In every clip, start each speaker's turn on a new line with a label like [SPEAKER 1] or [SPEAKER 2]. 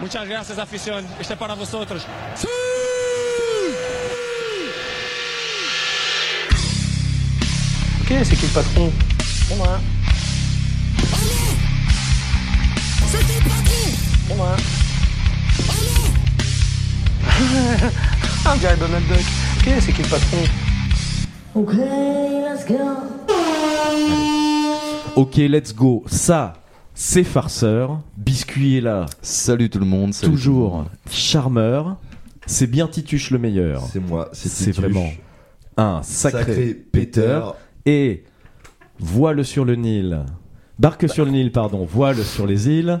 [SPEAKER 1] Muchas gracias, afición. Este es para vosotros. ¡Sí!
[SPEAKER 2] Ok, c'est qui le patron
[SPEAKER 3] C'est moi.
[SPEAKER 4] Allez C'est qui le patron
[SPEAKER 3] C'est moi.
[SPEAKER 4] Allez
[SPEAKER 2] Ah, on dirait Donald Duck. Ok, c'est qui le patron
[SPEAKER 4] Ok, let's go
[SPEAKER 5] Ok, let's go. Ça, c'est farceur. Biscuit est là,
[SPEAKER 6] Salut tout le monde. salut
[SPEAKER 5] toujours charmeur. C'est bien Tituche le meilleur.
[SPEAKER 6] tout le monde. C'est moi.
[SPEAKER 5] C'est
[SPEAKER 6] Titus.
[SPEAKER 5] vraiment un sacré,
[SPEAKER 6] Sacré
[SPEAKER 5] péteur.
[SPEAKER 6] péteur.
[SPEAKER 5] Et voile sur le Nil. Barque sur le Nil, pardon. Voile sur les îles.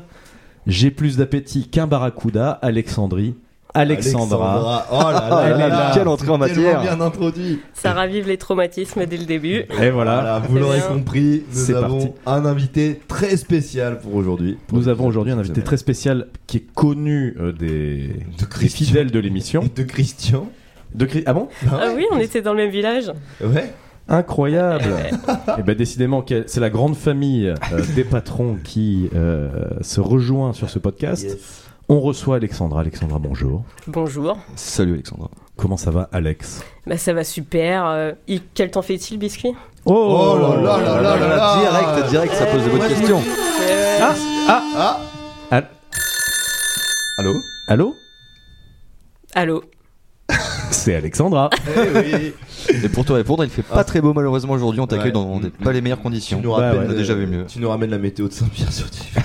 [SPEAKER 5] J'ai plus d'appétit qu'un barracuda. Alexandrie. Alexandra. Ah,
[SPEAKER 6] Oh là là,
[SPEAKER 5] Elle
[SPEAKER 6] là
[SPEAKER 5] est là.
[SPEAKER 6] là.
[SPEAKER 5] Quelle
[SPEAKER 7] entrée en
[SPEAKER 6] Tellement
[SPEAKER 7] matière.
[SPEAKER 6] bien introduit.
[SPEAKER 8] Ça ravive les traumatismes dès le début.
[SPEAKER 5] Et voilà.
[SPEAKER 6] Voilà, vous l'aurez
[SPEAKER 8] bien.
[SPEAKER 6] compris, nous
[SPEAKER 5] Ah. C'est
[SPEAKER 6] avons
[SPEAKER 5] parti.
[SPEAKER 6] un invité très spécial pour aujourd'hui.
[SPEAKER 5] Nous avons aujourd'hui un invité très spécial qui est connu euh, des,
[SPEAKER 6] de
[SPEAKER 5] des
[SPEAKER 6] Christian.
[SPEAKER 5] fidèles de l'émission.
[SPEAKER 6] De Christian.
[SPEAKER 5] De Chris- Ah bon
[SPEAKER 8] Ah oui, on était dans le même village.
[SPEAKER 6] Ouais.
[SPEAKER 5] Incroyable Et ben décidément, quelle- c'est la grande famille euh, des patrons qui euh, se rejoint sur ce podcast. On reçoit Alexandra. Alexandra, bonjour.
[SPEAKER 8] Bonjour.
[SPEAKER 6] Salut Alexandra.
[SPEAKER 5] Comment ça va, Alex
[SPEAKER 8] Bah ça va super. Euh, il- quel temps fait-il, biscuit
[SPEAKER 6] Oh là là là là là là.
[SPEAKER 7] Direct, direct, ça pose de bonnes
[SPEAKER 6] Ouais,
[SPEAKER 7] questions.
[SPEAKER 8] Euh,
[SPEAKER 5] Ah Ah
[SPEAKER 6] Ah.
[SPEAKER 5] Al-
[SPEAKER 6] Allô.
[SPEAKER 5] Allô
[SPEAKER 8] Allô
[SPEAKER 5] C'est Alexandra.
[SPEAKER 6] Eh oui.
[SPEAKER 7] Et pour te répondre, il fait pas très beau malheureusement aujourd'hui. On t'accueille
[SPEAKER 6] Ah. Ouais.
[SPEAKER 7] dans des- pas les meilleures
[SPEAKER 6] Tu
[SPEAKER 7] conditions.
[SPEAKER 6] nous
[SPEAKER 5] Bah
[SPEAKER 6] ramènes,
[SPEAKER 5] ouais.
[SPEAKER 7] On a déjà vu mieux.
[SPEAKER 6] Tu nous ramènes la météo de Saint-Pierre-sur-Tif.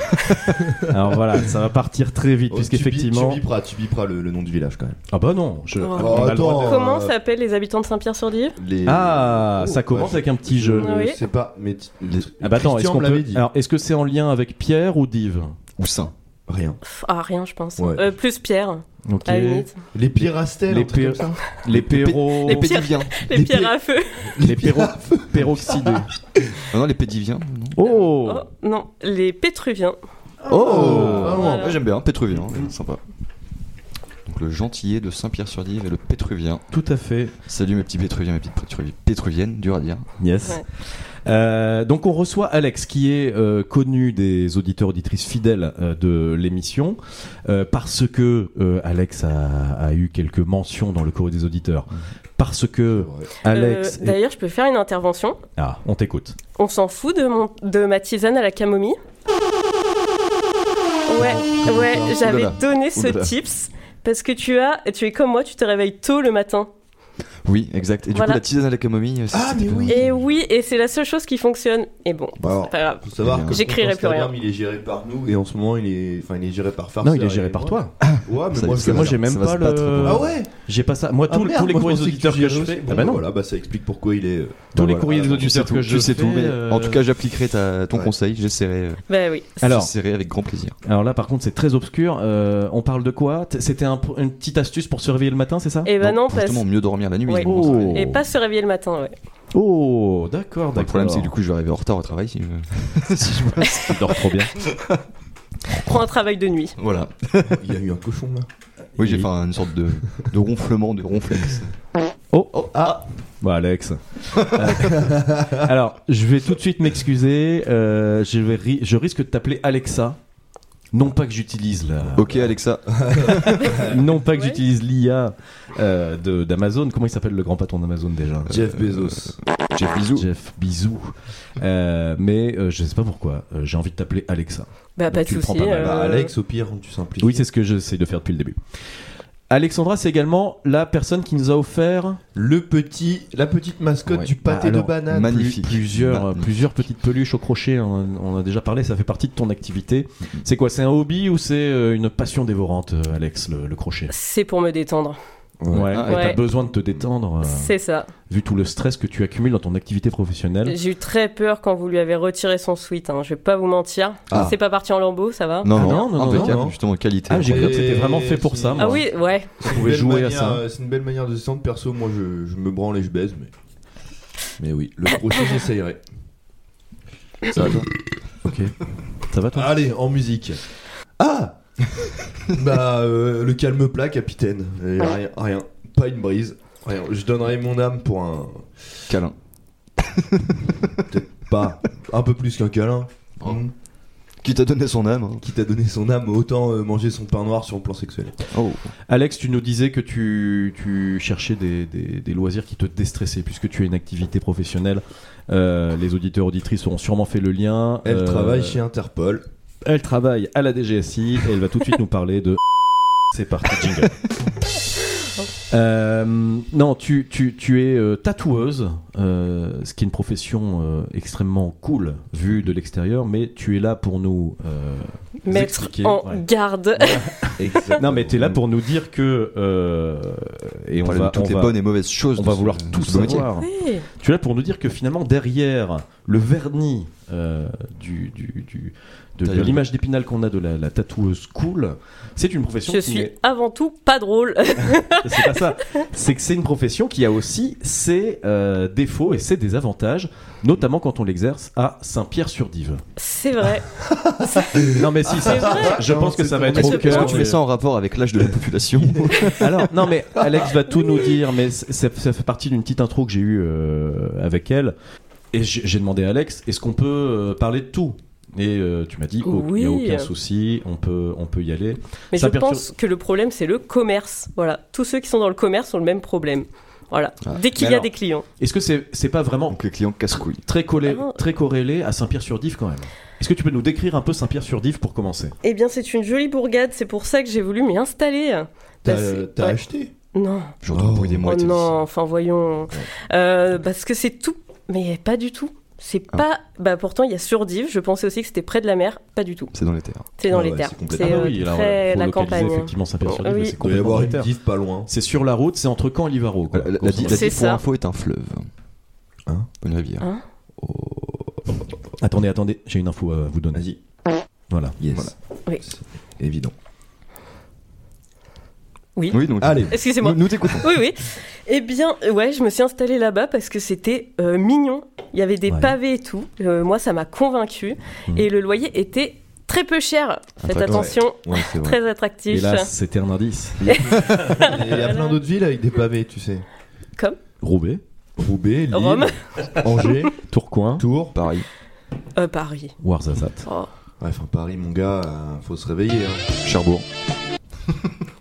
[SPEAKER 5] Alors voilà, ça va partir très vite,
[SPEAKER 6] Oh,
[SPEAKER 5] puisqu'effectivement.
[SPEAKER 6] Tu, bi- tu biperas, tu biperas le, le nom du village quand même.
[SPEAKER 5] Ah bah non je...
[SPEAKER 8] Oh.
[SPEAKER 5] on a le droit de-
[SPEAKER 6] Euh,
[SPEAKER 8] Comment s'appellent les habitants de Saint-Pierre-sur-Dive
[SPEAKER 6] Les-
[SPEAKER 5] Ah,
[SPEAKER 6] Oh,
[SPEAKER 5] ça commence
[SPEAKER 6] bah,
[SPEAKER 5] avec un petit jeu.
[SPEAKER 8] Ah Oui.
[SPEAKER 6] Je sais pas, mais. t-
[SPEAKER 7] Les-
[SPEAKER 5] Ah bah attends, est-ce
[SPEAKER 6] Christian
[SPEAKER 5] qu'on
[SPEAKER 6] me l'avait
[SPEAKER 5] peut...
[SPEAKER 6] dit.
[SPEAKER 5] Alors, est-ce que c'est en lien avec Pierre ou Dive
[SPEAKER 7] Ou sain.
[SPEAKER 6] Rien.
[SPEAKER 8] Pff, Ah rien, je pense.
[SPEAKER 6] Ouais.
[SPEAKER 8] Euh, plus Pierre,
[SPEAKER 5] Ok.
[SPEAKER 6] Ah
[SPEAKER 8] à la limite.
[SPEAKER 6] Les pirastels,
[SPEAKER 5] les
[SPEAKER 6] un truc
[SPEAKER 5] pir-
[SPEAKER 6] comme ça.
[SPEAKER 5] Les Péros...
[SPEAKER 7] Les pédiviens.
[SPEAKER 8] Les,
[SPEAKER 6] Les
[SPEAKER 8] pierres
[SPEAKER 6] pierres.
[SPEAKER 8] à feu.
[SPEAKER 5] Les Péros... Peroxydés.
[SPEAKER 7] Non, non, les pédiviens. non.
[SPEAKER 5] Oh,
[SPEAKER 8] Oh, non, les pétruviens.
[SPEAKER 7] Oh
[SPEAKER 6] Ah,
[SPEAKER 8] Voilà.
[SPEAKER 7] Ouais, J'aime bien, pétruvien.
[SPEAKER 6] Mm.
[SPEAKER 7] ouais, Sympa. Donc le gentillet de Saint-Pierre-sur-Dive et le pétruvien.
[SPEAKER 5] Tout à fait.
[SPEAKER 7] Salut mes petits pétruviens, mes petites pétruvi- pétruviennes, dur à dire.
[SPEAKER 5] Yes.
[SPEAKER 8] Ouais.
[SPEAKER 5] Euh, donc on reçoit Alex qui est euh, connu des auditeurs auditrices fidèles euh, de l'émission euh, parce que euh, Alex a, a eu quelques mentions dans le courrier des auditeurs parce que
[SPEAKER 6] Ouais.
[SPEAKER 5] Alex
[SPEAKER 8] Euh,
[SPEAKER 5] est-
[SPEAKER 8] D'ailleurs, je peux faire une intervention.
[SPEAKER 5] ah on t'écoute
[SPEAKER 8] On s'en fout de, mon, de ma tisane à la camomille Ouais, ouais,
[SPEAKER 7] ça
[SPEAKER 8] j'avais
[SPEAKER 7] Oulala.
[SPEAKER 8] donné ce
[SPEAKER 7] Oulala.
[SPEAKER 8] tips parce que tu as, tu es comme moi, tu te réveilles tôt le matin.
[SPEAKER 7] Oui, exact. Et du
[SPEAKER 8] Voilà.
[SPEAKER 7] coup, la tisane à la camomille. euh,
[SPEAKER 6] Ah,
[SPEAKER 7] c'était
[SPEAKER 6] mais
[SPEAKER 7] pas
[SPEAKER 6] oui.
[SPEAKER 7] mal.
[SPEAKER 8] Et oui, et c'est la seule chose qui fonctionne. Et bon,
[SPEAKER 6] Bah alors,
[SPEAKER 8] c'est pas grave.
[SPEAKER 6] Faut savoir
[SPEAKER 7] Bien.
[SPEAKER 6] que
[SPEAKER 8] J'écrirai plus rien.
[SPEAKER 6] Instagram, il est géré par nous et en ce moment il est, enfin, il est géré par Farceur.
[SPEAKER 5] non il est géré
[SPEAKER 6] et
[SPEAKER 5] par
[SPEAKER 6] moi.
[SPEAKER 5] toi
[SPEAKER 6] Ouais, mais
[SPEAKER 7] Ça,
[SPEAKER 6] moi,
[SPEAKER 7] parce
[SPEAKER 6] je-
[SPEAKER 5] parce que moi j'ai
[SPEAKER 7] ça
[SPEAKER 5] même
[SPEAKER 7] va
[SPEAKER 5] pas
[SPEAKER 7] se battre
[SPEAKER 5] le oh,
[SPEAKER 7] pour-
[SPEAKER 6] Ah ouais.
[SPEAKER 5] j'ai pas ça moi
[SPEAKER 6] Ah
[SPEAKER 5] tous,
[SPEAKER 6] merde,
[SPEAKER 5] tous les
[SPEAKER 6] moi,
[SPEAKER 5] courriers
[SPEAKER 6] je
[SPEAKER 5] des
[SPEAKER 6] pensais que
[SPEAKER 5] auditeurs
[SPEAKER 6] tu
[SPEAKER 5] que
[SPEAKER 6] gérais
[SPEAKER 5] je
[SPEAKER 6] aussi.
[SPEAKER 5] fais
[SPEAKER 6] Bon,
[SPEAKER 5] Ah bah non.
[SPEAKER 6] Voilà, bah ça explique pourquoi il est. euh,
[SPEAKER 5] tous
[SPEAKER 6] bah
[SPEAKER 5] les
[SPEAKER 6] voilà.
[SPEAKER 5] courriers des
[SPEAKER 7] Tu sais
[SPEAKER 5] auditeurs
[SPEAKER 7] tout,
[SPEAKER 5] que je
[SPEAKER 7] tu sais
[SPEAKER 5] fais,
[SPEAKER 7] tout, mais
[SPEAKER 5] euh,
[SPEAKER 7] en tout cas, j'appliquerai ta- ton
[SPEAKER 6] Ouais.
[SPEAKER 7] conseil, j'essaierai. euh,
[SPEAKER 8] Bah oui.
[SPEAKER 5] alors
[SPEAKER 7] j'essaierai avec grand plaisir.
[SPEAKER 5] alors là par contre c'est très obscur Euh, on parle de quoi T- c'était un- une petite astuce pour se réveiller le matin c'est ça
[SPEAKER 8] Et bah non, parce...
[SPEAKER 7] Justement, mieux dormir la nuit.
[SPEAKER 8] Ouais.
[SPEAKER 7] bon, ça va.
[SPEAKER 5] Oh.
[SPEAKER 8] et pas se réveiller le matin, ouais.
[SPEAKER 5] Oh, d'accord,
[SPEAKER 7] Bon,
[SPEAKER 5] d'accord.
[SPEAKER 7] le problème, c'est que du coup, je vais arriver en retard au travail si je, si je bosse.
[SPEAKER 5] il dort trop bien.
[SPEAKER 8] Prends un travail de nuit.
[SPEAKER 7] Voilà.
[SPEAKER 6] Il y a eu un cochon là.
[SPEAKER 5] Bah,
[SPEAKER 7] Oui, j'ai
[SPEAKER 5] Et-
[SPEAKER 7] fait une sorte de, de ronflement, de ronflex.
[SPEAKER 5] Oh, oh, ah Bon, Alex. Euh, alors, je vais tout de suite m'excuser. euh, je, vais ri- je risque de t'appeler Alexa. Non pas que j'utilise la...
[SPEAKER 7] Ok, Alexa.
[SPEAKER 5] non pas que
[SPEAKER 8] Ouais.
[SPEAKER 5] j'utilise l'IA euh, de- d'Amazon. Comment il s'appelle le grand patron d'Amazon déjà
[SPEAKER 6] Jeff Bezos.
[SPEAKER 7] J'ai bisous.
[SPEAKER 5] Jeff, bisous. Euh, mais euh, je sais pas pourquoi. euh, J'ai envie de t'appeler Alexa.
[SPEAKER 8] Bah pas de
[SPEAKER 5] tu le prends
[SPEAKER 8] soucis.
[SPEAKER 5] pas mal.
[SPEAKER 8] euh,
[SPEAKER 6] Bah, Alex, au pire, tu simplifies.
[SPEAKER 5] Oui, c'est ce que j'essaie de faire depuis le début. Alexandra, c'est également la personne qui nous a offert
[SPEAKER 6] le petit, la petite mascotte
[SPEAKER 7] Ouais.
[SPEAKER 6] du pâté
[SPEAKER 5] Bah, alors,
[SPEAKER 6] de banane.
[SPEAKER 7] magnifique.
[SPEAKER 5] Plus- plusieurs,
[SPEAKER 6] Bah,
[SPEAKER 7] Magnifique.
[SPEAKER 5] plusieurs petites peluches au crochet, on en- on en a déjà parlé, ça fait partie de ton activité.
[SPEAKER 6] Mm-hmm.
[SPEAKER 5] C'est quoi C'est un hobby ou c'est euh, une passion dévorante, euh, Alex, le, le crochet
[SPEAKER 8] C'est pour me détendre.
[SPEAKER 5] Ouais,
[SPEAKER 7] Ah,
[SPEAKER 5] et
[SPEAKER 8] ouais.
[SPEAKER 5] t'as besoin de te détendre, euh,
[SPEAKER 8] C'est ça.
[SPEAKER 5] vu tout le stress que tu accumules dans ton activité professionnelle.
[SPEAKER 8] J'ai eu très peur quand vous lui avez retiré son sweat. Hein. Je vais pas vous mentir.
[SPEAKER 7] Ah.
[SPEAKER 8] C'est pas parti en lambeaux, ça va
[SPEAKER 7] Non,
[SPEAKER 5] Ah non,
[SPEAKER 7] non,
[SPEAKER 5] non, non,
[SPEAKER 7] impeccable,
[SPEAKER 6] non.
[SPEAKER 7] justement, qualité.
[SPEAKER 5] Ah, j'ai cru que
[SPEAKER 6] Et
[SPEAKER 5] c'était vraiment fait pour ça.
[SPEAKER 6] si-
[SPEAKER 5] moi.
[SPEAKER 8] Ah oui, ouais.
[SPEAKER 6] Vous
[SPEAKER 5] pouvez jouer à ça.
[SPEAKER 6] C'est une belle manière de se sentir. Perso, moi, je, je me branle et je baise, mais. Mais oui, le crochet, j'essayerai.
[SPEAKER 7] Ça va, toi
[SPEAKER 5] Ok. Ça va toi
[SPEAKER 6] Allez, en musique. Ah Bah, euh, le calme plat, capitaine. Et rien, rien. Pas une brise. Rien. Je donnerai mon âme pour un.
[SPEAKER 7] Câlin.
[SPEAKER 6] Peut-être pas. Un peu plus qu'un câlin.
[SPEAKER 7] Oh.
[SPEAKER 6] Mm.
[SPEAKER 7] Qui t'a donné son âme. hein.
[SPEAKER 6] Qui t'a donné son âme, autant euh, manger son pain noir sur le plan sexuel.
[SPEAKER 7] Oh.
[SPEAKER 5] Alex, tu nous disais que tu, tu cherchais des, des- des loisirs qui te déstressaient, puisque tu as une activité professionnelle. Euh, les auditeurs auditrices auront sûrement fait le lien.
[SPEAKER 6] Elle
[SPEAKER 5] Euh,
[SPEAKER 6] travaille chez Interpol.
[SPEAKER 5] Elle travaille à la DGSI et elle va tout de suite nous parler de. C'est parti, jingle. Euh, non, tu, tu, tu es euh, tatoueuse, euh, ce qui est une profession euh, extrêmement cool vue de l'extérieur, mais tu es là pour nous. euh,
[SPEAKER 8] Mettre
[SPEAKER 5] expliquer,
[SPEAKER 8] en
[SPEAKER 5] ouais.
[SPEAKER 8] garde.
[SPEAKER 5] Non, mais tu es là pour nous dire que. euh, et on
[SPEAKER 7] Parler de
[SPEAKER 5] va,
[SPEAKER 7] toutes
[SPEAKER 5] on
[SPEAKER 7] les
[SPEAKER 5] va-
[SPEAKER 7] bonnes et mauvaises choses.
[SPEAKER 5] on
[SPEAKER 7] de
[SPEAKER 5] va
[SPEAKER 7] ce-
[SPEAKER 5] vouloir
[SPEAKER 7] de
[SPEAKER 5] tout
[SPEAKER 7] ce métier.
[SPEAKER 5] savoir.
[SPEAKER 8] Oui.
[SPEAKER 5] Tu es là pour nous dire que finalement, derrière le vernis euh, du, du- du- de, de
[SPEAKER 7] Derrière le-
[SPEAKER 5] l'image d'épinal qu'on a de la, la tatoueuse cool, c'est une profession
[SPEAKER 8] Je
[SPEAKER 5] qui
[SPEAKER 8] suis
[SPEAKER 5] est-
[SPEAKER 8] avant tout pas drôle.
[SPEAKER 5] C'est pas ça. C'est que c'est une profession qui a aussi ses euh, défauts et ses désavantages, notamment quand on l'exerce à Saint-Pierre-sur-Dive.
[SPEAKER 8] C'est vrai.
[SPEAKER 7] Euh,
[SPEAKER 5] Non, mais
[SPEAKER 8] Ah,
[SPEAKER 5] si, ça, je pense que ça va être
[SPEAKER 7] Est-ce
[SPEAKER 5] au
[SPEAKER 7] que,
[SPEAKER 8] trop
[SPEAKER 7] est-ce que
[SPEAKER 5] cœur.
[SPEAKER 7] tu mets ça en rapport avec l'âge de la population
[SPEAKER 5] Alors, non, mais Alex va tout nous dire, mais c- ça, ça fait partie d'une petite intro que j'ai eue euh, avec elle. Et j'ai j'ai demandé à Alex, est-ce qu'on peut euh, parler de tout Et euh, tu m'as dit, oh, il n'y a
[SPEAKER 8] Oui. euh.
[SPEAKER 5] aucun souci, on peut, on peut y aller.
[SPEAKER 8] Mais
[SPEAKER 5] Ça
[SPEAKER 8] je
[SPEAKER 5] perturbe-
[SPEAKER 8] pense que le problème, c'est le commerce. Voilà. Tous ceux qui sont dans le commerce ont le même problème. Voilà. Dès qu'il
[SPEAKER 5] Ah, Mais
[SPEAKER 8] y a
[SPEAKER 5] alors-
[SPEAKER 8] des clients.
[SPEAKER 5] Est-ce que c'est c'est pas vraiment
[SPEAKER 7] Donc les clients casse-couilles.
[SPEAKER 5] très, collé,
[SPEAKER 8] Ah.
[SPEAKER 5] très corrélé à Saint-Pierre-sur-Dive quand même Est-ce que tu peux nous décrire un peu Saint-Pierre-sur-Dive pour commencer
[SPEAKER 8] Eh bien, c'est une jolie bourgade. C'est pour ça que j'ai voulu m'y installer.
[SPEAKER 6] T'as
[SPEAKER 8] Parce-
[SPEAKER 6] euh, t'as
[SPEAKER 8] ouais.
[SPEAKER 6] acheté
[SPEAKER 8] Non.
[SPEAKER 7] J'entends le bruit des
[SPEAKER 8] Oh
[SPEAKER 7] mouettes.
[SPEAKER 8] non, enfin voyons. Euh, parce que c'est tout, mais pas du tout. C'est
[SPEAKER 7] Ah.
[SPEAKER 8] pas. Bah pourtant, il y a Surdive. Je pensais aussi que c'était près de la mer. Pas du tout.
[SPEAKER 7] C'est dans les terres.
[SPEAKER 8] C'est dans
[SPEAKER 6] Ah
[SPEAKER 8] les
[SPEAKER 6] ouais,
[SPEAKER 8] terres.
[SPEAKER 6] c'est complètement-
[SPEAKER 8] C'est
[SPEAKER 5] Ah
[SPEAKER 8] euh,
[SPEAKER 5] bah oui, alors,
[SPEAKER 8] très
[SPEAKER 5] faut
[SPEAKER 8] la
[SPEAKER 5] localiser
[SPEAKER 8] campagne. hein.
[SPEAKER 5] effectivement Saint-Pierre-sur-Dive,
[SPEAKER 8] Oui.
[SPEAKER 5] mais c'est
[SPEAKER 6] Il doit y
[SPEAKER 5] complètement
[SPEAKER 6] avoir
[SPEAKER 5] en
[SPEAKER 6] une
[SPEAKER 5] terre.
[SPEAKER 6] div pas loin.
[SPEAKER 5] C'est sur la route, c'est entre Caen et Livarot. quoi.
[SPEAKER 7] La, la, la,
[SPEAKER 5] Grosso
[SPEAKER 7] la
[SPEAKER 5] modo.
[SPEAKER 8] C'est
[SPEAKER 7] Dive, pour
[SPEAKER 8] ça.
[SPEAKER 7] info, est un fleuve.
[SPEAKER 6] Hein
[SPEAKER 7] Une rivière.
[SPEAKER 8] Hein
[SPEAKER 5] Attendez, attendez, j'ai une info à vous donner.
[SPEAKER 6] Vas-y.
[SPEAKER 5] Voilà.
[SPEAKER 6] Yes.
[SPEAKER 7] Voilà.
[SPEAKER 8] Oui.
[SPEAKER 6] C'est Évident.
[SPEAKER 7] Oui, donc.
[SPEAKER 6] Allez.
[SPEAKER 8] Excusez-moi.
[SPEAKER 7] Nous, nous t'écoutons.
[SPEAKER 8] Oui, oui. Eh bien, euh, ouais, je me suis installée là-bas parce que c'était euh, mignon. Il y avait des
[SPEAKER 5] Ouais.
[SPEAKER 8] pavés et tout. Euh, moi, ça m'a convaincue.
[SPEAKER 5] Mhm.
[SPEAKER 8] Et le loyer était très peu cher. Faites
[SPEAKER 7] Attract-
[SPEAKER 8] attention,
[SPEAKER 7] Ouais, c'est vrai.
[SPEAKER 8] très attractif.
[SPEAKER 5] Hélas, c'était un indice.
[SPEAKER 6] Il y a plein d'autres villes avec des pavés, tu sais.
[SPEAKER 5] Roubaix,
[SPEAKER 6] Roubaix, Lille,
[SPEAKER 8] Rome,
[SPEAKER 6] Angers,
[SPEAKER 5] Tourcoing,
[SPEAKER 6] Tours.
[SPEAKER 7] Pareil.
[SPEAKER 8] Euh, Paris.
[SPEAKER 5] Ouarzazate.
[SPEAKER 8] Oh,
[SPEAKER 6] Ouais, enfin Paris, mon gars, euh, faut se réveiller. hein.
[SPEAKER 7] Cherbourg.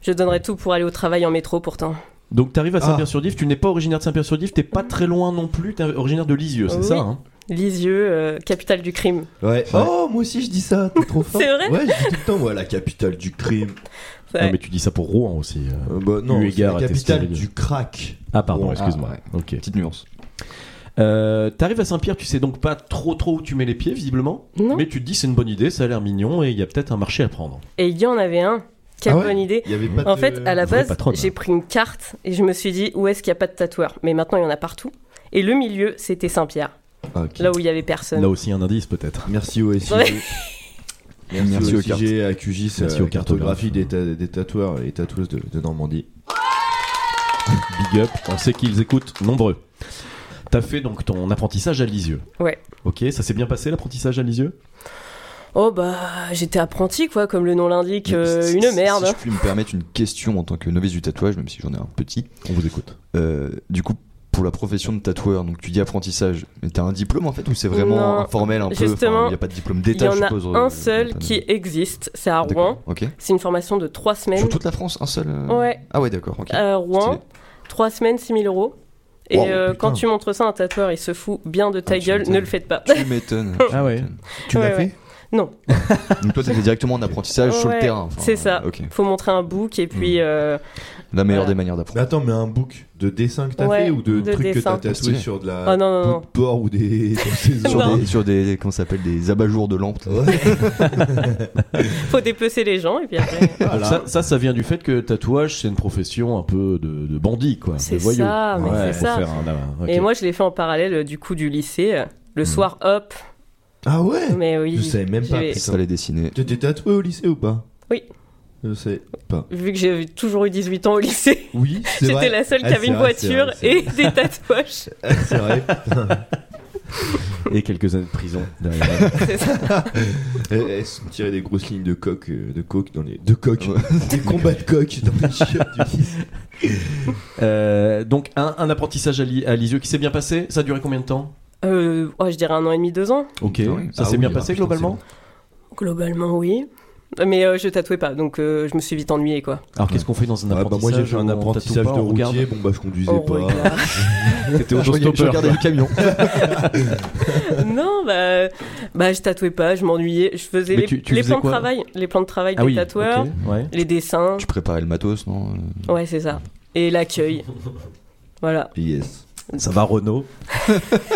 [SPEAKER 8] je donnerais tout pour aller au travail en métro pourtant.
[SPEAKER 5] Donc t'arrives à
[SPEAKER 6] Ah.
[SPEAKER 5] Saint-Pierre-sur-Dive, tu n'es pas originaire de Saint-Pierre-sur-Dive, t'es pas très loin non plus, t'es originaire de Lisieux, c'est
[SPEAKER 8] Oui.
[SPEAKER 5] ça hein
[SPEAKER 8] Lisieux, euh, capitale du crime.
[SPEAKER 6] Ouais. Oh, moi aussi je dis ça, t'es trop fort.
[SPEAKER 8] C'est vrai
[SPEAKER 6] Ouais, je dis tout le temps, ouais, la capitale du crime.
[SPEAKER 8] C'est
[SPEAKER 5] Non,
[SPEAKER 8] vrai.
[SPEAKER 5] Ah, mais tu dis ça pour Rouen aussi. euh.
[SPEAKER 6] Euh, bah, non,
[SPEAKER 5] Eu
[SPEAKER 6] c'est
[SPEAKER 5] égard
[SPEAKER 6] la
[SPEAKER 5] à tes
[SPEAKER 6] capitale
[SPEAKER 5] stériles.
[SPEAKER 6] du crack.
[SPEAKER 5] Ah pardon,
[SPEAKER 7] Rouen.
[SPEAKER 5] excuse-moi.
[SPEAKER 7] Ah, ouais.
[SPEAKER 5] Ok.
[SPEAKER 7] Petite nuance.
[SPEAKER 5] Euh, T'arrives à Saint-Pierre, tu sais donc pas trop trop où tu mets les pieds visiblement,
[SPEAKER 8] Non.
[SPEAKER 5] mais tu te dis c'est une bonne idée, ça a l'air mignon et il y a peut-être un marché à prendre.
[SPEAKER 8] Et il y en avait un. Quelle
[SPEAKER 6] Ah ouais
[SPEAKER 8] bonne idée.
[SPEAKER 6] Il y avait pas
[SPEAKER 8] En
[SPEAKER 6] de-
[SPEAKER 8] fait, à la
[SPEAKER 5] Vraie
[SPEAKER 8] base,
[SPEAKER 5] patronne.
[SPEAKER 8] j'ai pris une carte et je me suis dit où est-ce qu'il n'y a pas de tatoueur. Mais maintenant, il y en a partout. Et le milieu, c'était Saint-Pierre,
[SPEAKER 6] Ah, ok.
[SPEAKER 8] là où il y avait personne.
[SPEAKER 5] Là aussi un indice peut-être.
[SPEAKER 6] Merci au SIG.
[SPEAKER 8] Ouais.
[SPEAKER 6] Merci,
[SPEAKER 7] Merci
[SPEAKER 6] au
[SPEAKER 7] aux cartes.
[SPEAKER 6] SIG, à QGIS,
[SPEAKER 5] Merci
[SPEAKER 6] euh,
[SPEAKER 5] aux cartographes.
[SPEAKER 6] cartographie des, ta- des tatoueurs et tatoueuses de, de Normandie.
[SPEAKER 5] Big up, on sait qu'ils écoutent nombreux. T'as fait donc ton apprentissage à Lisieux.
[SPEAKER 8] Ouais.
[SPEAKER 5] Ok, ça s'est bien passé l'apprentissage à Lisieux
[SPEAKER 8] Oh bah, j'étais apprenti, quoi, comme le nom l'indique, euh,
[SPEAKER 7] Si- si-
[SPEAKER 8] une merde.
[SPEAKER 7] Si je puis me permettre une question en tant que novice du tatouage, même si j'en ai un petit.
[SPEAKER 5] On vous écoute.
[SPEAKER 7] Euh, du coup, pour la profession de tatoueur, donc tu dis apprentissage, mais t'as un diplôme en fait ou c'est vraiment
[SPEAKER 8] Non.
[SPEAKER 7] informel un peu
[SPEAKER 8] Justement,
[SPEAKER 7] il n'y a pas de diplôme
[SPEAKER 8] Il y
[SPEAKER 7] d'état,
[SPEAKER 8] en
[SPEAKER 7] je
[SPEAKER 8] a
[SPEAKER 7] suppose. euh,
[SPEAKER 8] un
[SPEAKER 7] y a
[SPEAKER 8] seul
[SPEAKER 7] pas de-
[SPEAKER 8] qui existe, c'est à
[SPEAKER 7] D'accord,
[SPEAKER 8] Rouen.
[SPEAKER 7] Ok.
[SPEAKER 8] C'est une formation de trois semaines.
[SPEAKER 7] Sur toute la France, un seul. euh,
[SPEAKER 8] Ouais.
[SPEAKER 7] Ah ouais, d'accord. ok.
[SPEAKER 8] À
[SPEAKER 7] Stylé.
[SPEAKER 8] Euh, Rouen, trois semaines, 6000 euros. Et
[SPEAKER 7] Wow,
[SPEAKER 8] euh, quand
[SPEAKER 6] putain.
[SPEAKER 8] tu montres ça à un tatoueur, il se fout bien de ta
[SPEAKER 7] Ah, tu
[SPEAKER 8] gueule,
[SPEAKER 7] m'étonnes.
[SPEAKER 8] ne le faites pas.
[SPEAKER 7] Tu m'étonnes. tu
[SPEAKER 5] Ah ouais.
[SPEAKER 7] m'étonnes.
[SPEAKER 6] Tu l'as
[SPEAKER 8] Ouais, ouais.
[SPEAKER 6] fait
[SPEAKER 7] Donc toi, t'étais directement en apprentissage sur le
[SPEAKER 8] Ouais,
[SPEAKER 7] terrain. enfin, euh,
[SPEAKER 8] c'est ça.
[SPEAKER 7] Ok.
[SPEAKER 8] Faut montrer un book et puis.
[SPEAKER 6] Hmm.
[SPEAKER 8] euh,
[SPEAKER 7] La meilleure
[SPEAKER 8] Voilà.
[SPEAKER 7] des manières d'apprendre.
[SPEAKER 6] Mais attends, mais un book de dessin que t'as
[SPEAKER 8] Ouais,
[SPEAKER 6] fait ou de,
[SPEAKER 8] de
[SPEAKER 6] trucs que
[SPEAKER 8] dessin.
[SPEAKER 6] t'as tatoué
[SPEAKER 7] Stylé.
[SPEAKER 6] sur de la
[SPEAKER 8] Oh non, non,
[SPEAKER 6] peau
[SPEAKER 8] non.
[SPEAKER 6] de porc ou des. sur
[SPEAKER 8] Bah,
[SPEAKER 6] ses os.
[SPEAKER 7] Sur des, sur des, comment ça s'appelle, des abat-jours de lampes.
[SPEAKER 6] Ouais.
[SPEAKER 8] Faut dépecer les gens et puis après.
[SPEAKER 5] Donc ça, ça, ça vient du fait que tatouage, c'est une profession un peu de, de bandit, quoi. de
[SPEAKER 8] C'est
[SPEAKER 5] voyou.
[SPEAKER 8] ça, mais
[SPEAKER 5] Ouais,
[SPEAKER 8] c'est
[SPEAKER 5] faut
[SPEAKER 8] ça.
[SPEAKER 5] faire un- un- ok.
[SPEAKER 8] Et moi, je l'ai fait en parallèle euh, du coup du lycée. euh, Le soir, hop.
[SPEAKER 6] Ah ouais
[SPEAKER 8] Mais oui.
[SPEAKER 6] Hmm. Je savais même pas.
[SPEAKER 8] j'ai-
[SPEAKER 7] Ça
[SPEAKER 6] Putain.
[SPEAKER 7] les dessiner.
[SPEAKER 6] T'étais tatoué au lycée ou pas
[SPEAKER 8] Oui.
[SPEAKER 6] Je sais pas.
[SPEAKER 8] Vu que j'ai toujours eu 18 ans au lycée,
[SPEAKER 6] Oui, c'est vrai.
[SPEAKER 8] j'étais la seule qui
[SPEAKER 6] Ah,
[SPEAKER 8] avait
[SPEAKER 6] c'est
[SPEAKER 8] une
[SPEAKER 6] vrai, c'est
[SPEAKER 8] voiture
[SPEAKER 6] vrai, c'est
[SPEAKER 8] et des tatouages.
[SPEAKER 6] vrai. C'est vrai.
[SPEAKER 5] Et quelques années de prison derrière.
[SPEAKER 8] C'est ça.
[SPEAKER 6] Elles Euh, elles se sont tirées des grosses lignes de coque, euh, de coque dans les. De coque
[SPEAKER 7] Ouais.
[SPEAKER 6] Des combats de coque dans les chiottes du lycée.
[SPEAKER 5] Euh, donc, un, un apprentissage à, Li- à Lisieux qui s'est bien passé. Ça a duré combien de temps
[SPEAKER 8] Euh, oh, je dirais un an et demi, deux ans.
[SPEAKER 5] Ok.
[SPEAKER 7] Ah oui.
[SPEAKER 5] Ça
[SPEAKER 6] Ah
[SPEAKER 5] s'est
[SPEAKER 6] oui,
[SPEAKER 5] bien
[SPEAKER 6] ah
[SPEAKER 5] passé
[SPEAKER 6] putain,
[SPEAKER 5] globalement
[SPEAKER 8] Globalement, oui. Mais euh, je tatouais pas, donc euh, je me suis vite ennuyée, quoi.
[SPEAKER 5] Alors qu'est-ce qu'on fait dans un
[SPEAKER 6] Ah, bah, moi j'ai
[SPEAKER 5] apprentissage
[SPEAKER 6] fait
[SPEAKER 5] Un
[SPEAKER 6] un apprentissage
[SPEAKER 5] apprentissage
[SPEAKER 6] de
[SPEAKER 5] on regarde. Oh,
[SPEAKER 6] routier, bon bah je conduisais
[SPEAKER 8] On
[SPEAKER 6] pas.
[SPEAKER 8] Oh, regarde.
[SPEAKER 5] C'était
[SPEAKER 7] Ah, Je regardais- je
[SPEAKER 5] autostoppeur.
[SPEAKER 7] regardais
[SPEAKER 5] quoi.
[SPEAKER 7] le camion.
[SPEAKER 8] non, bah, bah, je tatouais pas, je m'ennuyais. Je faisais
[SPEAKER 5] Mais
[SPEAKER 8] les,
[SPEAKER 5] tu- tu
[SPEAKER 8] les
[SPEAKER 5] faisais
[SPEAKER 8] plans de
[SPEAKER 5] quoi
[SPEAKER 8] travail, les plans de travail
[SPEAKER 5] Ah
[SPEAKER 8] des
[SPEAKER 5] oui,
[SPEAKER 8] tatoueurs,
[SPEAKER 5] ok, ouais.
[SPEAKER 8] les dessins.
[SPEAKER 7] Tu préparais le matos, non euh.
[SPEAKER 8] Ouais, c'est ça. Et l'accueil. voilà.
[SPEAKER 6] Yes.
[SPEAKER 5] Ça va Renault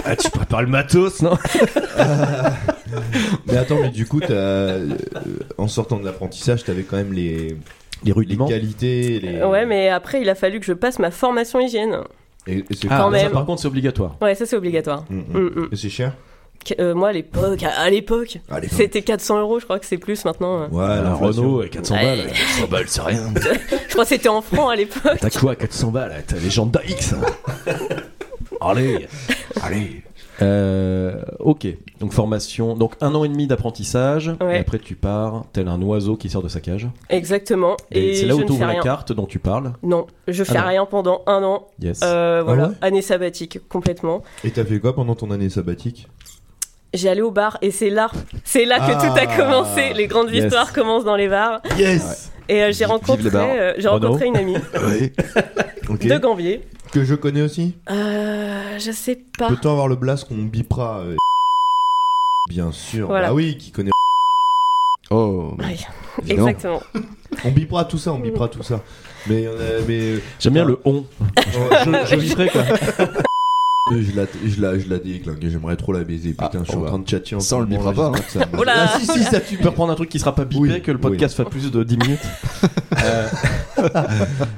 [SPEAKER 5] Ah, Tu prépares le matos, non
[SPEAKER 6] Mais attends, mais du coup, t'as, euh, en sortant de l'apprentissage, t'avais quand même les,
[SPEAKER 5] Les
[SPEAKER 6] les
[SPEAKER 5] rudiments.
[SPEAKER 6] qualités. Les...
[SPEAKER 8] Euh, Ouais, mais après, il a fallu que je passe ma formation hygiène.
[SPEAKER 6] Et, et c'est
[SPEAKER 5] Ah, ça,
[SPEAKER 8] Quand même.
[SPEAKER 5] par contre, c'est obligatoire.
[SPEAKER 8] Ouais, ça c'est obligatoire.
[SPEAKER 6] Mm, mm.
[SPEAKER 8] Mm, mm.
[SPEAKER 6] Et c'est cher
[SPEAKER 8] Qu- euh, moi, à l'époque, à à l'époque,
[SPEAKER 6] Allez,
[SPEAKER 8] c'était 400 euros, je crois que c'est plus maintenant. euh.
[SPEAKER 6] Ouais,
[SPEAKER 5] La
[SPEAKER 6] l'inflation.
[SPEAKER 5] Renault, euh, 400 balles.
[SPEAKER 8] Ouais.
[SPEAKER 5] 400 balles, c'est rien.
[SPEAKER 8] Je crois que c'était en francs à l'époque.
[SPEAKER 5] T'as quoi, 400 balles T'as les jambes d'AX. Allez Allez Euh, ok, donc formation, donc un an et demi d'apprentissage,
[SPEAKER 8] Ouais.
[SPEAKER 5] et après tu pars tel un oiseau qui sort de sa cage.
[SPEAKER 8] Exactement.
[SPEAKER 5] Et,
[SPEAKER 8] Et,
[SPEAKER 5] c'est là
[SPEAKER 8] je
[SPEAKER 5] où
[SPEAKER 8] ne
[SPEAKER 5] tu
[SPEAKER 8] fais
[SPEAKER 5] ouvres la
[SPEAKER 8] rien.
[SPEAKER 5] carte dont tu parles.
[SPEAKER 8] Non, je fais
[SPEAKER 5] non.
[SPEAKER 8] rien pendant un an.
[SPEAKER 5] Yes.
[SPEAKER 8] Euh, voilà,
[SPEAKER 6] ouais
[SPEAKER 8] année sabbatique complètement.
[SPEAKER 6] Et t'as fait quoi pendant ton année sabbatique
[SPEAKER 8] J'ai allé au bar et c'est là, c'est là que
[SPEAKER 6] Ah.
[SPEAKER 8] tout a commencé. Les grandes
[SPEAKER 5] Yes.
[SPEAKER 8] histoires commencent dans les bars.
[SPEAKER 6] Yes
[SPEAKER 8] Et euh, j'ai
[SPEAKER 7] Vive les bars.
[SPEAKER 8] rencontré, euh, j'ai
[SPEAKER 5] Renaud.
[SPEAKER 8] rencontré une amie
[SPEAKER 6] Ok.
[SPEAKER 8] de Gambier.
[SPEAKER 6] Que je connais aussi
[SPEAKER 8] Euh, je sais pas.
[SPEAKER 6] Peut-on avoir le blast qu'on bipera euh, Bien sûr.
[SPEAKER 8] Voilà.
[SPEAKER 6] Bah oui, qui connaît.
[SPEAKER 7] Oh,
[SPEAKER 8] Ouais,
[SPEAKER 7] évidemment.
[SPEAKER 8] Exactement.
[SPEAKER 6] On bipera tout ça, on bipera tout ça. Mais, euh, mais
[SPEAKER 5] J'aime bien le on.
[SPEAKER 6] je, je-
[SPEAKER 5] viserai quoi.
[SPEAKER 6] Euh, Je la, je la, je la déglingue, j'aimerais trop la baiser. Putain,
[SPEAKER 7] Ah,
[SPEAKER 6] je suis
[SPEAKER 7] oh
[SPEAKER 6] en
[SPEAKER 7] là.
[SPEAKER 6] train de tchatcher en
[SPEAKER 7] Ça, on
[SPEAKER 6] ce
[SPEAKER 7] le bipera
[SPEAKER 6] moment,
[SPEAKER 7] pas, hein.
[SPEAKER 6] j'espère que ça me-
[SPEAKER 8] Oh là.
[SPEAKER 6] Ah, si, si, ça
[SPEAKER 5] Tu
[SPEAKER 6] tu
[SPEAKER 5] peux reprendre un truc qui sera pas bipé,
[SPEAKER 6] Oui,
[SPEAKER 5] que le podcast fasse plus de 10 minutes. Euh,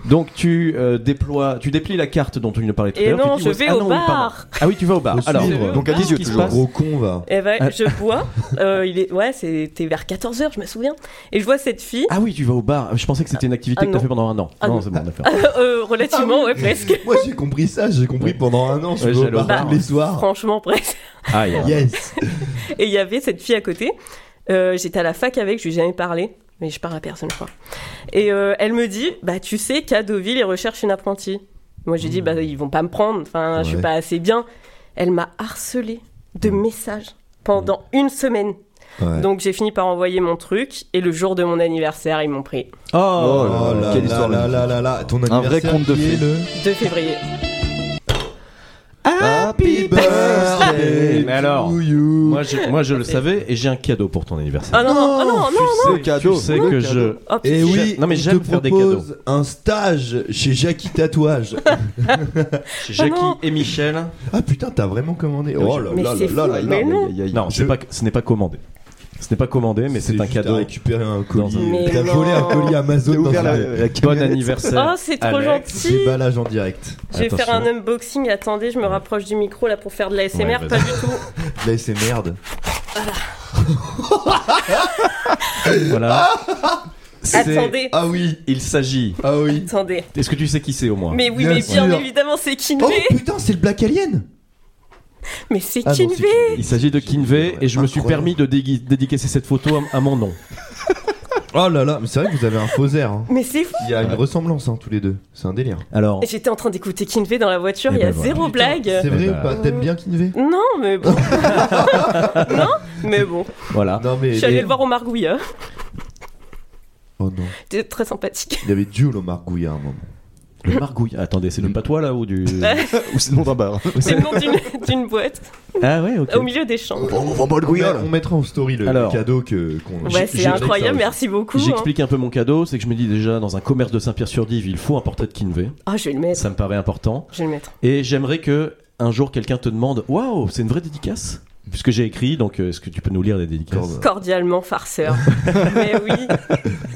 [SPEAKER 5] Donc tu euh, déploies, tu déplies la carte dont tu nous parlais tout
[SPEAKER 8] Et
[SPEAKER 5] à l'heure.
[SPEAKER 8] non,
[SPEAKER 5] tu
[SPEAKER 8] je
[SPEAKER 5] dis,
[SPEAKER 8] vais
[SPEAKER 5] ah
[SPEAKER 8] au
[SPEAKER 5] non, oui, pardon.
[SPEAKER 8] bar.
[SPEAKER 5] Ah oui, tu vas au bar.
[SPEAKER 6] Au
[SPEAKER 5] Alors,
[SPEAKER 6] suivre.
[SPEAKER 7] Donc à
[SPEAKER 5] qu'est-ce
[SPEAKER 7] 18
[SPEAKER 5] qui se
[SPEAKER 7] toujours.
[SPEAKER 5] passe
[SPEAKER 6] Gros con, va.
[SPEAKER 8] Et ben,
[SPEAKER 5] Ah.
[SPEAKER 8] je bois. euh, il est, ouais, c'était vers 14h, je me souviens. Et je vois cette fille,
[SPEAKER 5] Ah oui, tu vas au bar. Je pensais que c'était une activité
[SPEAKER 8] Ah
[SPEAKER 5] que t'as
[SPEAKER 8] non.
[SPEAKER 5] fait pendant un an.
[SPEAKER 8] Ah
[SPEAKER 5] non,
[SPEAKER 8] non.
[SPEAKER 5] c'est bon, d'accord.
[SPEAKER 8] euh, relativement, ouais, presque.
[SPEAKER 6] Moi j'ai compris ça, j'ai compris pendant un an, je
[SPEAKER 5] Ouais,
[SPEAKER 6] vais
[SPEAKER 5] j'allais
[SPEAKER 6] au
[SPEAKER 5] au
[SPEAKER 6] bar
[SPEAKER 5] bar.
[SPEAKER 6] tous les soirs.
[SPEAKER 8] Franchement, presque.
[SPEAKER 5] Aïe.
[SPEAKER 6] Yes
[SPEAKER 8] Et il y avait cette fille à côté. Euh, J'étais à la fac avec, je lui ai jamais parlé. Mais je parle à personne, je crois. Et euh, elle me dit Bah, tu sais qu'à Deauville, ils recherchent une apprentie. Moi, j'ai dit Bah, ils vont pas me prendre. Enfin, je
[SPEAKER 6] Hmm.
[SPEAKER 8] suis
[SPEAKER 6] Ouais. Hmm.
[SPEAKER 8] pas assez bien. Elle m'a harcelé de messages pendant une semaine.
[SPEAKER 6] Ouais.
[SPEAKER 8] Donc, j'ai fini par envoyer mon truc. Et le jour de mon anniversaire, ils m'ont pris.
[SPEAKER 5] Oh,
[SPEAKER 6] Oh là là,
[SPEAKER 7] quelle histoire
[SPEAKER 6] là là là là, ton
[SPEAKER 7] Un vrai
[SPEAKER 6] anniversaire
[SPEAKER 7] conte de
[SPEAKER 6] qui est
[SPEAKER 7] fées.
[SPEAKER 6] le
[SPEAKER 8] 2 février.
[SPEAKER 5] birthday
[SPEAKER 6] Happy birthday
[SPEAKER 5] Mais alors,
[SPEAKER 6] to you.
[SPEAKER 5] moi, je, moi je le savais et j'ai un cadeau pour ton anniversaire.
[SPEAKER 8] Oh non, oh non, Oh, non,
[SPEAKER 5] tu sais,
[SPEAKER 7] cadeau.
[SPEAKER 5] tu sais
[SPEAKER 7] Le
[SPEAKER 5] que
[SPEAKER 7] cadeau.
[SPEAKER 5] je.
[SPEAKER 8] Hop,
[SPEAKER 6] Et Eh oui,
[SPEAKER 5] Non, mais
[SPEAKER 6] on
[SPEAKER 5] j'aime
[SPEAKER 6] te
[SPEAKER 5] faire des
[SPEAKER 6] propose un stage chez Jackie Tatouage.
[SPEAKER 5] Jackie
[SPEAKER 8] non.
[SPEAKER 5] et Michel.
[SPEAKER 6] ah putain, t'as vraiment commandé Oh là
[SPEAKER 8] Mais
[SPEAKER 6] là
[SPEAKER 8] c'est
[SPEAKER 6] là là
[SPEAKER 8] fou,
[SPEAKER 6] là
[SPEAKER 8] mais
[SPEAKER 6] là.
[SPEAKER 8] non.
[SPEAKER 5] Non, c'est
[SPEAKER 6] Je-
[SPEAKER 5] pas, ce n'est pas commandé. Ce n'est pas commandé, mais c'est un
[SPEAKER 6] juste à
[SPEAKER 5] cadeau.
[SPEAKER 6] récupérer un
[SPEAKER 8] Mais
[SPEAKER 6] colis. T'as
[SPEAKER 8] non.
[SPEAKER 6] volé un colis Amazon
[SPEAKER 7] J'ai
[SPEAKER 6] dans
[SPEAKER 7] ouvert
[SPEAKER 6] un
[SPEAKER 7] la, la
[SPEAKER 5] Bon
[SPEAKER 7] camionnette.
[SPEAKER 6] Eh,
[SPEAKER 5] anniversaire.
[SPEAKER 8] Oh, c'est trop
[SPEAKER 5] Alex.
[SPEAKER 8] gentil.
[SPEAKER 6] déballage en direct.
[SPEAKER 8] Je vais
[SPEAKER 5] Attention.
[SPEAKER 8] faire un unboxing. Attendez, je me rapproche du micro là pour faire de l'ASMR.
[SPEAKER 6] Ouais, vas-y.
[SPEAKER 8] pas du tout.
[SPEAKER 6] Là, c'est merde.
[SPEAKER 5] Voilà. C'est-
[SPEAKER 8] Attendez,
[SPEAKER 6] Ah oui,
[SPEAKER 5] Il s'agit.
[SPEAKER 6] ah oui.
[SPEAKER 8] attendez.
[SPEAKER 5] Est-ce que tu sais qui c'est au moins
[SPEAKER 8] Mais oui,
[SPEAKER 6] Bien
[SPEAKER 8] mais bien
[SPEAKER 6] sûr.
[SPEAKER 8] évidemment, c'est Kinvey.
[SPEAKER 6] Oh putain, c'est le Black Alien
[SPEAKER 8] Mais c'est
[SPEAKER 6] Ah non, c'est
[SPEAKER 8] Kinvey.
[SPEAKER 6] Kinvey.
[SPEAKER 5] Il s'agit de Kinvey et je me suis permis de dégui- dédicacer cette photo à, à mon nom.
[SPEAKER 6] Oh là là, mais c'est vrai que vous avez un faux air. hein.
[SPEAKER 8] Mais c'est fou.
[SPEAKER 6] Il y a une ressemblance, hein, tous les deux. C'est un délire.
[SPEAKER 5] Alors,
[SPEAKER 8] J'étais en train d'écouter Kinvey dans la voiture.
[SPEAKER 5] Oh. Eh
[SPEAKER 8] Il y a
[SPEAKER 5] ben voilà.
[SPEAKER 8] zéro blague.
[SPEAKER 6] C'est vrai
[SPEAKER 5] Eh
[SPEAKER 6] ou
[SPEAKER 5] bah.
[SPEAKER 6] pas T'aimes bien Kinvey
[SPEAKER 8] Non, mais bon. non, mais bon.
[SPEAKER 5] voilà.
[SPEAKER 6] Non mais.
[SPEAKER 8] Je suis allée
[SPEAKER 6] et-
[SPEAKER 8] le voir au Margouilla.
[SPEAKER 6] Oh non.
[SPEAKER 8] C'était très sympathique.
[SPEAKER 6] Il y avait Jules au Margouillat à un moment.
[SPEAKER 5] Le margouille. Attendez, c'est du patois là ou du.
[SPEAKER 7] Ou sinon d'un bar.
[SPEAKER 8] C'est le nom d'une- d'une boîte
[SPEAKER 5] Ah ouais, ok.
[SPEAKER 8] au milieu des champs.
[SPEAKER 7] On vend pas le
[SPEAKER 6] On, met- on mettra en story le, le
[SPEAKER 5] Alors.
[SPEAKER 6] cadeau que qu'on.
[SPEAKER 8] Ouais,
[SPEAKER 6] j'ai-
[SPEAKER 8] c'est
[SPEAKER 6] j'ai-
[SPEAKER 8] incroyable.
[SPEAKER 6] j'ai-
[SPEAKER 8] Merci beaucoup. hein.
[SPEAKER 5] J'explique un peu mon cadeau, c'est que je me dis déjà dans un commerce de Saint-Pierre-sur-Dive, il faut un portrait de Kinvey.
[SPEAKER 8] Ah, je vais le mettre.
[SPEAKER 5] Ça me paraît important.
[SPEAKER 8] Je vais le mettre.
[SPEAKER 5] Et j'aimerais que un jour quelqu'un te demande Waouh, c'est une vraie dédicace Puisque j'ai écrit, donc euh, est-ce que tu peux nous lire les dédicaces
[SPEAKER 6] Corde.
[SPEAKER 8] Cordialement farceur. mais oui.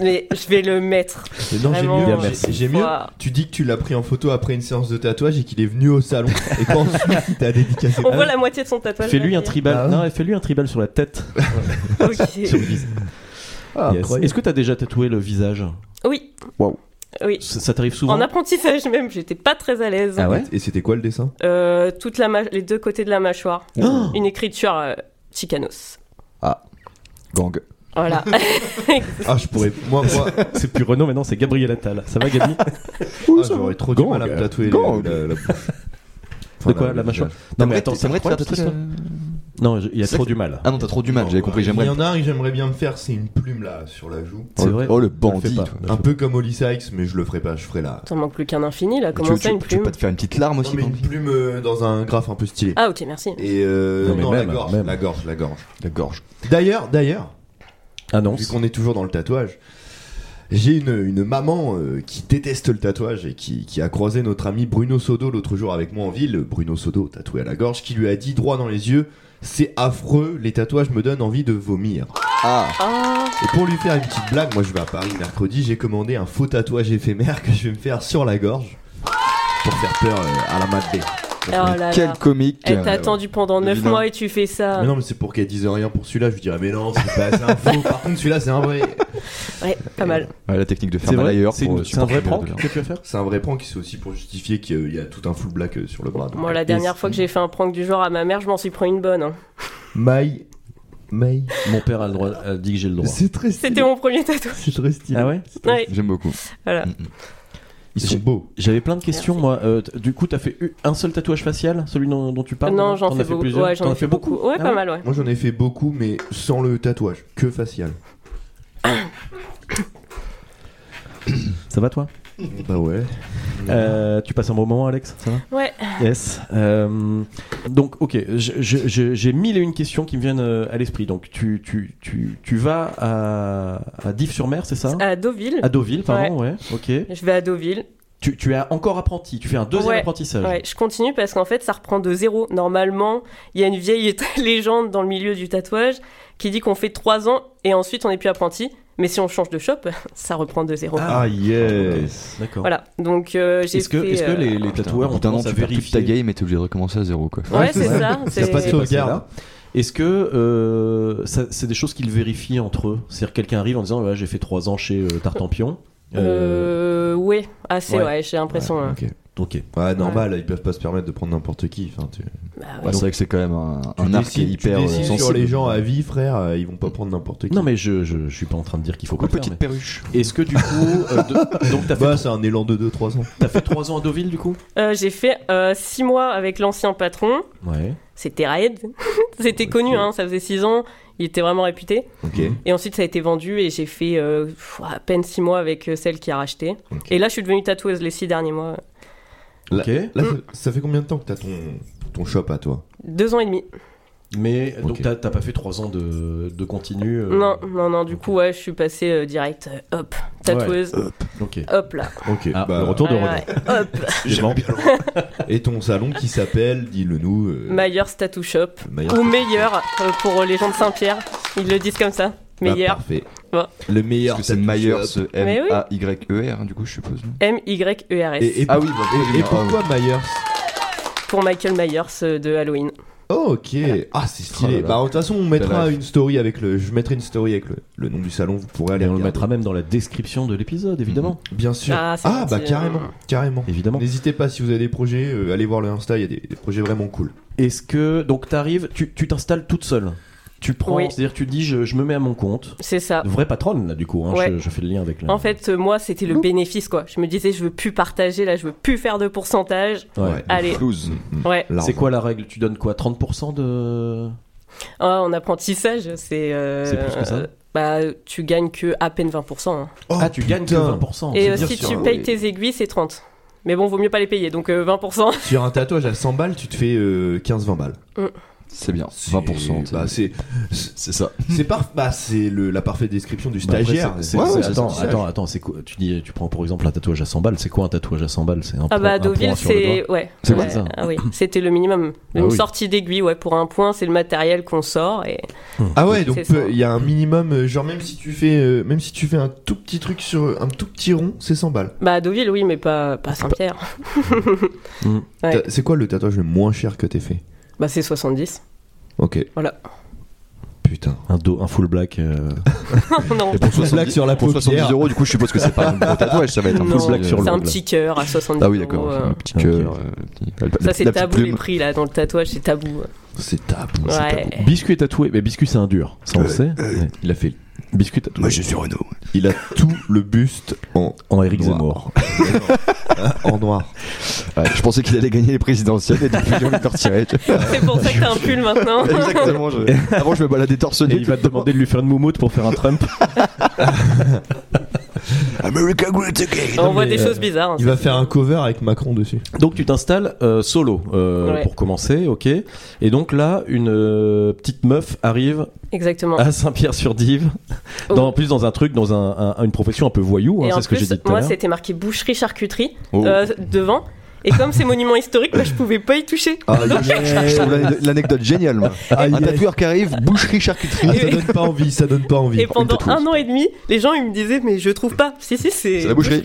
[SPEAKER 8] Mais je vais le mettre.
[SPEAKER 6] Mais Non, j'ai
[SPEAKER 8] Vraiment.
[SPEAKER 6] mieux. hein.
[SPEAKER 5] Bien,
[SPEAKER 6] j'ai-
[SPEAKER 5] merci.
[SPEAKER 6] J'ai mieux.
[SPEAKER 8] Ouah.
[SPEAKER 6] Tu dis que tu l'as pris en photo après une séance de tatouage et qu'il est venu au salon et qu'ensuite il t'a dédicacé.
[SPEAKER 8] On voit la moitié de son tatouage.
[SPEAKER 5] Fais-lui un
[SPEAKER 8] derrière.
[SPEAKER 5] tribal.
[SPEAKER 6] Ah ouais.
[SPEAKER 5] Non, fais-lui un tribal sur la tête. sur le
[SPEAKER 8] Ok.
[SPEAKER 5] visage.
[SPEAKER 6] Ah,
[SPEAKER 5] Yes.
[SPEAKER 6] incroyable.
[SPEAKER 5] Est-ce que t'as déjà tatoué le visage
[SPEAKER 8] Oui.
[SPEAKER 7] Waouh.
[SPEAKER 8] Oui.
[SPEAKER 5] ça, ça t'arrive souvent
[SPEAKER 8] En apprentissage même, j'étais pas très à l'aise.
[SPEAKER 5] Ah ouais
[SPEAKER 6] Et c'était quoi le dessin
[SPEAKER 8] Euh, toute la ma- les deux côtés de la mâchoire.
[SPEAKER 7] Oh.
[SPEAKER 5] Oh.
[SPEAKER 8] Une écriture euh, chicanos.
[SPEAKER 7] Gang.
[SPEAKER 8] Voilà.
[SPEAKER 6] Ah, je pourrais. Moi, moi,
[SPEAKER 5] C'est plus Renaud maintenant, c'est Gabriel Attal. Ça va, Gabi
[SPEAKER 6] ah, j'aurais trop du
[SPEAKER 5] Gang.
[SPEAKER 6] mal à me tatouer la,
[SPEAKER 7] Gang.
[SPEAKER 6] la, la bouche.
[SPEAKER 5] De quoi, la mâchoire Non, mais attends,
[SPEAKER 7] c'est
[SPEAKER 5] c'est
[SPEAKER 7] vrai de faire
[SPEAKER 5] incroyable,
[SPEAKER 7] tatouer
[SPEAKER 5] cette
[SPEAKER 7] le-
[SPEAKER 5] Non, je- il y a
[SPEAKER 7] C'est
[SPEAKER 5] trop
[SPEAKER 7] que-
[SPEAKER 5] du mal.
[SPEAKER 7] Ah non, t'as trop du mal, j'avais compris, j'aimerais.
[SPEAKER 6] Il y en a un que j'aimerais bien me faire, c'est une plume là, sur la joue.
[SPEAKER 5] C'est vrai.
[SPEAKER 7] Oh le
[SPEAKER 5] Ne le fais
[SPEAKER 7] bandit.
[SPEAKER 5] pas.
[SPEAKER 7] toi.
[SPEAKER 5] Ne le
[SPEAKER 6] Un
[SPEAKER 5] fais
[SPEAKER 6] peu comme Oli Sykes, mais je le ferai pas, je ferai là.
[SPEAKER 8] T'en manque plus qu'un infini là,
[SPEAKER 7] Tu veux,
[SPEAKER 8] comment ça
[SPEAKER 7] tu-
[SPEAKER 8] une
[SPEAKER 7] tu veux
[SPEAKER 8] plume
[SPEAKER 7] pas te faire une petite larme
[SPEAKER 6] Non,
[SPEAKER 7] aussi
[SPEAKER 6] mais
[SPEAKER 7] dans
[SPEAKER 6] une
[SPEAKER 7] le-
[SPEAKER 6] plume euh, dans un graphe un peu stylé.
[SPEAKER 8] Ah ok, merci.
[SPEAKER 6] Et euh,
[SPEAKER 5] Non, mais
[SPEAKER 6] non,
[SPEAKER 5] même,
[SPEAKER 6] la gorge,
[SPEAKER 5] même.
[SPEAKER 6] la gorge, la gorge.
[SPEAKER 7] La gorge.
[SPEAKER 6] D'ailleurs, d'ailleurs,
[SPEAKER 5] pas. Annonce.
[SPEAKER 6] vu qu'on est toujours dans le tatouage, j'ai une, une maman euh, qui déteste le tatouage et qui, qui a croisé notre ami Bruno Sodo l'autre jour avec moi en ville, Bruno Sodo tatoué à la gorge, qui lui a dit droit dans les yeux, c'est affreux, les tatouages me donnent envie de vomir.
[SPEAKER 7] Ah
[SPEAKER 8] Ah,
[SPEAKER 6] Et pour lui faire une petite blague, moi je vais à Paris mercredi, j'ai commandé un faux tatouage éphémère que je vais me faire sur la gorge pour faire peur euh, à la matinée.
[SPEAKER 8] oh là
[SPEAKER 7] Quel
[SPEAKER 8] là.
[SPEAKER 7] comique
[SPEAKER 8] Elle t'a
[SPEAKER 6] ouais.
[SPEAKER 8] attendu pendant 9
[SPEAKER 7] Évidemment.
[SPEAKER 8] mois et tu fais ça.
[SPEAKER 6] Mais non, mais c'est pour qu'elle dise rien pour celui-là, je lui dirais, mais non, c'est pas c'est un faux, par contre celui-là c'est un vrai.
[SPEAKER 8] Ouais, pas mal.
[SPEAKER 7] Ouais, La technique de
[SPEAKER 5] C'est
[SPEAKER 7] faire mal
[SPEAKER 5] vrai.
[SPEAKER 7] ailleurs
[SPEAKER 5] C'est
[SPEAKER 7] pour,
[SPEAKER 5] une-
[SPEAKER 7] euh,
[SPEAKER 5] c'est un vrai
[SPEAKER 7] supporter
[SPEAKER 5] prank
[SPEAKER 7] le-
[SPEAKER 5] que tu vas faire.
[SPEAKER 6] C'est un vrai prank, c'est aussi pour justifier qu'il y a tout un full black euh, sur le bras. donc.
[SPEAKER 8] Moi, la dernière fois que j'ai fait un prank du genre à ma mère, je m'en suis pris une bonne. hein.
[SPEAKER 6] My. My.
[SPEAKER 5] Mon père a le droit. a dit que j'ai le droit.
[SPEAKER 6] C'est très stylé.
[SPEAKER 8] C'était mon premier tatouage.
[SPEAKER 6] C'est très stylé.
[SPEAKER 5] Ah ouais.
[SPEAKER 8] Ouais,
[SPEAKER 7] J'aime beaucoup.
[SPEAKER 8] voilà.
[SPEAKER 6] Ils sont beaux.
[SPEAKER 5] J'avais plein de questions,
[SPEAKER 8] Merci.
[SPEAKER 5] moi. Euh, t- du coup, t'as fait u- un seul tatouage facial, celui dont, dont tu parles
[SPEAKER 8] non, j'en
[SPEAKER 5] T'en
[SPEAKER 8] fais
[SPEAKER 5] as fait
[SPEAKER 8] beaucoup.
[SPEAKER 5] plusieurs
[SPEAKER 8] Ouais,
[SPEAKER 5] T'en
[SPEAKER 8] j'en
[SPEAKER 5] as
[SPEAKER 8] ai fait beaucoup. Ouais,
[SPEAKER 5] Ah
[SPEAKER 8] pas
[SPEAKER 5] ouais
[SPEAKER 8] mal, ouais.
[SPEAKER 6] Moi j'en ai fait beaucoup, mais sans le tatouage, que facial.
[SPEAKER 5] Ça va, toi
[SPEAKER 6] Bah ouais.
[SPEAKER 5] Euh, Tu passes un bon moment, Alex Ça va
[SPEAKER 8] Ouais.
[SPEAKER 5] Yes. Euh, donc, ok, je- je- je- j'ai mille et une questions qui me viennent euh, à l'esprit. Donc, tu, tu, tu, tu vas à, à Dives-sur-Mer, c'est ça
[SPEAKER 8] À Deauville.
[SPEAKER 5] Ah. À Deauville, pardon, ouais. Ok.
[SPEAKER 8] Je vais à Deauville.
[SPEAKER 5] Tu, tu es encore apprenti, tu fais un deuxième
[SPEAKER 8] Ouais,
[SPEAKER 5] apprentissage.
[SPEAKER 8] Ouais, je continue parce qu'en fait, ça reprend de zéro. Normalement, il y a une vieille légende dans le milieu du tatouage qui dit qu'on fait 3 ans et ensuite on n'est plus apprenti. Mais si on change de shop, ça reprend de zéro.
[SPEAKER 5] Ah,
[SPEAKER 6] Ah yes.
[SPEAKER 5] yes. D'accord.
[SPEAKER 8] Voilà, donc euh, j'ai
[SPEAKER 5] Est-ce que,
[SPEAKER 8] fait,
[SPEAKER 5] est-ce que
[SPEAKER 8] euh,
[SPEAKER 5] les, les tatoueurs
[SPEAKER 7] Ah, Putain,
[SPEAKER 5] ont
[SPEAKER 7] au bout d'un an,
[SPEAKER 5] tendance à
[SPEAKER 7] tu perds toute ta
[SPEAKER 5] vérifier
[SPEAKER 7] game et t'es obligé de recommencer à zéro quoi.
[SPEAKER 8] Ouais, c'est ça.
[SPEAKER 6] Il y a pas de
[SPEAKER 8] c'est-
[SPEAKER 6] sauvegarde.
[SPEAKER 5] Est-ce que euh, ça- c'est des choses qu'ils vérifient entre eux C'est-à-dire quelqu'un arrive en disant Ouais, j'ai fait 3 ans chez euh, Tartampion. Euh,
[SPEAKER 8] Euh, ouais, assez,
[SPEAKER 5] ouais.
[SPEAKER 8] ouais, j'ai l'impression. hein.
[SPEAKER 6] Ok.
[SPEAKER 5] Ok.
[SPEAKER 6] Ouais, normal, ils peuvent pas se permettre de prendre n'importe qui. Enfin, tu,
[SPEAKER 8] Bah ouais.
[SPEAKER 7] Ouais, c'est vrai que c'est quand même un,
[SPEAKER 6] tu
[SPEAKER 7] un arc qui est
[SPEAKER 6] décides- tu
[SPEAKER 7] hyper euh,
[SPEAKER 6] décides
[SPEAKER 7] sensible.
[SPEAKER 6] sur les gens à vie, frère, euh, ils vont pas prendre n'importe qui.
[SPEAKER 5] Non, mais je, je, je suis pas en train de dire qu'il faut pas
[SPEAKER 7] Une
[SPEAKER 5] le faire.
[SPEAKER 7] petite perruche.
[SPEAKER 5] mais- Est-ce que du coup. euh, de- Donc t'as fait,
[SPEAKER 6] Bah, c'est un élan de 2-3 ans.
[SPEAKER 5] t'as fait 3 ans à Deauville du coup
[SPEAKER 8] Euh, j'ai fait 6 mois avec l'ancien patron.
[SPEAKER 5] Ouais.
[SPEAKER 8] C'était Raed. C'était connu, hein, ça faisait 6 ans. Il était vraiment réputé.
[SPEAKER 6] Ok.
[SPEAKER 8] Et ensuite, ça a été vendu et j'ai fait euh, pff, à peine 6 mois avec euh, celle qui a racheté. Et là, je suis devenue tatoueuse les 6 derniers mois.
[SPEAKER 5] Ok.
[SPEAKER 6] Là, ça- ça fait combien de temps que t'as ton, ton shop à toi
[SPEAKER 8] 2 ans et demi.
[SPEAKER 5] Mais donc
[SPEAKER 6] Ok.
[SPEAKER 5] t'as t'as pas fait 3 ans de, de continu euh,
[SPEAKER 8] Non, non, non, du
[SPEAKER 5] ok.
[SPEAKER 8] coup, ouais, je suis passée euh, direct, euh, hop, tatoueuse,
[SPEAKER 5] Ok.
[SPEAKER 8] hop là.
[SPEAKER 6] Ok.
[SPEAKER 5] Ah, le retour de
[SPEAKER 8] Ouais,
[SPEAKER 5] Renaud.
[SPEAKER 8] ouais, hop,
[SPEAKER 5] Bon.
[SPEAKER 6] Et ton salon qui s'appelle, dis-le nous. euh,
[SPEAKER 8] Myers Tattoo Shop.
[SPEAKER 6] Maillard.
[SPEAKER 8] Ou meilleur euh, pour les gens de Saint-Pierre. Ils le disent comme ça.
[SPEAKER 6] Bah,
[SPEAKER 8] Meilleur.
[SPEAKER 6] parfait.
[SPEAKER 8] Bon.
[SPEAKER 6] Le meilleur.
[SPEAKER 7] Parce que c'est
[SPEAKER 6] tattoo
[SPEAKER 7] Myers,
[SPEAKER 6] shop.
[SPEAKER 8] Mais oui.
[SPEAKER 7] M-A-Y-E-R, hein, du coup, je suppose. non
[SPEAKER 8] M-Y-E-R-S.
[SPEAKER 6] Et, et-
[SPEAKER 7] Ah oui, bah,
[SPEAKER 6] et- et
[SPEAKER 7] ah,
[SPEAKER 6] pourquoi Myers
[SPEAKER 8] Pour Michael Myers euh, de Halloween.
[SPEAKER 6] Oh, ok. Ah, c'est
[SPEAKER 7] Oh
[SPEAKER 6] stylé.
[SPEAKER 7] là là.
[SPEAKER 6] Bah, de toute façon, on mettra
[SPEAKER 7] Bref.
[SPEAKER 6] une story avec le. Je mettrai une story avec le, le nom du salon. Vous pourrez aller
[SPEAKER 5] Et on le
[SPEAKER 6] regarder.
[SPEAKER 5] mettra même dans la description de l'épisode, évidemment.
[SPEAKER 6] Bien sûr.
[SPEAKER 8] Ah, c'est
[SPEAKER 6] bah,
[SPEAKER 8] gentil.
[SPEAKER 6] carrément. Carrément.
[SPEAKER 5] Évidemment.
[SPEAKER 6] N'hésitez pas si vous avez des projets, euh, allez voir le Insta, il y a des, des projets vraiment cool.
[SPEAKER 5] Est-ce que donc t'arrives, tu tu t'installes toute seule Tu prends,
[SPEAKER 8] Oui.
[SPEAKER 5] c'est-à-dire tu dis je, je me mets à mon compte.
[SPEAKER 8] C'est ça.
[SPEAKER 5] Vraie patronne là du coup. hein,
[SPEAKER 8] Ah. Ouais.
[SPEAKER 5] je, je fais le lien avec. La...
[SPEAKER 8] En fait, euh, moi, c'était le bénéfice, quoi. Je me disais, je veux plus partager, là, je veux plus faire de pourcentage.
[SPEAKER 5] Ouais.
[SPEAKER 6] Ouais.
[SPEAKER 8] Allez,
[SPEAKER 7] Flouze.
[SPEAKER 8] ouais.
[SPEAKER 5] C'est quoi la règle Tu donnes quoi 30% de.
[SPEAKER 8] Ah, en apprentissage, c'est. euh,
[SPEAKER 5] C'est plus que ça
[SPEAKER 8] Bah, tu gagnes que à peine 20%. hein.
[SPEAKER 6] Oh,
[SPEAKER 5] ah, tu gagnes que
[SPEAKER 6] putain.
[SPEAKER 5] 20%.
[SPEAKER 8] Et
[SPEAKER 5] c'est
[SPEAKER 8] euh,
[SPEAKER 5] bien
[SPEAKER 8] si
[SPEAKER 5] sûr.
[SPEAKER 8] tu payes tes aiguilles, c'est 30. Mais bon, vaut mieux pas les payer, donc euh, 20%.
[SPEAKER 6] Sur un tatouage à 100 balles, tu te fais euh, 15-20 balles.
[SPEAKER 7] C'est bien. 20%.
[SPEAKER 6] Bah,
[SPEAKER 7] c'est-
[SPEAKER 6] c'est
[SPEAKER 7] C'est ça.
[SPEAKER 6] c'est par... bah, c'est le- la parfaite description du
[SPEAKER 5] Bah, après,
[SPEAKER 6] stagiaire.
[SPEAKER 5] c'est- c'est-
[SPEAKER 7] Ouais,
[SPEAKER 5] c'est-
[SPEAKER 7] ouais,
[SPEAKER 5] attends,
[SPEAKER 7] c'est ça.
[SPEAKER 5] attends, attends, c'est quoi Tu dis, tu prends pour exemple un tatouage à 100 balles. C'est quoi un tatouage à 100 balles C'est un
[SPEAKER 8] Ah
[SPEAKER 5] point-
[SPEAKER 8] bah
[SPEAKER 5] un
[SPEAKER 8] à Deauville
[SPEAKER 5] point sur le
[SPEAKER 8] c'est
[SPEAKER 5] doigt.
[SPEAKER 8] ouais.
[SPEAKER 5] C'est
[SPEAKER 8] Ouais,
[SPEAKER 5] vrai, ça.
[SPEAKER 8] ah oui, c'était le minimum.
[SPEAKER 5] Ah
[SPEAKER 8] Une
[SPEAKER 5] oui.
[SPEAKER 8] sortie d'aiguille ouais pour un point, c'est le matériel qu'on sort et
[SPEAKER 6] Ah ouais, donc
[SPEAKER 8] C'est ça.
[SPEAKER 6] peu- il y a un minimum, euh, genre même si tu fais, euh, même si tu fais un tout petit truc sur euh, un tout petit rond, c'est 100 balles.
[SPEAKER 8] bah à Deauville oui, mais pas pas à Saint-Pierre. Ouais.
[SPEAKER 6] T'as- C'est quoi le tatouage le moins cher que t'aies fait
[SPEAKER 8] Bah c'est 70.
[SPEAKER 6] Ok.
[SPEAKER 8] Voilà.
[SPEAKER 6] Putain.
[SPEAKER 5] Un, dos- un full black. euh,
[SPEAKER 8] non.
[SPEAKER 7] Pour
[SPEAKER 6] blague
[SPEAKER 7] 70,
[SPEAKER 6] sur la
[SPEAKER 7] pour
[SPEAKER 6] paupière.
[SPEAKER 7] 70 euros, du coup, je suppose que c'est pas un gros tatouage, ça va être un
[SPEAKER 8] Non,
[SPEAKER 7] full black sur
[SPEAKER 8] c'est
[SPEAKER 7] le.
[SPEAKER 8] un
[SPEAKER 5] l'ongle.
[SPEAKER 8] petit cœur à 70
[SPEAKER 7] Ah oui, d'accord.
[SPEAKER 8] euros, euh.
[SPEAKER 7] Un petit cœur. euh, le petit- la-
[SPEAKER 8] Ça
[SPEAKER 7] la-
[SPEAKER 8] c'est
[SPEAKER 7] la petite
[SPEAKER 8] tabou les
[SPEAKER 7] plume.
[SPEAKER 8] prix là dans le tatouage, c'est tabou.
[SPEAKER 6] C'est tabou.
[SPEAKER 8] Ouais. Eh.
[SPEAKER 5] Biscuit est tatoué. Mais Biscuit, c'est un dur. Ça, on le sait. Ouais.
[SPEAKER 6] Il a fait
[SPEAKER 5] Biscuit tatoué.
[SPEAKER 7] suis Renault.
[SPEAKER 6] Il a tout le buste en,
[SPEAKER 5] En Eric Zemmour.
[SPEAKER 6] noir. en noir.
[SPEAKER 7] je pensais qu'il allait gagner les présidentielles et depuis j'ai envie de le retirer.
[SPEAKER 8] C'est pour ça que t'as un pull maintenant.
[SPEAKER 7] Exactement. je- Avant, je me baladais torse
[SPEAKER 5] Et
[SPEAKER 7] nu.
[SPEAKER 5] il va te demander de lui faire une moumoute pour faire un Trump.
[SPEAKER 7] America Great Again.
[SPEAKER 8] On voit
[SPEAKER 5] mais,
[SPEAKER 8] des
[SPEAKER 5] euh,
[SPEAKER 8] choses bizarres. hein,
[SPEAKER 6] Il va faire un cover avec Macron dessus.
[SPEAKER 5] Donc tu t'installes euh, solo euh,
[SPEAKER 8] Ouais.
[SPEAKER 5] pour commencer, ok. Et donc là, une euh, petite meuf arrive
[SPEAKER 8] Exactement.
[SPEAKER 5] à Saint-Pierre-sur-Dive,
[SPEAKER 8] Oh.
[SPEAKER 5] dans- en plus dans un truc, dans un- un- une profession un peu voyou, hein,
[SPEAKER 8] Et en
[SPEAKER 5] c'est ce que j'ai
[SPEAKER 8] plus,
[SPEAKER 5] dit tout à
[SPEAKER 8] moi,
[SPEAKER 5] l'heure.
[SPEAKER 8] c'était marqué boucherie-charcuterie
[SPEAKER 7] Oh.
[SPEAKER 8] euh, devant. Et comme c'est monument historique, bah, je pouvais pas y toucher.
[SPEAKER 7] Ah, je trouve l'ane- l'anecdote géniale. moi.
[SPEAKER 6] Aïe,
[SPEAKER 7] Un
[SPEAKER 6] aïe.
[SPEAKER 7] tatoueur qui arrive, boucherie, charcuterie.
[SPEAKER 6] Ah, ça donne pas envie, ça donne pas envie.
[SPEAKER 8] Et pendant
[SPEAKER 7] tatoueuse.
[SPEAKER 8] un an et demi, les gens ils me disaient mais je trouve pas. Si si c'est.
[SPEAKER 7] C'est la boucherie.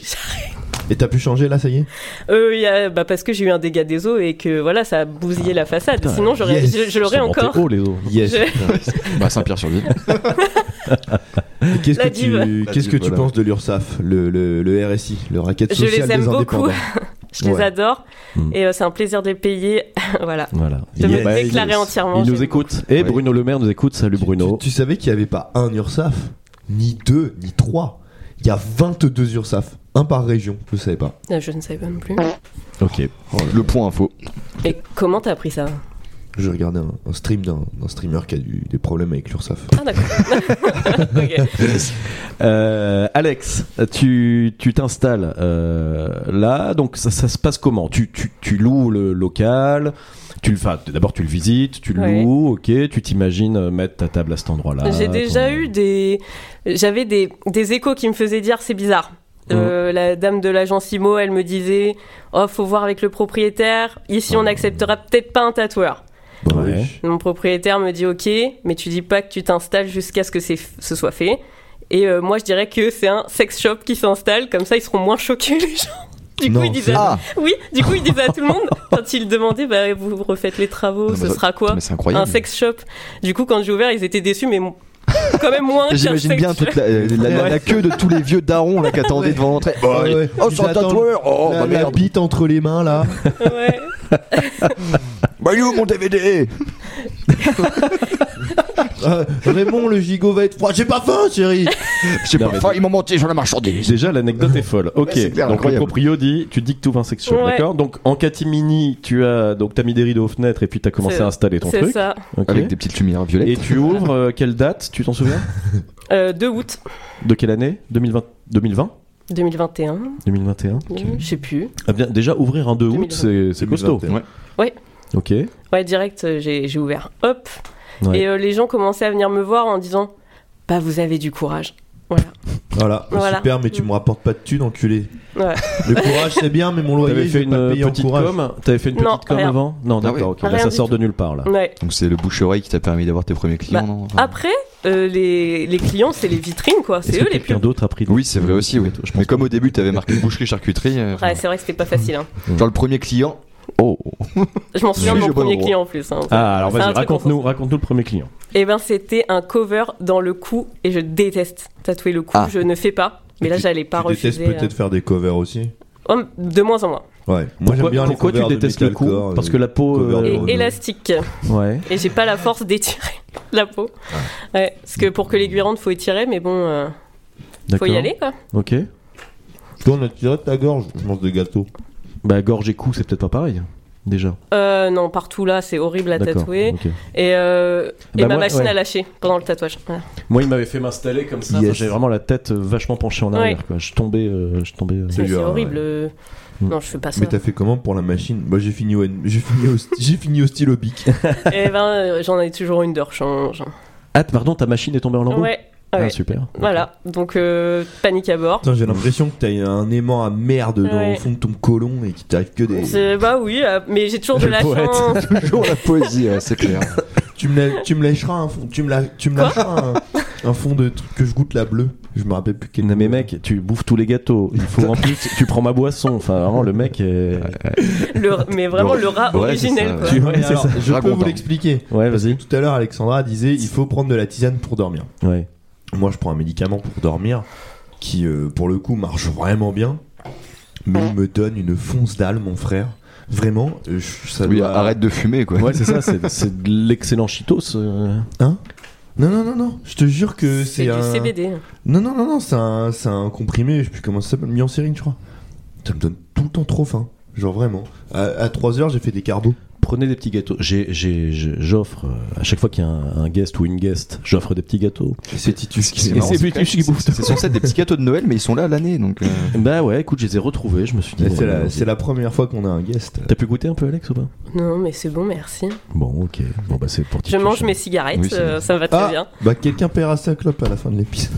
[SPEAKER 6] Et t'as pu changer là, ça y est
[SPEAKER 8] Euh, il y a- bah, parce que j'ai eu un dégât des eaux et que voilà ça a bousillé la façade.
[SPEAKER 5] putain,
[SPEAKER 8] Sinon j'aurais,
[SPEAKER 6] yes,
[SPEAKER 8] je, je l'aurais
[SPEAKER 5] Ça montait
[SPEAKER 8] encore.
[SPEAKER 5] haut, les os.
[SPEAKER 6] Yes.
[SPEAKER 8] Je-
[SPEAKER 7] Bah, Saint-Pierre-sur-Ville.
[SPEAKER 6] Et Qu'est-ce que
[SPEAKER 8] La dive.
[SPEAKER 6] tu,
[SPEAKER 7] La
[SPEAKER 6] qu'est-ce que
[SPEAKER 7] dive,
[SPEAKER 6] tu
[SPEAKER 7] voilà.
[SPEAKER 6] penses de l'URSAF, le, le, le RSI, le racket
[SPEAKER 8] Je
[SPEAKER 6] social
[SPEAKER 8] les aime
[SPEAKER 6] des indépendants
[SPEAKER 8] beaucoup. Je les
[SPEAKER 6] Ouais.
[SPEAKER 8] adore
[SPEAKER 5] Mm.
[SPEAKER 8] et euh, c'est un plaisir de les payer. voilà.
[SPEAKER 5] Voilà.
[SPEAKER 8] De
[SPEAKER 5] Il,
[SPEAKER 8] me déclarer entièrement.
[SPEAKER 5] il Bah, nous
[SPEAKER 8] chez
[SPEAKER 5] écoute. Et
[SPEAKER 7] Oui.
[SPEAKER 5] Bruno Le Maire nous écoute. Salut Bruno.
[SPEAKER 6] Tu, tu savais qu'il n'y avait pas un URSAF, ni deux, ni trois. Il y a 22 URSAF, un par région, je savais pas.
[SPEAKER 8] vous. Ah, Je ne savais même plus.
[SPEAKER 5] Ok.
[SPEAKER 7] Oh, Le point info.
[SPEAKER 8] Et comment t'as appris ça
[SPEAKER 6] Je regardais un, un stream d'un d'un streamer qui a eu des problèmes avec l'URSAF.
[SPEAKER 8] Ah d'accord. Ok.
[SPEAKER 5] Euh, Alex, tu tu t'installes euh, là. Donc ça, ça se passe comment tu, tu, tu loues le local. Tu le enfin, D'abord, tu le visites, tu le
[SPEAKER 8] Ouais.
[SPEAKER 5] loues, ok. Tu t'imagines euh, mettre ta table à cet
[SPEAKER 7] Ah,
[SPEAKER 5] endroit-là.
[SPEAKER 8] J'ai déjà
[SPEAKER 5] ton-
[SPEAKER 8] eu des, j'avais des, des échos qui me faisaient dire c'est bizarre.
[SPEAKER 7] Mhm.
[SPEAKER 8] Euh, la dame de l'agence IMO, elle me disait Oh, faut voir avec le propriétaire. Ici,
[SPEAKER 7] Mhm.
[SPEAKER 8] on n'acceptera peut-être pas un tatoueur.
[SPEAKER 6] Bah
[SPEAKER 5] Ouais.
[SPEAKER 8] Mon propriétaire me dit Ok, mais tu dis pas que tu t'installes jusqu'à ce que c'est- ce soit fait. Et euh, moi, je dirais que c'est un sex shop qui s'installe, comme ça, ils seront moins choqués, les gens. Du coup,
[SPEAKER 6] Non,
[SPEAKER 8] ils disaient,
[SPEAKER 6] c'est-
[SPEAKER 7] Ah
[SPEAKER 8] oui, du coup, ils disaient à tout le monde, quand ils demandaient, bah, vous vous refaites les travaux,
[SPEAKER 7] Non,
[SPEAKER 8] ce
[SPEAKER 7] mais-
[SPEAKER 8] sera quoi
[SPEAKER 7] Mais c'est
[SPEAKER 8] Un
[SPEAKER 7] incroyable.
[SPEAKER 8] sex shop. Du coup, quand j'ai ouvert, ils étaient déçus, mais mon- quand même moins qu'un
[SPEAKER 7] J'imagine
[SPEAKER 8] sex
[SPEAKER 7] bien
[SPEAKER 8] shop.
[SPEAKER 7] toute la, la- la- la queue de tous les vieux darons là qui attendaient
[SPEAKER 6] Ouais.
[SPEAKER 7] devant l'entrée.
[SPEAKER 6] Ouais, ouais.
[SPEAKER 7] Oh,
[SPEAKER 6] Ils
[SPEAKER 7] c'est un
[SPEAKER 6] attendent
[SPEAKER 7] tatoueur Oh, ma
[SPEAKER 6] la, la
[SPEAKER 7] merde
[SPEAKER 6] bite entre les mains là.
[SPEAKER 8] Ouais.
[SPEAKER 7] Bah, il est où mon DVD
[SPEAKER 6] Euh, Raymond, le gigot va être froid. J'ai pas faim, chérie.
[SPEAKER 7] J'ai
[SPEAKER 5] Non,
[SPEAKER 7] pas
[SPEAKER 5] mais-
[SPEAKER 7] faim, ils m'ont menti sur la marchandise.
[SPEAKER 5] Déjà, l'anecdote est folle. Ok.
[SPEAKER 7] c'est
[SPEAKER 5] donc,
[SPEAKER 7] clair,
[SPEAKER 5] le
[SPEAKER 7] incroyable.
[SPEAKER 5] proprio dit tu dis que tout va un sex shop,
[SPEAKER 8] Ouais.
[SPEAKER 5] d'accord Donc, en catimini, tu as, donc, t'as mis des rideaux aux fenêtres et puis t'as commencé
[SPEAKER 8] C'est-
[SPEAKER 5] à installer ton
[SPEAKER 8] C'est
[SPEAKER 5] truc.
[SPEAKER 8] ça.
[SPEAKER 5] Ok.
[SPEAKER 7] Avec des petites lumières
[SPEAKER 5] Et
[SPEAKER 7] violettes.
[SPEAKER 5] tu ouvres euh, quelle date Tu t'en souviens
[SPEAKER 8] Euh, 2 août
[SPEAKER 5] De quelle année 2020 2020
[SPEAKER 8] 2021,
[SPEAKER 5] 2021
[SPEAKER 8] je sais plus.
[SPEAKER 5] Ah bien, Déjà, ouvrir un 2 août,
[SPEAKER 8] 2020.
[SPEAKER 5] c'est c'est costaud.
[SPEAKER 6] 2021.
[SPEAKER 5] Ok.
[SPEAKER 8] Ouais, direct, euh, j'ai j'ai ouvert. Hop.
[SPEAKER 5] Ouais.
[SPEAKER 8] Et euh, les gens commençaient à venir me voir en disant Bah, vous avez du courage. Voilà.
[SPEAKER 6] Voilà, Bah,
[SPEAKER 8] Voilà.
[SPEAKER 6] super, mais tu me rapportes pas de thunes, enculé.
[SPEAKER 8] Ouais.
[SPEAKER 6] Le courage, c'est bien, mais mon
[SPEAKER 5] T'avais
[SPEAKER 6] loyer, je
[SPEAKER 5] fait,
[SPEAKER 6] vais
[SPEAKER 5] une
[SPEAKER 6] pas le payer en
[SPEAKER 5] petite
[SPEAKER 6] courage.
[SPEAKER 5] com T'avais fait une
[SPEAKER 8] Non,
[SPEAKER 5] petite com
[SPEAKER 8] rien.
[SPEAKER 5] avant Non,
[SPEAKER 7] Ah oui.
[SPEAKER 5] d'accord, ok. Là,
[SPEAKER 8] Rien
[SPEAKER 5] ça
[SPEAKER 8] du
[SPEAKER 5] sort de
[SPEAKER 8] tout.
[SPEAKER 5] nulle part, là.
[SPEAKER 8] Ouais.
[SPEAKER 7] Donc, c'est le bouche-oreille qui t'a permis d'avoir tes premiers clients,
[SPEAKER 8] Bah,
[SPEAKER 7] non Enfin,
[SPEAKER 8] Après, euh, les, les clients, c'est les vitrines, quoi.
[SPEAKER 5] Est-ce
[SPEAKER 8] C'est
[SPEAKER 5] que
[SPEAKER 8] eux les plus.
[SPEAKER 5] quelqu'un d'autre a pris
[SPEAKER 7] Oui, c'est vrai aussi, oui.
[SPEAKER 5] Je pense
[SPEAKER 7] Mais comme au début, t'avais marqué boucherie-charcuterie. euh,
[SPEAKER 8] Ouais, c'est vrai que c'était pas facile. hein.
[SPEAKER 7] Genre le premier client. Oh
[SPEAKER 8] Je m'en souviens de
[SPEAKER 7] Suis-je
[SPEAKER 8] mon
[SPEAKER 7] au bon
[SPEAKER 8] premier
[SPEAKER 7] endroit
[SPEAKER 8] client en plus. hein.
[SPEAKER 5] Ah, alors
[SPEAKER 8] C'est un
[SPEAKER 5] vas-y,
[SPEAKER 8] truc
[SPEAKER 5] raconte-nous raconte le premier client.
[SPEAKER 8] Eh ben, c'était un cover dans le cou et je déteste tatouer le cou.
[SPEAKER 7] Ah.
[SPEAKER 8] Je ne fais pas. Mais là,
[SPEAKER 6] Tu-
[SPEAKER 8] j'allais pas
[SPEAKER 6] Tu détestes
[SPEAKER 8] refuser. euh.
[SPEAKER 6] peut-être faire des covers aussi.
[SPEAKER 8] Oh, de moins en moins.
[SPEAKER 6] Ouais, moi j'aime
[SPEAKER 5] Pourquoi,
[SPEAKER 6] bien les
[SPEAKER 5] pourquoi tu
[SPEAKER 6] covers de
[SPEAKER 5] détestes le coup
[SPEAKER 6] metalcore,
[SPEAKER 5] Parce
[SPEAKER 6] euh,
[SPEAKER 5] que la peau.
[SPEAKER 6] cover
[SPEAKER 5] euh,
[SPEAKER 8] Et
[SPEAKER 6] Oh, non.
[SPEAKER 8] élastique.
[SPEAKER 5] Ouais.
[SPEAKER 8] Et j'ai pas la force d'étirer la peau. Ouais, parce que pour que l'aiguille rentre, faut étirer, mais bon, euh, faut
[SPEAKER 5] D'accord.
[SPEAKER 8] y aller quoi.
[SPEAKER 5] Ok.
[SPEAKER 6] Toi, on a tiré de ta gorge, je mange des gâteaux.
[SPEAKER 5] Bah, gorge et cou, c'est peut-être pas pareil. Déjà.
[SPEAKER 8] Euh, non, partout là, c'est horrible à
[SPEAKER 5] D'accord.
[SPEAKER 8] tatouer.
[SPEAKER 5] ok.
[SPEAKER 8] Et, euh, et
[SPEAKER 5] Bah,
[SPEAKER 8] ma
[SPEAKER 5] moi,
[SPEAKER 8] machine
[SPEAKER 5] ouais.
[SPEAKER 8] à lâcher pendant le tatouage. Voilà.
[SPEAKER 5] Moi, il m'avait fait m'installer comme ça.
[SPEAKER 6] Yes.
[SPEAKER 5] enfin, J'avais vraiment la tête euh, vachement penchée en arrière.
[SPEAKER 8] Ouais.
[SPEAKER 5] Quoi. Je tombais. euh, je tombais euh,
[SPEAKER 8] Mais C'est
[SPEAKER 6] dur,
[SPEAKER 8] horrible.
[SPEAKER 6] ouais.
[SPEAKER 8] euh,
[SPEAKER 5] Mm.
[SPEAKER 8] Non, je fais pas ça.
[SPEAKER 6] Mais t'as fait comment pour la machine Moi j'ai fini au, N- j'ai fini au, j'ai fini au stylo bic.
[SPEAKER 8] Et ben, euh, j'en ai toujours une de rechange.
[SPEAKER 5] Ah, pardon, ta machine est tombée en
[SPEAKER 8] Ouais,
[SPEAKER 5] lambeaux
[SPEAKER 8] ouais.
[SPEAKER 5] Ah, super.
[SPEAKER 8] Voilà, donc euh, panique à bord.
[SPEAKER 6] Putain, j'ai l'impression que t'as un aimant à merde dans
[SPEAKER 8] Ouais.
[SPEAKER 6] le fond de ton côlon et qu'il t'arrive que des.
[SPEAKER 8] C'est- Bah oui, euh, mais j'ai toujours de
[SPEAKER 5] Le
[SPEAKER 8] la
[SPEAKER 5] poète.
[SPEAKER 8] chance.
[SPEAKER 7] Toujours la poésie, ouais, c'est clair.
[SPEAKER 6] Tu me, la- tu me lècheras un fond, tu me, la- tu me lâcheras un, un fond de truc que je goûte la bleue. Je me rappelle plus quel.
[SPEAKER 5] Non mais mec, tu bouffes tous les gâteaux. Il faut en plus, tu prends ma boisson. Enfin vraiment, le mec. Est...
[SPEAKER 8] Le- mais vraiment
[SPEAKER 7] Ouais,
[SPEAKER 8] le rat
[SPEAKER 7] c'est
[SPEAKER 8] originel.
[SPEAKER 7] ça,
[SPEAKER 8] quoi.
[SPEAKER 5] Tu-
[SPEAKER 6] Tu...
[SPEAKER 5] Ouais, c'est ça.
[SPEAKER 6] Je peux
[SPEAKER 7] Raconte,
[SPEAKER 6] vous
[SPEAKER 7] hein.
[SPEAKER 6] l'expliquer.
[SPEAKER 5] Ouais, vas-y.
[SPEAKER 6] Tout à l'heure, Alexandra disait il faut prendre de la tisane pour dormir.
[SPEAKER 5] Ouais.
[SPEAKER 6] Moi, je prends un médicament pour dormir qui, euh, pour le coup, marche vraiment bien. Mais il me donne une fonce d'âle, mon frère. Vraiment, euh, je- ça
[SPEAKER 7] Oui,
[SPEAKER 6] doit-
[SPEAKER 7] arrête de fumer, quoi.
[SPEAKER 5] Ouais, c'est ça. C'est, c'est de l'excellent Cheetos. euh.
[SPEAKER 6] Hein Non, non, non, non, je te jure que c'est,
[SPEAKER 8] du
[SPEAKER 6] un.
[SPEAKER 8] CBD.
[SPEAKER 6] Non, non, non, non, c'est un, c'est un comprimé, je sais plus comment ça s'appelle, Miancérine, je crois. Ça me donne tout le temps trop faim. Genre vraiment. À, 3h, j'ai fait des carbos.
[SPEAKER 5] Prenez des petits gâteaux. J'ai- j'ai- j'ai- J'offre, euh, à chaque fois qu'il y a un, un guest ou une guest, j'offre des petits gâteaux. Et c'est
[SPEAKER 7] C'est Titus
[SPEAKER 5] Titus qui bouffe.
[SPEAKER 7] C'est c'est censé être des petits gâteaux de Noël, mais ils sont là à l'année. Donc, euh,
[SPEAKER 5] Bah ouais, écoute, je les ai retrouvés, je me suis dit.
[SPEAKER 6] c'est,
[SPEAKER 5] euh,
[SPEAKER 6] la, c'est la première fois qu'on a un guest.
[SPEAKER 5] T'as pu goûter un peu, Alex, ou pas
[SPEAKER 8] Non, mais c'est bon, merci.
[SPEAKER 5] Bon, ok. Bon, bah c'est pour
[SPEAKER 8] Je
[SPEAKER 5] Titus,
[SPEAKER 8] mange
[SPEAKER 5] hein.
[SPEAKER 8] mes cigarettes,
[SPEAKER 7] Oui, c'est
[SPEAKER 8] euh,
[SPEAKER 7] bon.
[SPEAKER 8] ça me va très
[SPEAKER 6] Ah
[SPEAKER 8] bien.
[SPEAKER 6] Bah, quelqu'un paiera sa clope à la fin de l'épisode.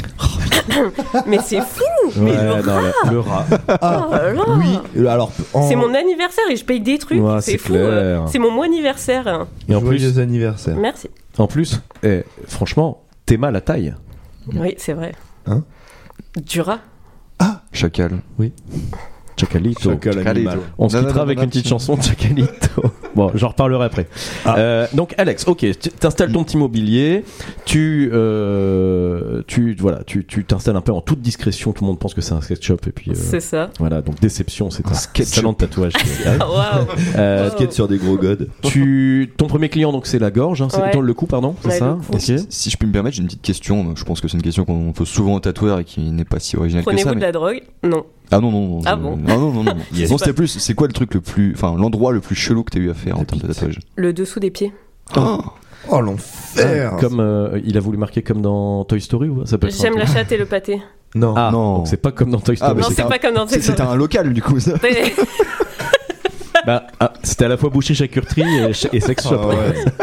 [SPEAKER 8] Mais c'est fou
[SPEAKER 5] Ouais,
[SPEAKER 8] le
[SPEAKER 5] non, le- le rat.
[SPEAKER 7] Ah.
[SPEAKER 8] oh là là.
[SPEAKER 6] Oui, euh, alors. En...
[SPEAKER 8] C'est
[SPEAKER 7] Oh.
[SPEAKER 8] mon anniversaire et je paye des trucs.
[SPEAKER 5] Ouais,
[SPEAKER 8] c'est
[SPEAKER 5] c'est
[SPEAKER 8] fou. euh,
[SPEAKER 5] clair.
[SPEAKER 8] C'est mon mois anniversaire.
[SPEAKER 5] Et en plus,
[SPEAKER 6] Joyeux anniversaire.
[SPEAKER 8] Merci.
[SPEAKER 5] en plus eh, franchement, t'es mal à taille.
[SPEAKER 8] Oui, c'est vrai.
[SPEAKER 6] Hein
[SPEAKER 8] Dura.
[SPEAKER 7] chacal.
[SPEAKER 5] Chacalito.
[SPEAKER 6] Chacal animal.
[SPEAKER 7] Chacal.
[SPEAKER 5] On se
[SPEAKER 7] Non,
[SPEAKER 5] quittera
[SPEAKER 7] non, non,
[SPEAKER 5] avec
[SPEAKER 7] non,
[SPEAKER 5] une petite chanson de Chacalito. bon, j'en reparlerai après. Euh, donc Alex, ok, tu- t'installes ton petit mobilier, tu, euh, tu voilà, tu tu t'installes un peu en toute discrétion. Tout le monde pense que c'est un sketch shop et puis euh,
[SPEAKER 8] C'est ça.
[SPEAKER 5] voilà. Donc déception, c'est un,
[SPEAKER 7] sketch
[SPEAKER 5] salon de tatouage.
[SPEAKER 8] Ah, Waouh.
[SPEAKER 5] Euh,
[SPEAKER 6] Basket sur des gros godes.
[SPEAKER 5] tu, ton premier client donc c'est la gorge, hein, c'est
[SPEAKER 8] Ouais.
[SPEAKER 5] ton- le cou pardon, c'est
[SPEAKER 8] Ouais,
[SPEAKER 5] ça.
[SPEAKER 8] le cou.
[SPEAKER 5] Ok.
[SPEAKER 7] Si je peux me permettre, j'ai une petite question. Je pense que c'est une question qu'on pose souvent aux tatoueurs et qui n'est pas si originale que
[SPEAKER 8] Prenez-vous
[SPEAKER 7] ça.
[SPEAKER 8] de
[SPEAKER 7] mais-
[SPEAKER 8] la drogue Non.
[SPEAKER 7] Ah non, non, non.
[SPEAKER 8] Ah
[SPEAKER 7] euh,
[SPEAKER 8] bon.
[SPEAKER 7] Non, non, non. non, non.
[SPEAKER 8] Yes.
[SPEAKER 7] Non, c'était plus. C'est quoi le truc le plus. Enfin, l'endroit le plus chelou que t'as eu à faire en termes de tatouage
[SPEAKER 8] Le dessous des pieds.
[SPEAKER 6] Oh l'enfer
[SPEAKER 5] Comme euh, il a voulu marquer comme dans Toy Story ou ça peut être ça,
[SPEAKER 8] J'aime
[SPEAKER 5] un
[SPEAKER 8] la
[SPEAKER 5] truc
[SPEAKER 8] chatte et le pâté.
[SPEAKER 6] Non.
[SPEAKER 5] Ah
[SPEAKER 7] Non.
[SPEAKER 5] donc c'est pas comme dans Toy
[SPEAKER 7] Ah,
[SPEAKER 5] Story.
[SPEAKER 7] mais
[SPEAKER 8] non,
[SPEAKER 7] c'est
[SPEAKER 8] c'est
[SPEAKER 7] un-
[SPEAKER 8] pas comme dans
[SPEAKER 7] C'est-
[SPEAKER 8] cette
[SPEAKER 7] C'était un local du coup. Ça.
[SPEAKER 8] Ouais.
[SPEAKER 5] Bah, ah, c'était à la fois boucher charcuterie et, ch- et sex
[SPEAKER 6] Ah
[SPEAKER 5] shop.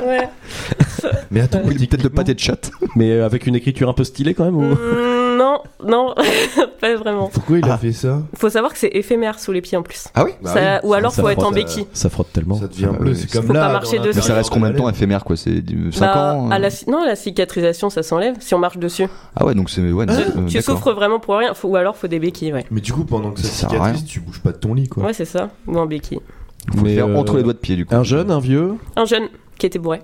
[SPEAKER 6] ouais.
[SPEAKER 7] Mais attends, peut-être de pâté de chatte.
[SPEAKER 5] Mais euh, avec une écriture un peu stylée quand même ou...
[SPEAKER 8] Mm, Non, non, pas vraiment.
[SPEAKER 6] Pourquoi il a fait ça
[SPEAKER 8] Faut savoir que c'est éphémère sous les pieds en plus.
[SPEAKER 7] Ah oui
[SPEAKER 6] Bah
[SPEAKER 8] Ça-
[SPEAKER 6] oui.
[SPEAKER 8] ou alors
[SPEAKER 5] Ça
[SPEAKER 8] faut être
[SPEAKER 5] frotte,
[SPEAKER 8] en
[SPEAKER 5] euh,
[SPEAKER 8] béquille.
[SPEAKER 5] Ça frotte tellement.
[SPEAKER 6] Ça devient
[SPEAKER 7] Ah,
[SPEAKER 6] bleu,
[SPEAKER 7] oui.
[SPEAKER 6] c'est comme
[SPEAKER 8] Faut
[SPEAKER 6] là.
[SPEAKER 8] pas marcher
[SPEAKER 6] dans
[SPEAKER 8] dessus.
[SPEAKER 7] Mais ça reste combien de temps
[SPEAKER 6] l'intérieur
[SPEAKER 7] éphémère quoi C'est 5
[SPEAKER 8] Bah,
[SPEAKER 7] ans
[SPEAKER 8] à
[SPEAKER 7] euh
[SPEAKER 8] la ci- Non, la cicatrisation, ça s'enlève si on marche dessus.
[SPEAKER 7] Ah ouais, donc c'est. Ouais, non, euh,
[SPEAKER 8] tu
[SPEAKER 7] d'accord.
[SPEAKER 8] souffres vraiment pour rien, faut- ou alors faut des béquilles, ouais.
[SPEAKER 6] Mais du coup, pendant que ça
[SPEAKER 7] Ça sert à rien.
[SPEAKER 6] cicatrise, tu bouges pas de ton lit quoi.
[SPEAKER 8] Ouais, c'est ça, ou en béquille.
[SPEAKER 7] Faut le
[SPEAKER 5] Mais,
[SPEAKER 7] faire
[SPEAKER 5] euh,
[SPEAKER 7] entre les doigts de pied du coup.
[SPEAKER 5] Un jeune, un vieux.
[SPEAKER 8] Un jeune qui était bourré.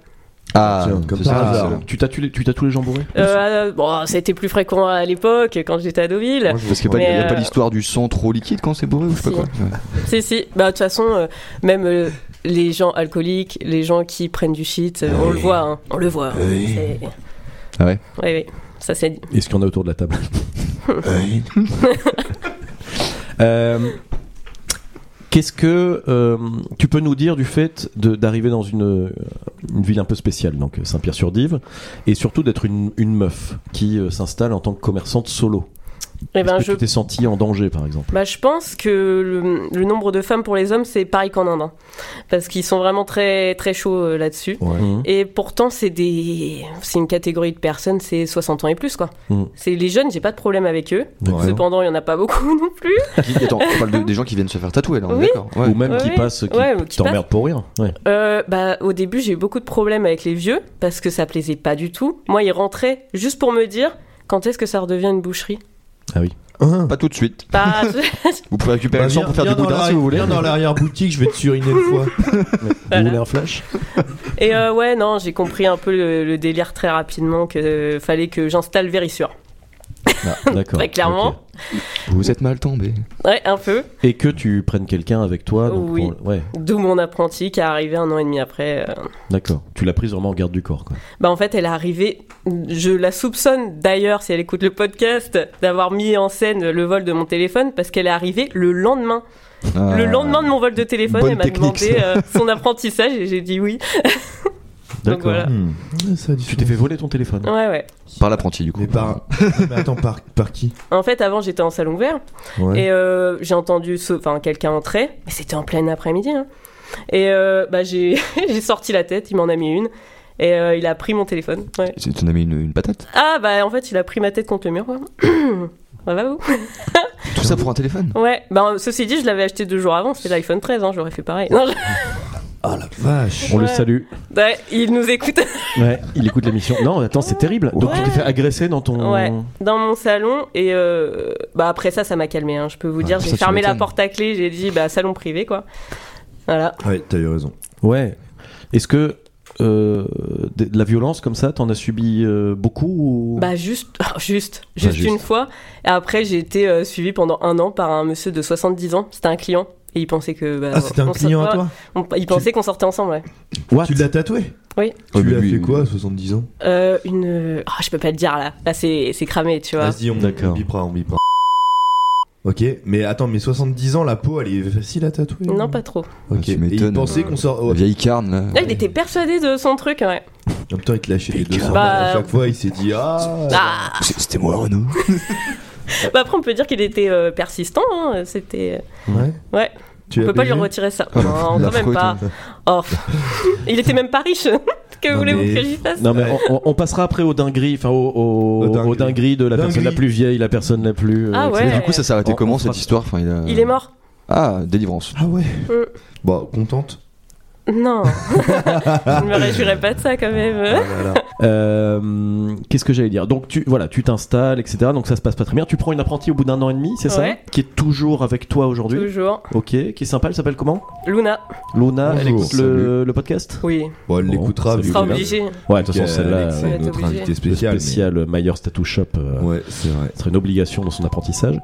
[SPEAKER 7] Ah,
[SPEAKER 6] Tiens, comme
[SPEAKER 7] c'est
[SPEAKER 6] par
[SPEAKER 7] ça,
[SPEAKER 6] hasard.
[SPEAKER 7] c'est-
[SPEAKER 5] Tu t'as tu les, tu tatoues les gens bourrés
[SPEAKER 8] Euh, bon, ça a été plus fréquent à l'époque, quand j'étais à Deauville.
[SPEAKER 6] Moi, je
[SPEAKER 7] Parce qu'il
[SPEAKER 6] vois
[SPEAKER 7] n'y
[SPEAKER 8] Mais,
[SPEAKER 7] a,
[SPEAKER 8] euh,
[SPEAKER 7] pas l'histoire du sang trop liquide quand c'est bourré ou je sais pas
[SPEAKER 8] Si.
[SPEAKER 7] quoi.
[SPEAKER 8] si, si, bah de toute façon, euh, même euh, les gens alcooliques, les gens qui prennent du shit, euh, on le voit, hein, on le voit. hein. C'est-
[SPEAKER 7] Ah ouais
[SPEAKER 8] Ouais, ouais, ça c'est dit. Eh
[SPEAKER 5] Est-ce qu'il y en a autour de la table Euh, Qu'est-ce que euh, tu peux nous dire du fait de- d'arriver dans une, une ville un peu spéciale, donc Saint-Pierre-sur-Dive, et surtout d'être une, une meuf qui euh, s'installe en tant que commerçante solo
[SPEAKER 8] Eh
[SPEAKER 5] Est-ce
[SPEAKER 8] ben,
[SPEAKER 5] que
[SPEAKER 8] je
[SPEAKER 5] tu t'es sentie en danger, par exemple
[SPEAKER 8] Bah, je pense que le, le nombre de femmes pour les hommes, c'est pareil qu'en Inde. hein. Parce qu'ils sont vraiment très, très chauds euh, là-dessus.
[SPEAKER 5] Mhm.
[SPEAKER 8] Et pourtant, c'est des, c'est une catégorie de personnes, c'est 60 ans et plus, quoi.
[SPEAKER 5] Mm.
[SPEAKER 8] C'est les jeunes, j'ai pas de problème avec eux.
[SPEAKER 5] D'accord.
[SPEAKER 8] Cependant, il y en a pas beaucoup non plus.
[SPEAKER 7] Qui- Attends, on parle de- des gens qui viennent se faire tatouer là, on est
[SPEAKER 8] Oui.
[SPEAKER 7] d'accord. Ouais.
[SPEAKER 5] Ou même qui
[SPEAKER 8] Ouais,
[SPEAKER 5] passent, qui,
[SPEAKER 8] ouais, ou qui
[SPEAKER 5] t'emmerdent pour rien. Ouais.
[SPEAKER 8] Euh, bah, au début, j'ai eu beaucoup de problèmes avec les vieux parce que ça plaisait pas du tout. Moi, ils rentraient juste pour me dire quand est-ce que ça redevient une boucherie.
[SPEAKER 6] Hein
[SPEAKER 7] Pas tout de suite.
[SPEAKER 8] Bah,
[SPEAKER 7] Vous pouvez récupérer
[SPEAKER 6] Bah,
[SPEAKER 7] le sang
[SPEAKER 6] viens-
[SPEAKER 7] pour faire
[SPEAKER 6] viens
[SPEAKER 7] du
[SPEAKER 6] dans
[SPEAKER 7] boudin
[SPEAKER 6] l'arrière-
[SPEAKER 7] si vous voulez.
[SPEAKER 6] Viens dans l'arrière-boutique, je vais te suriner une fois.
[SPEAKER 8] Voilà.
[SPEAKER 5] Vous voulez un flash
[SPEAKER 8] et euh, ouais, non, j'ai compris un peu le, le délire très rapidement que euh, fallait que j'installe Vérissure.
[SPEAKER 5] Ah, D'accord.
[SPEAKER 8] Très clairement.
[SPEAKER 5] Ok.
[SPEAKER 7] Vous êtes mal tombé.
[SPEAKER 8] Ouais, un peu.
[SPEAKER 5] Et que tu prennes quelqu'un avec toi. donc
[SPEAKER 8] Oui.
[SPEAKER 5] pour- Ouais,
[SPEAKER 8] D'où mon apprenti qui est arrivé un an et demi après. euh.
[SPEAKER 5] d'accord. Tu l'as prise vraiment en garde du corps. Quoi.
[SPEAKER 8] Bah en fait, elle est arrivée, je la soupçonne d'ailleurs, si elle écoute le podcast, d'avoir mis en scène le vol de mon téléphone parce qu'elle est arrivée le lendemain.
[SPEAKER 7] Ah.
[SPEAKER 8] Le lendemain de mon vol de téléphone,
[SPEAKER 7] Euh, bonne
[SPEAKER 8] elle m'a
[SPEAKER 7] technique,
[SPEAKER 8] demandé euh, son apprentissage et j'ai dit oui.
[SPEAKER 5] D'accord.
[SPEAKER 8] voilà.
[SPEAKER 6] Hmm. Ouais, ça a du
[SPEAKER 5] Tu t'es
[SPEAKER 6] sens.
[SPEAKER 5] fait voler ton téléphone.
[SPEAKER 8] Ouais, ouais.
[SPEAKER 7] Par l'apprenti du coup.
[SPEAKER 6] Mais par. Ah, Mais attends, par, par qui
[SPEAKER 8] En fait, avant, j'étais en salon ouvert
[SPEAKER 6] Ouais.
[SPEAKER 8] et euh, j'ai entendu ce- enfin, quelqu'un entrer, mais c'était en plein après-midi. hein. Et euh, bah, j'ai j'ai sorti la tête, il m'en a mis une et euh, il a pris mon téléphone. Ouais.
[SPEAKER 7] Tu t'en as mis une, une patate
[SPEAKER 8] Ah bah en fait il a pris ma tête contre le mur quoi. Ça va vous
[SPEAKER 7] Tout ça pour un téléphone
[SPEAKER 8] Ouais, bah ceci dit je l'avais acheté deux jours avant, c'était l'iPhone 13, hein, j'aurais fait pareil. Non, je-
[SPEAKER 6] Ah la vache
[SPEAKER 5] On le
[SPEAKER 8] Ouais.
[SPEAKER 5] salue.
[SPEAKER 8] Ouais, il nous écoute.
[SPEAKER 5] Ouais, il écoute l'émission. Non, attends, c'est terrible. Donc tu t'es fait agresser dans ton.
[SPEAKER 8] Ouais, dans mon salon et euh, bah après ça ça m'a calmé, hein, je peux vous dire,
[SPEAKER 7] ça,
[SPEAKER 8] j'ai
[SPEAKER 7] tu
[SPEAKER 8] fermé la
[SPEAKER 7] m'étonnes.
[SPEAKER 8] porte à clé, j'ai dit bah salon privé quoi. Voilà.
[SPEAKER 6] Ouais, t'as eu raison.
[SPEAKER 5] Ouais. Est-ce que euh, de de la violence comme ça, t'en as subi euh, beaucoup ou...
[SPEAKER 8] Bah juste, juste, juste
[SPEAKER 5] juste.
[SPEAKER 8] une fois. Et après j'ai été euh, suivie pendant un an par un monsieur de 70 ans, c'était un client. Et il pensait que. Bah,
[SPEAKER 6] Ah, c'était un
[SPEAKER 8] on sort-
[SPEAKER 6] client à
[SPEAKER 8] ouais,
[SPEAKER 6] toi
[SPEAKER 8] on- Il pensait qu'on sortait ensemble, ouais.
[SPEAKER 5] What
[SPEAKER 6] Tu l'as tatoué
[SPEAKER 8] Oui.
[SPEAKER 7] Ouais, mais
[SPEAKER 6] tu as
[SPEAKER 7] lui,
[SPEAKER 6] fait
[SPEAKER 7] il-
[SPEAKER 6] quoi à 70 ans
[SPEAKER 8] Euh, une. Ah, je peux pas le dire là. Là, c'est c'est cramé, tu vois.
[SPEAKER 6] Vas-y, on, on
[SPEAKER 5] D'accord.
[SPEAKER 6] bipera, on bipera. Ok, mais attends, mais 70 ans, la peau, elle est facile à tatouer
[SPEAKER 8] Non, pas trop.
[SPEAKER 7] Ah,
[SPEAKER 6] Ok,
[SPEAKER 7] Tu
[SPEAKER 6] et il
[SPEAKER 7] m'étonnes.
[SPEAKER 6] pensait qu'on sort.
[SPEAKER 7] La
[SPEAKER 6] oh,
[SPEAKER 7] vieille carne, là.
[SPEAKER 8] Là, il était persuadé de son truc, ouais.
[SPEAKER 6] En même temps, il te lâchait les 200
[SPEAKER 8] Bah,
[SPEAKER 6] balles à chaque fois, il s'est dit Ah
[SPEAKER 8] Ah
[SPEAKER 7] C'était moi, Renaud.
[SPEAKER 8] Bah, après, on peut dire qu'il était euh, persistant, hein, c'était...
[SPEAKER 6] Ouais.
[SPEAKER 8] Ouais,
[SPEAKER 6] Tu
[SPEAKER 8] on
[SPEAKER 6] as
[SPEAKER 8] peut pas lui
[SPEAKER 6] payé
[SPEAKER 8] retirer ça. Non,
[SPEAKER 7] la
[SPEAKER 8] quand même
[SPEAKER 7] fraude.
[SPEAKER 8] pas. Oh, pff. il était même pas riche. que
[SPEAKER 6] Non,
[SPEAKER 8] voulez-vous
[SPEAKER 6] mais-
[SPEAKER 8] que j'y fasse
[SPEAKER 5] Non mais on, on- on passera après aux dingueries, enfin aux, aux-
[SPEAKER 6] Aux dingueries.
[SPEAKER 5] aux dingueries de la
[SPEAKER 6] Dingueries.
[SPEAKER 5] personne la plus vieille, la personne la plus. euh,
[SPEAKER 8] Ah
[SPEAKER 5] etc.
[SPEAKER 8] ouais.
[SPEAKER 7] Du coup, ça s'est arrêté
[SPEAKER 5] On- on
[SPEAKER 7] comment cette
[SPEAKER 5] fera-
[SPEAKER 7] histoire enfin, il, a-
[SPEAKER 8] Il est mort
[SPEAKER 7] Ah, délivrance.
[SPEAKER 6] Ah ouais
[SPEAKER 8] Euh.
[SPEAKER 6] Bon, Bah, contente
[SPEAKER 8] Non. je me réjouirais pas de ça, quand
[SPEAKER 6] Ah
[SPEAKER 8] même.
[SPEAKER 6] là là.
[SPEAKER 5] Euh, Qu'est-ce que j'allais dire Donc tu voilà, tu t'installes, etc. Donc ça se passe pas très bien. Tu prends une apprentie au bout d'un an et demi, c'est ça
[SPEAKER 8] Ouais.
[SPEAKER 5] Qui est toujours avec toi aujourd'hui.
[SPEAKER 8] Toujours.
[SPEAKER 5] Ok, qui est sympa. Elle s'appelle comment
[SPEAKER 8] Luna,
[SPEAKER 5] Luna. elle
[SPEAKER 6] Bonjour.
[SPEAKER 5] écoute le, le podcast.
[SPEAKER 8] oui,
[SPEAKER 6] Bon, elle
[SPEAKER 5] Bon,
[SPEAKER 6] l'écoutera.
[SPEAKER 5] ça
[SPEAKER 6] vu
[SPEAKER 8] sera
[SPEAKER 6] que-
[SPEAKER 8] obligé.
[SPEAKER 5] Ouais, de toute façon
[SPEAKER 6] Alex,
[SPEAKER 5] celle-là,
[SPEAKER 6] c'est
[SPEAKER 5] euh,
[SPEAKER 8] Ouais, t'es
[SPEAKER 6] notre
[SPEAKER 8] obligé.
[SPEAKER 6] invité
[SPEAKER 5] le
[SPEAKER 6] spécial. mais-
[SPEAKER 5] spécial euh, Myers Tattoo Shop. euh,
[SPEAKER 6] Ouais, c'est vrai.
[SPEAKER 5] Ce serait une obligation dans son apprentissage.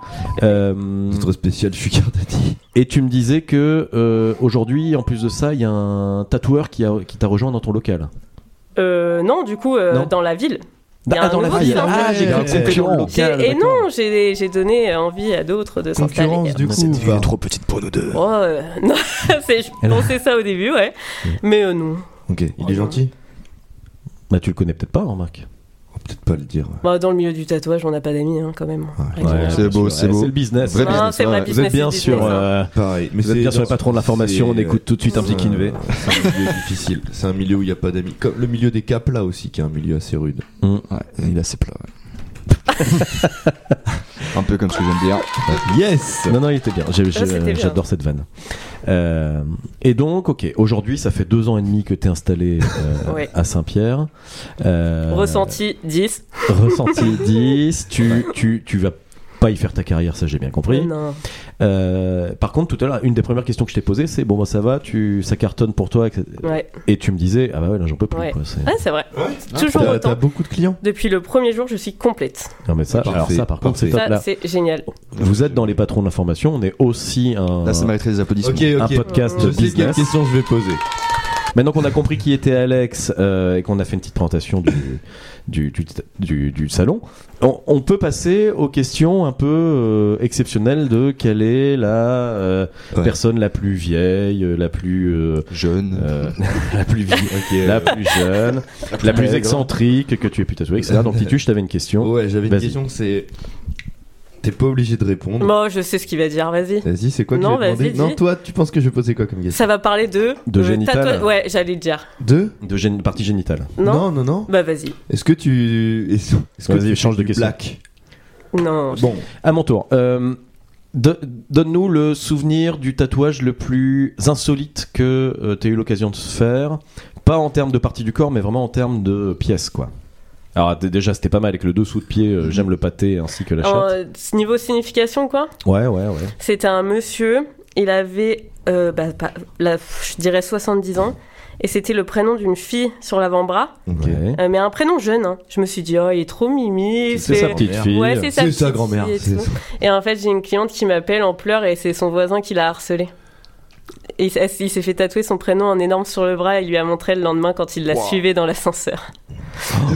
[SPEAKER 5] Euh,
[SPEAKER 6] Notre spécial Sugar Daddy.
[SPEAKER 5] et tu me disais que euh, aujourd'hui, en plus de ça, il y a un tatoueur qui a- qui t'a rejoint dans ton local.
[SPEAKER 8] Euh, non, du coup, euh,
[SPEAKER 5] Non.
[SPEAKER 8] dans la ville. Il y a un
[SPEAKER 5] dans la
[SPEAKER 8] nouveau
[SPEAKER 5] ville.
[SPEAKER 8] qui
[SPEAKER 5] Ah, j'ai cru
[SPEAKER 6] Ouais.
[SPEAKER 5] que c'était dans le
[SPEAKER 7] Concurrent.
[SPEAKER 8] J'ai-
[SPEAKER 5] local,
[SPEAKER 8] Et
[SPEAKER 5] d'accord.
[SPEAKER 8] non, j'ai j'ai donné envie à d'autres de s'installer.
[SPEAKER 6] Concurrence, du
[SPEAKER 5] Mais
[SPEAKER 6] coup. bah.
[SPEAKER 5] cette
[SPEAKER 6] va-
[SPEAKER 8] Oh, euh, non, c'est- je
[SPEAKER 5] Elle-
[SPEAKER 8] pensais ça au début, ouais. Mais euh, non.
[SPEAKER 6] Ok, il est gentil
[SPEAKER 5] Bah, tu le connais peut-être pas, remarque.
[SPEAKER 6] On va peut-être pas le dire. ouais.
[SPEAKER 8] Bah, dans le milieu du tatouage, on n'a pas d'amis hein, quand même.
[SPEAKER 6] Ouais.
[SPEAKER 8] Arrêtez.
[SPEAKER 7] c'est
[SPEAKER 5] bien
[SPEAKER 7] beau,
[SPEAKER 5] sûr.
[SPEAKER 7] c'est
[SPEAKER 5] Ouais,
[SPEAKER 7] beau.
[SPEAKER 5] C'est le business.
[SPEAKER 7] Vrai
[SPEAKER 8] Non,
[SPEAKER 7] business,
[SPEAKER 8] c'est
[SPEAKER 7] ouais.
[SPEAKER 8] ma
[SPEAKER 5] Vous
[SPEAKER 8] business.
[SPEAKER 5] êtes bien
[SPEAKER 8] c'est
[SPEAKER 5] sûr,
[SPEAKER 8] business, hein.
[SPEAKER 5] euh,
[SPEAKER 6] Pareil. Mais
[SPEAKER 5] vous êtes bien sur les patrons de la formation.
[SPEAKER 7] euh,
[SPEAKER 5] On écoute tout de suite un petit Kinvé.
[SPEAKER 6] C'est un milieu difficile. C'est un milieu où il n'y a pas d'amis. Comme le milieu des capes là aussi, qui est un milieu assez rude.
[SPEAKER 7] Ouais, il a ses plats, Un peu comme ce que je viens de dire.
[SPEAKER 5] Yes. Non, non, il était bien. J'ai- j'ai-
[SPEAKER 8] Ah, c'était bien.
[SPEAKER 5] J'adore cette vanne. Euh, et donc, ok. Aujourd'hui, ça fait deux ans et demi que t'es installé euh,
[SPEAKER 8] Ouais.
[SPEAKER 5] à Saint-Pierre. Euh,
[SPEAKER 8] Ressenti 10.
[SPEAKER 5] Ressenti 10. Tu, tu, tu vas pas y faire ta carrière, ça j'ai bien compris.
[SPEAKER 8] Non.
[SPEAKER 5] Euh, par contre, tout à l'heure, une des premières questions que je t'ai posées, c'est bon, bah, ça va, tu, ça cartonne pour toi, etc.
[SPEAKER 8] Ouais,
[SPEAKER 5] Et tu me disais, ah bah ouais, là j'en peux plus.
[SPEAKER 8] Ouais.
[SPEAKER 5] Quoi, c'est-
[SPEAKER 8] Ouais, c'est vrai. Toujours
[SPEAKER 6] T'as
[SPEAKER 8] autant.
[SPEAKER 6] t'as beaucoup de clients
[SPEAKER 8] Depuis le premier jour, je suis complète.
[SPEAKER 5] Non, mais ça,
[SPEAKER 6] Parfait,
[SPEAKER 5] alors ça, par contre, c'est top.
[SPEAKER 8] Ça,
[SPEAKER 5] Là,
[SPEAKER 8] c'est génial.
[SPEAKER 5] vous êtes dans les patrons d'information, on est aussi un,
[SPEAKER 7] Là, ça mériterait des applaudissements.
[SPEAKER 6] Ok, ok.
[SPEAKER 5] un podcast
[SPEAKER 6] Je sais quelle
[SPEAKER 5] business.
[SPEAKER 6] question je vais poser.
[SPEAKER 5] Maintenant qu'on a compris qui était Alex euh, et qu'on a fait une petite présentation du, du, du, du- du salon, on, on peut passer aux questions un peu euh, exceptionnelles de quelle est la euh,
[SPEAKER 6] Ouais.
[SPEAKER 5] personne la plus vieille, euh, la plus. euh,
[SPEAKER 7] Jeune.
[SPEAKER 5] euh, la plus vieille,
[SPEAKER 7] Euh,
[SPEAKER 5] la plus jeune, la plus excentrique que tu aies pu tatouer, etc. Donc Titus, je t'avais une question.
[SPEAKER 6] Ouais, j'avais une
[SPEAKER 5] Vas-y.
[SPEAKER 6] question, c'est. T'es pas obligé de répondre.
[SPEAKER 8] Moi, je sais ce qu'il va dire, vas-y.
[SPEAKER 6] Vas-y, c'est quoi que
[SPEAKER 8] Non,
[SPEAKER 6] j'ai demandé
[SPEAKER 8] vas-y, dis.
[SPEAKER 6] Non, toi, tu penses que je vais poser quoi comme question
[SPEAKER 8] Ça va parler de.
[SPEAKER 5] De génital.
[SPEAKER 8] tatouage- Ouais, j'allais le dire.
[SPEAKER 6] Deux
[SPEAKER 5] De gén- partie génitale.
[SPEAKER 8] Non,
[SPEAKER 6] non, non. non.
[SPEAKER 8] Bah, vas-y.
[SPEAKER 6] Est-ce que tu. Est-ce est-ce que
[SPEAKER 5] Vas-y,
[SPEAKER 6] tu
[SPEAKER 5] change de
[SPEAKER 6] fais du
[SPEAKER 5] question.
[SPEAKER 6] black
[SPEAKER 8] Non.
[SPEAKER 6] Bon,
[SPEAKER 5] À mon tour. Euh, do- Donne-nous le souvenir du tatouage le plus insolite que tu as eu l'occasion de se faire. Pas en termes de partie du corps, mais vraiment en termes de pièces, quoi. Alors d- déjà, c'était pas mal avec le dessous de pied, euh, j'aime le pâté ainsi que la
[SPEAKER 8] En,
[SPEAKER 5] chatte.
[SPEAKER 8] Mhm. euh, niveau signification, quoi
[SPEAKER 5] Ouais, ouais, ouais.
[SPEAKER 8] C'était un monsieur, il avait, euh, bah, pas- la- je dirais 70 ans, et c'était le prénom d'une fille sur l'avant-bras,
[SPEAKER 6] ok.
[SPEAKER 5] Ouais.
[SPEAKER 8] euh, mais un prénom jeune. hein. Je me suis dit, oh, il est trop mimi.
[SPEAKER 5] C'est sa petite fille.
[SPEAKER 8] Ouais, c'est sa
[SPEAKER 6] C'est sa
[SPEAKER 8] petite
[SPEAKER 6] grand-mère.
[SPEAKER 8] fille et
[SPEAKER 6] c'est
[SPEAKER 8] tout.
[SPEAKER 6] ça.
[SPEAKER 8] Et en fait, j'ai une cliente qui m'appelle en pleurs et c'est son voisin qui l'a harcelée. Et il s- il s'est fait tatouer son prénom en énorme sur le bras et il lui a montré le lendemain quand il la suivait dans l'ascenseur.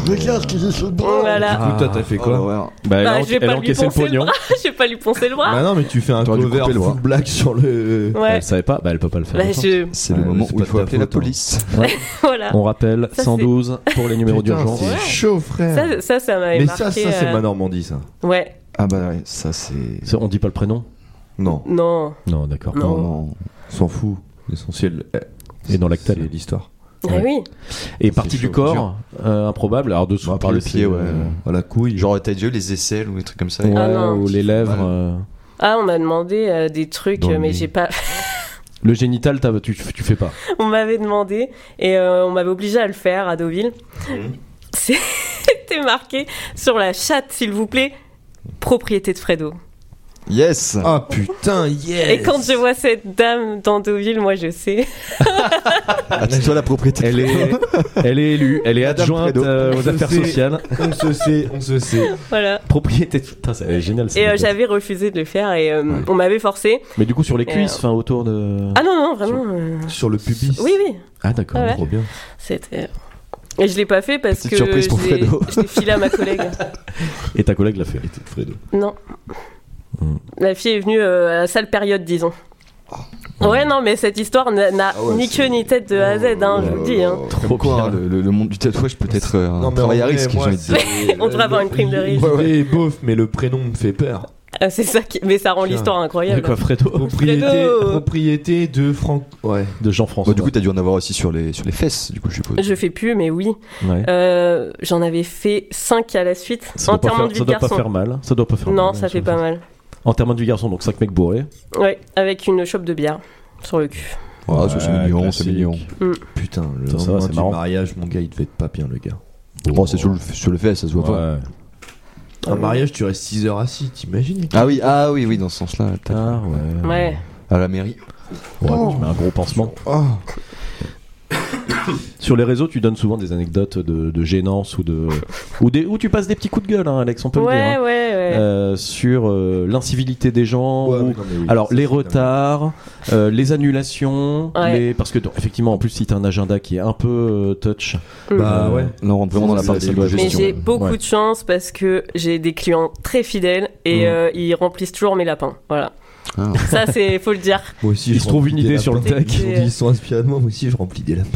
[SPEAKER 7] Regarde ce que j'ai sur le
[SPEAKER 8] Voilà.
[SPEAKER 6] Du coup, toi, t'as fait
[SPEAKER 7] Oh
[SPEAKER 6] quoi
[SPEAKER 5] Bah, elle
[SPEAKER 8] Bah,
[SPEAKER 5] a
[SPEAKER 8] je vais
[SPEAKER 5] enca- elle
[SPEAKER 8] pas
[SPEAKER 5] a
[SPEAKER 8] lui
[SPEAKER 5] encaissé le
[SPEAKER 8] poncer le
[SPEAKER 5] pognon.
[SPEAKER 8] je vais pas lui poncer le bras.
[SPEAKER 6] Bah non, mais tu fais un
[SPEAKER 7] T'aurais dû
[SPEAKER 6] cover
[SPEAKER 7] couper le bras.
[SPEAKER 6] full black sur le.
[SPEAKER 8] ouais.
[SPEAKER 5] Elle savait pas, bah elle peut pas le faire.
[SPEAKER 8] Bah,
[SPEAKER 5] longtemps.
[SPEAKER 8] je...
[SPEAKER 7] C'est
[SPEAKER 6] Ouais,
[SPEAKER 7] le moment
[SPEAKER 6] c'est
[SPEAKER 7] où
[SPEAKER 6] pas
[SPEAKER 7] il
[SPEAKER 6] de
[SPEAKER 7] faut
[SPEAKER 6] ta
[SPEAKER 7] appeler la
[SPEAKER 6] faute, hein.
[SPEAKER 7] police.
[SPEAKER 8] Voilà.
[SPEAKER 5] On rappelle
[SPEAKER 8] Ça,
[SPEAKER 5] 112 pour les numéros
[SPEAKER 6] Putain,
[SPEAKER 5] d'urgence.
[SPEAKER 6] C'est chaud, frère.
[SPEAKER 8] Ça, ça, ça m'avait
[SPEAKER 6] mais
[SPEAKER 8] marqué.
[SPEAKER 6] ça, ça, c'est
[SPEAKER 8] euh,
[SPEAKER 6] ma Normandie, ça.
[SPEAKER 8] Ouais.
[SPEAKER 7] Ah bah ouais, ça c'est.
[SPEAKER 5] C'est- On dit pas le prénom
[SPEAKER 6] Non,
[SPEAKER 8] Non.
[SPEAKER 5] Non, d'accord.
[SPEAKER 8] Non.
[SPEAKER 7] Non, non.
[SPEAKER 6] s'en fout. L'essentiel. eh,
[SPEAKER 5] Et dans l'actal.
[SPEAKER 6] C'est l'histoire.
[SPEAKER 8] Ah
[SPEAKER 5] Ouais.
[SPEAKER 8] oui.
[SPEAKER 5] Et
[SPEAKER 6] C'est
[SPEAKER 5] partie
[SPEAKER 6] chaud,
[SPEAKER 5] du corps, euh, improbable. Alors dessous
[SPEAKER 7] Bah, par le pied, ouais.
[SPEAKER 6] À la couille.
[SPEAKER 7] Genre, t'as déjà eu les aisselles ou des trucs comme ça
[SPEAKER 5] Ouais,
[SPEAKER 8] Ah non.
[SPEAKER 5] ou les lèvres.
[SPEAKER 7] Ouais.
[SPEAKER 5] euh,
[SPEAKER 8] Ah, on m'a demandé euh, des trucs,
[SPEAKER 7] Dans
[SPEAKER 8] euh,
[SPEAKER 7] le
[SPEAKER 8] mais
[SPEAKER 7] nez.
[SPEAKER 8] j'ai pas.
[SPEAKER 5] Le génital, t'as- tu, tu fais pas.
[SPEAKER 8] on m'avait demandé et euh, on m'avait obligé à le faire à Deauville.
[SPEAKER 7] Mhm.
[SPEAKER 8] C'était marqué sur la chatte, s'il vous plaît, propriété de Fredo.
[SPEAKER 7] Yes
[SPEAKER 6] Ah putain, yes
[SPEAKER 8] Et quand je vois cette dame dans Deauville, moi je sais.
[SPEAKER 7] Ah, C'est toi la propriété.
[SPEAKER 5] Elle est, elle est élue, elle est
[SPEAKER 7] Madame
[SPEAKER 5] adjointe
[SPEAKER 7] Prédo.
[SPEAKER 5] euh, aux
[SPEAKER 6] Je
[SPEAKER 5] affaires
[SPEAKER 6] sais.
[SPEAKER 5] sociales,
[SPEAKER 6] On se sait, on se sait.
[SPEAKER 8] Voilà.
[SPEAKER 5] propriété. Putain, c'est génial. cette
[SPEAKER 8] Et euh,
[SPEAKER 5] anecdote.
[SPEAKER 8] j'avais refusé de le faire et euh, on m'avait forcé.
[SPEAKER 5] Mais du coup, sur les
[SPEAKER 8] Et, euh,
[SPEAKER 5] cuisses, enfin autour de.
[SPEAKER 8] Ah non, non, vraiment. euh,
[SPEAKER 6] Sur le pubis.
[SPEAKER 8] Oui, oui.
[SPEAKER 5] Ah, d'accord,
[SPEAKER 8] Ah ouais.
[SPEAKER 5] trop bien.
[SPEAKER 8] C'était. Et je l'ai pas fait parce
[SPEAKER 7] Petite
[SPEAKER 8] que
[SPEAKER 7] surprise pour
[SPEAKER 8] je l'ai-
[SPEAKER 7] Fredo.
[SPEAKER 8] je l'ai filé à ma collègue.
[SPEAKER 5] Et ta collègue l'a fait.
[SPEAKER 6] Fredo.
[SPEAKER 8] Non.
[SPEAKER 5] Hmm.
[SPEAKER 8] La fille est venue euh, à la sale période, disons.
[SPEAKER 5] Ah.
[SPEAKER 8] Ouais, non, mais cette histoire n'a n'a
[SPEAKER 6] Ah ouais,
[SPEAKER 8] ni
[SPEAKER 6] c'est-
[SPEAKER 8] queue ni tête de A à Z, hein, je vous le dis. hein.
[SPEAKER 7] Comme quoi,
[SPEAKER 5] bien.
[SPEAKER 7] le, le- le monde du tatouage peut être euh, un
[SPEAKER 6] Non, mais
[SPEAKER 7] travail à
[SPEAKER 6] en vrai,
[SPEAKER 7] risque, j'ai
[SPEAKER 6] moi,
[SPEAKER 7] envie de dire.
[SPEAKER 6] c'est-
[SPEAKER 8] On devrait avoir une prime de risque.
[SPEAKER 6] L'idée est beauf, mais le prénom me fait peur.
[SPEAKER 8] Ah, C'est ça qui... Mais ça rend
[SPEAKER 6] Tiens.
[SPEAKER 8] l'histoire
[SPEAKER 5] De
[SPEAKER 8] incroyable.
[SPEAKER 5] quoi,
[SPEAKER 7] Oh.
[SPEAKER 5] Fredo
[SPEAKER 6] Propriété,
[SPEAKER 8] Fredo
[SPEAKER 6] propriété de Franck. Ouais.
[SPEAKER 5] De Jean-François.
[SPEAKER 7] Bah, du coup, t'as dû en avoir aussi sur les, sur les fesses, du coup, je suppose.
[SPEAKER 8] Je fais plus, mais oui.
[SPEAKER 5] Ouais.
[SPEAKER 8] Euh, J'en avais fait 5 à la suite.
[SPEAKER 5] Ça doit, pas
[SPEAKER 8] euh, Enterrement
[SPEAKER 5] faire,
[SPEAKER 8] de vie
[SPEAKER 5] ça
[SPEAKER 8] de
[SPEAKER 5] doit pas
[SPEAKER 8] garçon.
[SPEAKER 5] faire mal. hein. Ça doit pas faire mal.
[SPEAKER 8] non, ça fait pas mal.
[SPEAKER 5] Enterrement du garçon, donc 5 mecs bourrés.
[SPEAKER 8] Ouais, avec une chope de bière sur le cul.
[SPEAKER 7] Ah, ça, c'est
[SPEAKER 5] Ouais,
[SPEAKER 7] mignon,
[SPEAKER 5] classique.
[SPEAKER 7] c'est mignon.
[SPEAKER 6] Putain, le
[SPEAKER 5] Ça, ça va,
[SPEAKER 6] lendemain
[SPEAKER 5] c'est
[SPEAKER 6] du
[SPEAKER 5] marrant.
[SPEAKER 6] mariage, mon gars, il devait être pas bien, le gars.
[SPEAKER 7] Bon, Oh, c'est sur le, sur le fait, ça se voit pas.
[SPEAKER 5] Ouais.
[SPEAKER 8] Ah
[SPEAKER 6] Un mariage, tu restes 6 heures assis, t'imagines
[SPEAKER 7] Ah oui, ah oui, oui, dans ce sens-là. t'as-
[SPEAKER 5] Ah ouais.
[SPEAKER 8] Ouais.
[SPEAKER 7] À la mairie.
[SPEAKER 5] Ouais, tu mets un gros pansement. Sur les réseaux, tu donnes souvent des anecdotes de, de gênance ou de ou des ou tu passes des petits coups de gueule, hein, Alex, on peut le dire.
[SPEAKER 8] Ouais, ouais,
[SPEAKER 5] hein.
[SPEAKER 8] ouais.
[SPEAKER 5] Euh, sur euh, l'incivilité des gens,
[SPEAKER 6] Ouais,
[SPEAKER 5] ou-
[SPEAKER 6] mais non, mais oui,
[SPEAKER 5] alors
[SPEAKER 6] ça,
[SPEAKER 5] les
[SPEAKER 6] c'est dingue.
[SPEAKER 5] retards, euh, les annulations,
[SPEAKER 8] Ouais.
[SPEAKER 5] les- parce que donc, effectivement en plus si t'as un agenda qui est un peu euh, touch,
[SPEAKER 6] Bah
[SPEAKER 5] Euh,
[SPEAKER 6] ouais.
[SPEAKER 7] Là, on rentre vraiment dans la
[SPEAKER 5] C'est-
[SPEAKER 7] partie
[SPEAKER 5] c'est-
[SPEAKER 7] de la
[SPEAKER 8] Mais
[SPEAKER 7] gestion.
[SPEAKER 8] j'ai beaucoup
[SPEAKER 5] Ouais.
[SPEAKER 8] de chance parce que j'ai des clients très fidèles et
[SPEAKER 5] Mm.
[SPEAKER 8] euh, ils remplissent toujours mes lapins. Voilà.
[SPEAKER 7] Ah.
[SPEAKER 8] Ça, c'est faut le dire.
[SPEAKER 6] Moi aussi,
[SPEAKER 5] il
[SPEAKER 6] je
[SPEAKER 5] se trouve
[SPEAKER 6] remplis
[SPEAKER 5] une
[SPEAKER 6] des
[SPEAKER 5] idée sur le
[SPEAKER 6] lapins.
[SPEAKER 5] tech.
[SPEAKER 6] Ils ont dit, ils sont inspirés de moi, moi aussi, je remplis des lapins.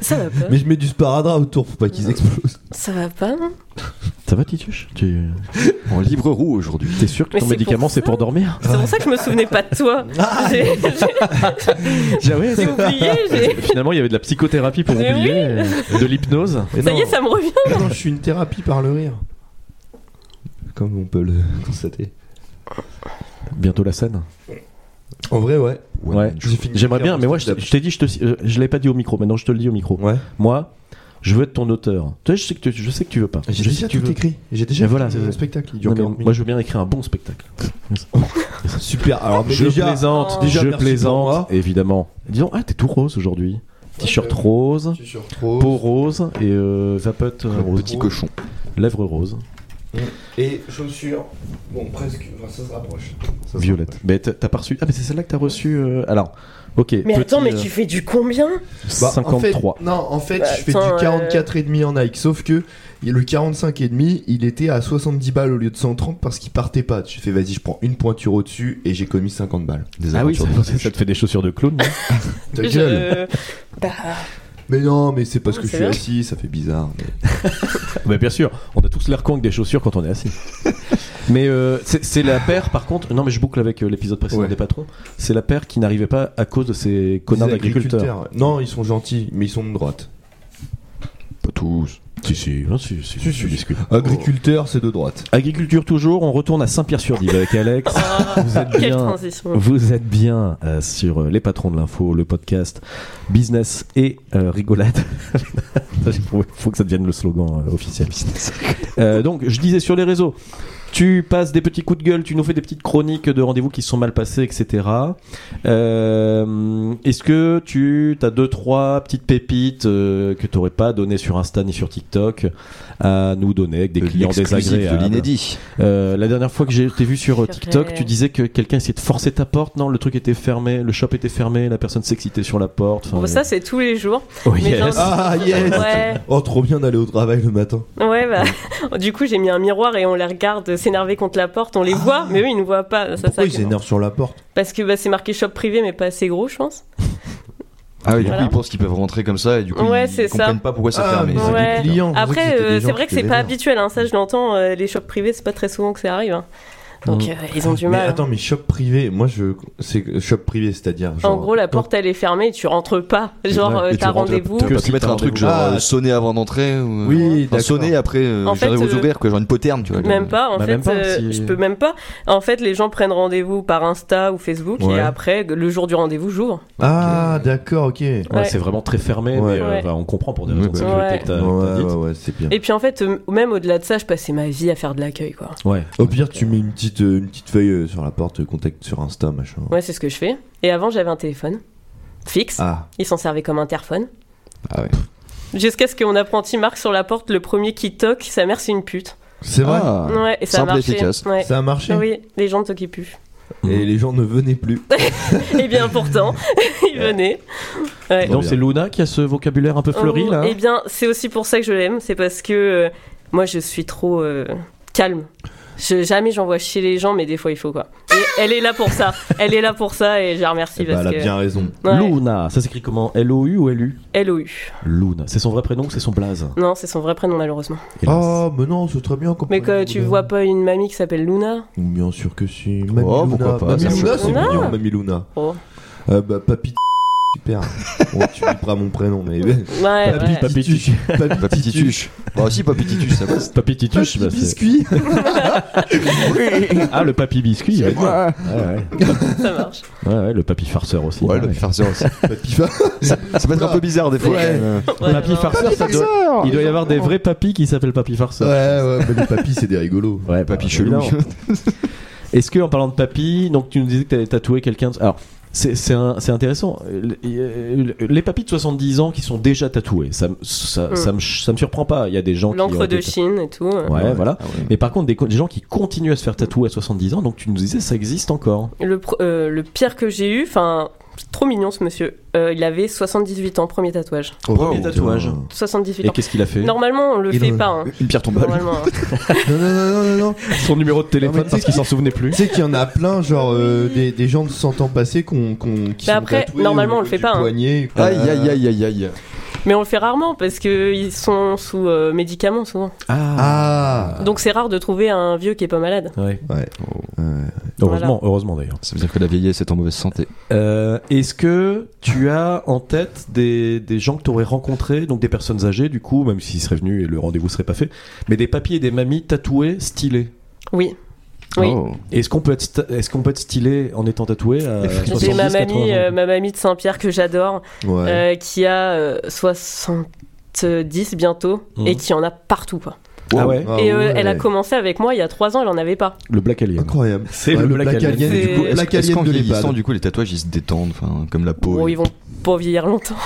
[SPEAKER 8] Ça va pas.
[SPEAKER 6] Mais je mets du sparadrap autour pour pas qu'ils explosent.
[SPEAKER 8] Ça va pas. non
[SPEAKER 5] Ça va Tituche Tu
[SPEAKER 7] En libre roue aujourd'hui.
[SPEAKER 5] t'es sûr que
[SPEAKER 8] Mais
[SPEAKER 5] ton
[SPEAKER 8] c'est pour
[SPEAKER 5] médicament c'est
[SPEAKER 8] ça.
[SPEAKER 5] pour
[SPEAKER 6] Ah.
[SPEAKER 5] dormir
[SPEAKER 8] C'est pour ça que je me souvenais pas de toi. J'ai j'ai-
[SPEAKER 5] Ah ouais,
[SPEAKER 8] j'ai oublié. j'ai-
[SPEAKER 5] Finalement, il y avait de la psychothérapie pour
[SPEAKER 8] Mais
[SPEAKER 5] oublier, et de l'hypnose.
[SPEAKER 8] Ça y est, ça me revient.
[SPEAKER 6] Non, je suis une thérapie par le rire. Comme on peut le constater.
[SPEAKER 5] Bientôt la scène.
[SPEAKER 6] En vrai, ouais.
[SPEAKER 5] Ouais.
[SPEAKER 6] J'ai fini de
[SPEAKER 5] J'aimerais
[SPEAKER 6] faire
[SPEAKER 5] bien,
[SPEAKER 6] mon
[SPEAKER 5] mais moi, je
[SPEAKER 6] stand-up.
[SPEAKER 5] t'ai je t'ai dit, je, te, euh, je l'ai pas dit au micro. Maintenant, je te le dis au micro.
[SPEAKER 6] Ouais.
[SPEAKER 5] Moi, je veux être ton auteur. Tu sais, je sais que tu, je sais que tu veux pas.
[SPEAKER 6] J'ai
[SPEAKER 5] Je
[SPEAKER 6] déjà
[SPEAKER 5] sais que tu
[SPEAKER 6] tout
[SPEAKER 5] veux.
[SPEAKER 6] écrit. J'ai déjà
[SPEAKER 5] Mais voilà,
[SPEAKER 6] écrit
[SPEAKER 5] c'est-
[SPEAKER 6] un spectacle qui
[SPEAKER 5] Non,
[SPEAKER 6] dure
[SPEAKER 5] mais
[SPEAKER 6] 40
[SPEAKER 5] moi,
[SPEAKER 6] minutes.
[SPEAKER 5] je veux bien écrire un bon spectacle.
[SPEAKER 6] Super. Alors, mais
[SPEAKER 5] je
[SPEAKER 6] déjà, ah,
[SPEAKER 5] plaisante,
[SPEAKER 8] Oh.
[SPEAKER 6] déjà,
[SPEAKER 5] je
[SPEAKER 6] merci pour
[SPEAKER 5] plaisante,
[SPEAKER 6] moi.
[SPEAKER 5] évidemment. Disons, ah, t'es tout rose aujourd'hui. T-shirt rose,
[SPEAKER 6] Je suis sur trop.
[SPEAKER 5] peau rose et euh, vapote euh, rose.
[SPEAKER 7] Petit cochon.
[SPEAKER 5] Lèvres roses,
[SPEAKER 6] Et chaussures. Bon, presque. Enfin, ça se rapproche. Ça se
[SPEAKER 5] violettes.
[SPEAKER 6] rapproche.
[SPEAKER 5] Mais t'as t'as pas reçu. Ah, mais c'est celle-là que t'as reçue. euh, Alors, ok.
[SPEAKER 8] Mais
[SPEAKER 5] petit,
[SPEAKER 8] attends, mais
[SPEAKER 5] euh,
[SPEAKER 8] tu fais du combien
[SPEAKER 6] Bah, en fait,
[SPEAKER 5] 53.
[SPEAKER 6] non, en fait,
[SPEAKER 8] Bah,
[SPEAKER 6] je fais
[SPEAKER 8] attends, euh,
[SPEAKER 6] du 44 et demi en Nike. Sauf que le 45 et demi, il était à 70 balles au lieu de 130 parce qu'il partait pas. J'ai fait, vas-y, je prends une pointure au-dessus et j'ai commis 50 balles.
[SPEAKER 7] Des
[SPEAKER 5] Ah oui, ça,
[SPEAKER 7] aventures de
[SPEAKER 5] ça te fait des chaussures de clown. non
[SPEAKER 6] Ta
[SPEAKER 8] Je-
[SPEAKER 6] gueule.
[SPEAKER 8] Bah,
[SPEAKER 6] Mais non, mais c'est parce
[SPEAKER 8] Ah,
[SPEAKER 6] que je
[SPEAKER 8] c'est
[SPEAKER 6] suis
[SPEAKER 8] vrai.
[SPEAKER 6] assis, ça fait bizarre. mais-
[SPEAKER 5] Mais Bah, bien sûr, on a tous l'air con avec des chaussures quand on est assis. mais euh, c'est c'est la paire, par contre. Non, mais je boucle avec euh, l'épisode précédent
[SPEAKER 6] Ouais.
[SPEAKER 5] des patrons. C'est la paire qui n'arrivait pas à cause de ces connards
[SPEAKER 6] Des
[SPEAKER 5] d'agriculteurs.
[SPEAKER 6] agriculteurs. Non, ils sont gentils, mais ils sont de droite.
[SPEAKER 7] Pas tous.
[SPEAKER 5] Si, si, hein, si, si,
[SPEAKER 6] Si,
[SPEAKER 5] si,
[SPEAKER 6] si.
[SPEAKER 5] je discute.
[SPEAKER 6] Agriculteurs, c'est de droite.
[SPEAKER 5] Agriculture toujours, on retourne à Saint-Pierre-sur-Dive avec Alex. Vous êtes
[SPEAKER 8] Ah, quelle
[SPEAKER 5] bien.
[SPEAKER 6] Oh,
[SPEAKER 8] transition.
[SPEAKER 5] Vous êtes bien euh, sur euh, Les Patrons de l'Info, le podcast Business et euh, Rigolade. Il faut, faut que ça devienne le slogan euh, officiel. Euh, donc, je disais sur les réseaux, tu passes des petits coups de gueule, tu nous fais des petites chroniques de rendez-vous qui se sont mal passés, etc. Euh, Est-ce que tu as deux, trois petites pépites euh, que tu n'aurais pas données sur Insta ni sur TikTok à nous donner avec des clients
[SPEAKER 7] Euh, L'exclusif
[SPEAKER 5] désagréables
[SPEAKER 7] de l'inédit.
[SPEAKER 5] euh, la dernière fois que j'ai t'ai vu sur euh, TikTok,
[SPEAKER 8] Purée.
[SPEAKER 5] tu disais que quelqu'un essayait de forcer ta porte. Non, le truc était fermé, le shop était fermé, la personne s'excitait sur la porte. enfin,
[SPEAKER 8] Bon, ça, c'est tous les jours.
[SPEAKER 5] oh,
[SPEAKER 8] mais
[SPEAKER 5] yes.
[SPEAKER 8] j'en-
[SPEAKER 6] Ah yes
[SPEAKER 8] Ouais.
[SPEAKER 6] Oh trop bien d'aller au travail le matin.
[SPEAKER 8] Ouais, bah, du coup, j'ai mis un miroir et on les regarde s'énerver contre la porte. On les voit, mais eux, ils ne voient pas. Ça, ça,
[SPEAKER 6] Ah. Pourquoi ils s'énervent sur la porte
[SPEAKER 8] Parce que bah, c'est marqué shop privé, mais pas assez gros, je pense.
[SPEAKER 7] Ah oui, du coup,
[SPEAKER 8] Voilà.
[SPEAKER 7] ils pensent qu'ils peuvent rentrer comme ça et du coup,
[SPEAKER 8] Ouais,
[SPEAKER 7] ils
[SPEAKER 8] c'est
[SPEAKER 7] ils
[SPEAKER 8] ça.
[SPEAKER 7] comprennent pas pourquoi c'est
[SPEAKER 6] Ah,
[SPEAKER 7] fermé.
[SPEAKER 6] mais c'est
[SPEAKER 8] Ouais.
[SPEAKER 6] des clients.
[SPEAKER 8] Après,
[SPEAKER 6] C'était des
[SPEAKER 8] euh,
[SPEAKER 6] gens
[SPEAKER 8] c'est vrai
[SPEAKER 6] qui
[SPEAKER 8] que c'est
[SPEAKER 6] les
[SPEAKER 8] pas
[SPEAKER 6] énervent.
[SPEAKER 8] habituel, hein, ça je l'entends. euh, les shops privés, c'est pas très souvent que ça arrive. hein. Donc
[SPEAKER 5] Mm.
[SPEAKER 8] euh, ils ont du mal.
[SPEAKER 6] Ah, Mais attends, mais shop privé, moi je. C'est shop privé, c'est-à-dire.
[SPEAKER 8] en
[SPEAKER 6] genre-
[SPEAKER 8] gros, la porte elle est fermée, tu rentres pas. Genre,
[SPEAKER 5] Ouais,
[SPEAKER 8] euh,
[SPEAKER 5] et tu
[SPEAKER 8] t'as
[SPEAKER 5] rentres-
[SPEAKER 8] rendez-vous.
[SPEAKER 5] Que
[SPEAKER 7] Tu peux
[SPEAKER 5] si
[SPEAKER 7] plus mettre
[SPEAKER 5] t'as
[SPEAKER 7] un truc
[SPEAKER 5] rendez-vous.
[SPEAKER 7] genre
[SPEAKER 6] Ah,
[SPEAKER 7] euh, sonner avant d'entrée ou euh,
[SPEAKER 6] Oui,
[SPEAKER 7] enfin,
[SPEAKER 6] d'accord.
[SPEAKER 7] sonner après euh,
[SPEAKER 8] En fait,
[SPEAKER 7] j'arrive aux
[SPEAKER 8] euh,
[SPEAKER 7] ouverts quoi, genre une poterne, tu vois.
[SPEAKER 8] Même pas, en
[SPEAKER 5] Bah,
[SPEAKER 8] fait,
[SPEAKER 5] même pas,
[SPEAKER 8] euh,
[SPEAKER 5] si-
[SPEAKER 8] je peux même pas. En fait, les gens prennent rendez-vous par Insta ou Facebook
[SPEAKER 5] Ouais.
[SPEAKER 8] et après, le jour du rendez-vous, j'ouvre.
[SPEAKER 6] Ah, d'accord, ok. Ouais,
[SPEAKER 5] Ouais,
[SPEAKER 8] Ouais.
[SPEAKER 5] c'est vraiment très fermé,
[SPEAKER 6] Ouais.
[SPEAKER 5] mais euh,
[SPEAKER 8] Ouais.
[SPEAKER 5] bah, on comprend pour des raisons de
[SPEAKER 7] Ouais.
[SPEAKER 5] sécurité que t'as t'as
[SPEAKER 6] ouais,
[SPEAKER 5] dites.
[SPEAKER 6] ouais, c'est bien.
[SPEAKER 8] Et puis en fait, euh, même au-delà de ça, je passais ma vie à faire de l'accueil, quoi.
[SPEAKER 5] Ouais.
[SPEAKER 6] Au pire, tu mets une petite, euh, une petite feuille euh, sur la porte, euh, contact sur Insta, machin.
[SPEAKER 8] Ouais, c'est ce que je fais. Et avant, j'avais un téléphone fixe.
[SPEAKER 6] Ah,
[SPEAKER 8] Il s'en servait comme interphone.
[SPEAKER 7] Ah ouais.
[SPEAKER 8] Jusqu'à ce que mon apprenti marque sur la porte le premier qui toque, sa mère c'est une pute.
[SPEAKER 6] c'est vrai
[SPEAKER 7] Ah.
[SPEAKER 8] ouais, et ça
[SPEAKER 7] Simple
[SPEAKER 8] a
[SPEAKER 7] et
[SPEAKER 8] marché.
[SPEAKER 7] efficace.
[SPEAKER 8] Ouais.
[SPEAKER 6] Ça a marché
[SPEAKER 8] Oui, les gens ne toquaient plus.
[SPEAKER 6] Et les gens ne venaient plus.
[SPEAKER 8] Et bien pourtant, ils venaient. Ouais.
[SPEAKER 5] Et donc c'est Luna qui a ce vocabulaire un peu fleuri
[SPEAKER 8] Oh,
[SPEAKER 5] là.
[SPEAKER 8] Eh bien, c'est aussi pour ça que je l'aime. C'est parce que euh, moi, je suis trop euh, calme. Je, jamais j'envoie chier les gens, mais des fois, il faut quoi. Et elle est là pour ça. Elle est là pour ça et je la remercie
[SPEAKER 6] Eh ben,
[SPEAKER 8] parce
[SPEAKER 6] elle a
[SPEAKER 8] que.
[SPEAKER 6] bien raison.
[SPEAKER 8] bah, Ouais,
[SPEAKER 5] Luna, ça s'écrit comment L-O-U ou L-U
[SPEAKER 8] LOU.
[SPEAKER 5] Luna. C'est son vrai prénom ou c'est son blaze
[SPEAKER 8] Non, c'est son vrai prénom, malheureusement.
[SPEAKER 5] Hélas.
[SPEAKER 6] Ah, mais non, c'est très bien. comme
[SPEAKER 8] Mais
[SPEAKER 6] prénom,
[SPEAKER 8] que tu
[SPEAKER 6] madame.
[SPEAKER 8] vois pas une mamie qui s'appelle Luna
[SPEAKER 6] Bien sûr que si. Mamie
[SPEAKER 7] Oh,
[SPEAKER 6] Luna.
[SPEAKER 7] pourquoi pas,
[SPEAKER 6] Mamie
[SPEAKER 7] ça
[SPEAKER 6] Luna,
[SPEAKER 7] me-
[SPEAKER 6] c'est
[SPEAKER 8] Luna.
[SPEAKER 6] mignon, Mamie Luna.
[SPEAKER 8] Oh.
[SPEAKER 6] Euh, bah, papy super. Bon, tu biperas mon prénom, mais.
[SPEAKER 8] Ouais, ouais.
[SPEAKER 5] Papy Titus.
[SPEAKER 7] Papy Tituche. Bah aussi Papy Tituche, ça passe.
[SPEAKER 5] Papy Tituche, bah, c'est-
[SPEAKER 6] biscuit.
[SPEAKER 5] Ah, le papy biscuit. Ouais, ouais. ouais.
[SPEAKER 8] ça marche.
[SPEAKER 5] Ouais, ouais, le papy farceur aussi.
[SPEAKER 7] Ouais, le farceur aussi.
[SPEAKER 6] Papy fa-
[SPEAKER 7] Ça ça peut être un peu bizarre des fois.
[SPEAKER 6] Ouais.
[SPEAKER 7] Euh,
[SPEAKER 8] Ouais,
[SPEAKER 5] Papy
[SPEAKER 8] non.
[SPEAKER 5] farceur, ça doit- il doit y avoir des vrais papys qui s'appellent papy farceur.
[SPEAKER 6] Ouais, ouais, mais les papys, c'est des rigolos.
[SPEAKER 5] Ouais, bah,
[SPEAKER 7] Papy chelou.
[SPEAKER 5] évidemment. Est-ce que en parlant de papy, donc tu nous disais que t'avais tatoué quelqu'un. de- Alors c'est c'est un- c'est intéressant. Les les papys de 70 ans qui sont déjà tatoués, ça me- ça,
[SPEAKER 8] Mm.
[SPEAKER 5] ça me ch- ça me surprend pas. Il y a des gens qui ont
[SPEAKER 8] L'encre de
[SPEAKER 5] été-
[SPEAKER 8] Chine et tout.
[SPEAKER 5] Ouais, voilà.
[SPEAKER 7] Ah ouais.
[SPEAKER 5] Mais par contre, des, co- des gens qui continuent à se faire tatouer à 70 ans, donc tu nous disais ça existe encore.
[SPEAKER 8] Le, pr- euh, le pire que j'ai eu, enfin, c'est trop mignon ce monsieur. Euh, il avait 78 ans, premier tatouage.
[SPEAKER 6] Oh,
[SPEAKER 5] Premier tatouage.
[SPEAKER 8] 78
[SPEAKER 5] Et
[SPEAKER 8] ans.
[SPEAKER 5] qu'est-ce qu'il a fait Bah,
[SPEAKER 8] Normalement, on le
[SPEAKER 6] Il
[SPEAKER 8] fait
[SPEAKER 6] en-
[SPEAKER 8] pas. hein.
[SPEAKER 7] Une pierre tombe à lui.
[SPEAKER 8] Normalement. hein.
[SPEAKER 6] Non, non, non, non, non, non.
[SPEAKER 5] Son numéro de
[SPEAKER 6] Non,
[SPEAKER 5] téléphone
[SPEAKER 6] mais
[SPEAKER 5] parce qu'il s'en souvenait plus.
[SPEAKER 6] Tu sais qu'il y en a plein, genre euh, des, des gens de 100 ans passés qu'on, qu'on, qui
[SPEAKER 8] Mais
[SPEAKER 6] sont
[SPEAKER 8] Bah après,
[SPEAKER 6] tatoués
[SPEAKER 8] normalement,
[SPEAKER 6] au
[SPEAKER 8] on le fait
[SPEAKER 6] du
[SPEAKER 8] pas, hein.
[SPEAKER 6] Poignet, quoi.
[SPEAKER 7] Aïe aïe aïe aïe aïe.
[SPEAKER 8] Mais on le fait rarement parce que ils sont sous euh, médicaments souvent.
[SPEAKER 6] Ah.
[SPEAKER 8] Donc c'est rare de trouver un vieux qui est pas malade.
[SPEAKER 5] Ouais.
[SPEAKER 6] Ouais. Ouais.
[SPEAKER 5] Heureusement, heureusement d'ailleurs.
[SPEAKER 7] Ça veut dire que la vieillesse est en mauvaise santé.
[SPEAKER 5] Euh, Est-ce que tu as en tête des, des gens que tu aurais rencontrés, donc des personnes âgées du coup, même s'ils seraient venus et le rendez-vous serait pas fait, mais des papiers et des mamies tatoués, stylés
[SPEAKER 8] Oui. Oui.
[SPEAKER 7] Oh.
[SPEAKER 5] Est-ce qu'on peut, être sta- est-ce qu'on peut être stylé en étant tatoué à
[SPEAKER 8] J'ai
[SPEAKER 5] 70,
[SPEAKER 8] ma
[SPEAKER 5] 80
[SPEAKER 8] mamie,
[SPEAKER 5] ans
[SPEAKER 8] euh, ma mamie de Saint-Pierre que j'adore,
[SPEAKER 6] Ouais.
[SPEAKER 8] euh, qui a euh, 70 bientôt
[SPEAKER 5] Mhm.
[SPEAKER 8] et qui en a partout quoi.
[SPEAKER 5] Ah ouais
[SPEAKER 8] et euh, elle a commencé avec moi il y a 3 ans, elle en avait pas.
[SPEAKER 5] Le Black Alien.
[SPEAKER 6] Incroyable.
[SPEAKER 5] C'est
[SPEAKER 6] Ouais,
[SPEAKER 5] le Black Alien.
[SPEAKER 8] C'est-
[SPEAKER 6] du coup,
[SPEAKER 8] Est-ce-
[SPEAKER 6] Black
[SPEAKER 7] Est-ce
[SPEAKER 6] Alien
[SPEAKER 7] qu'en
[SPEAKER 6] de
[SPEAKER 7] vieillissant,
[SPEAKER 6] l'EHPAD.
[SPEAKER 7] du coup, les tatouages ils se détendent, enfin, comme la peau.
[SPEAKER 8] Bon,
[SPEAKER 7] et-
[SPEAKER 8] ils vont pas vieillir longtemps.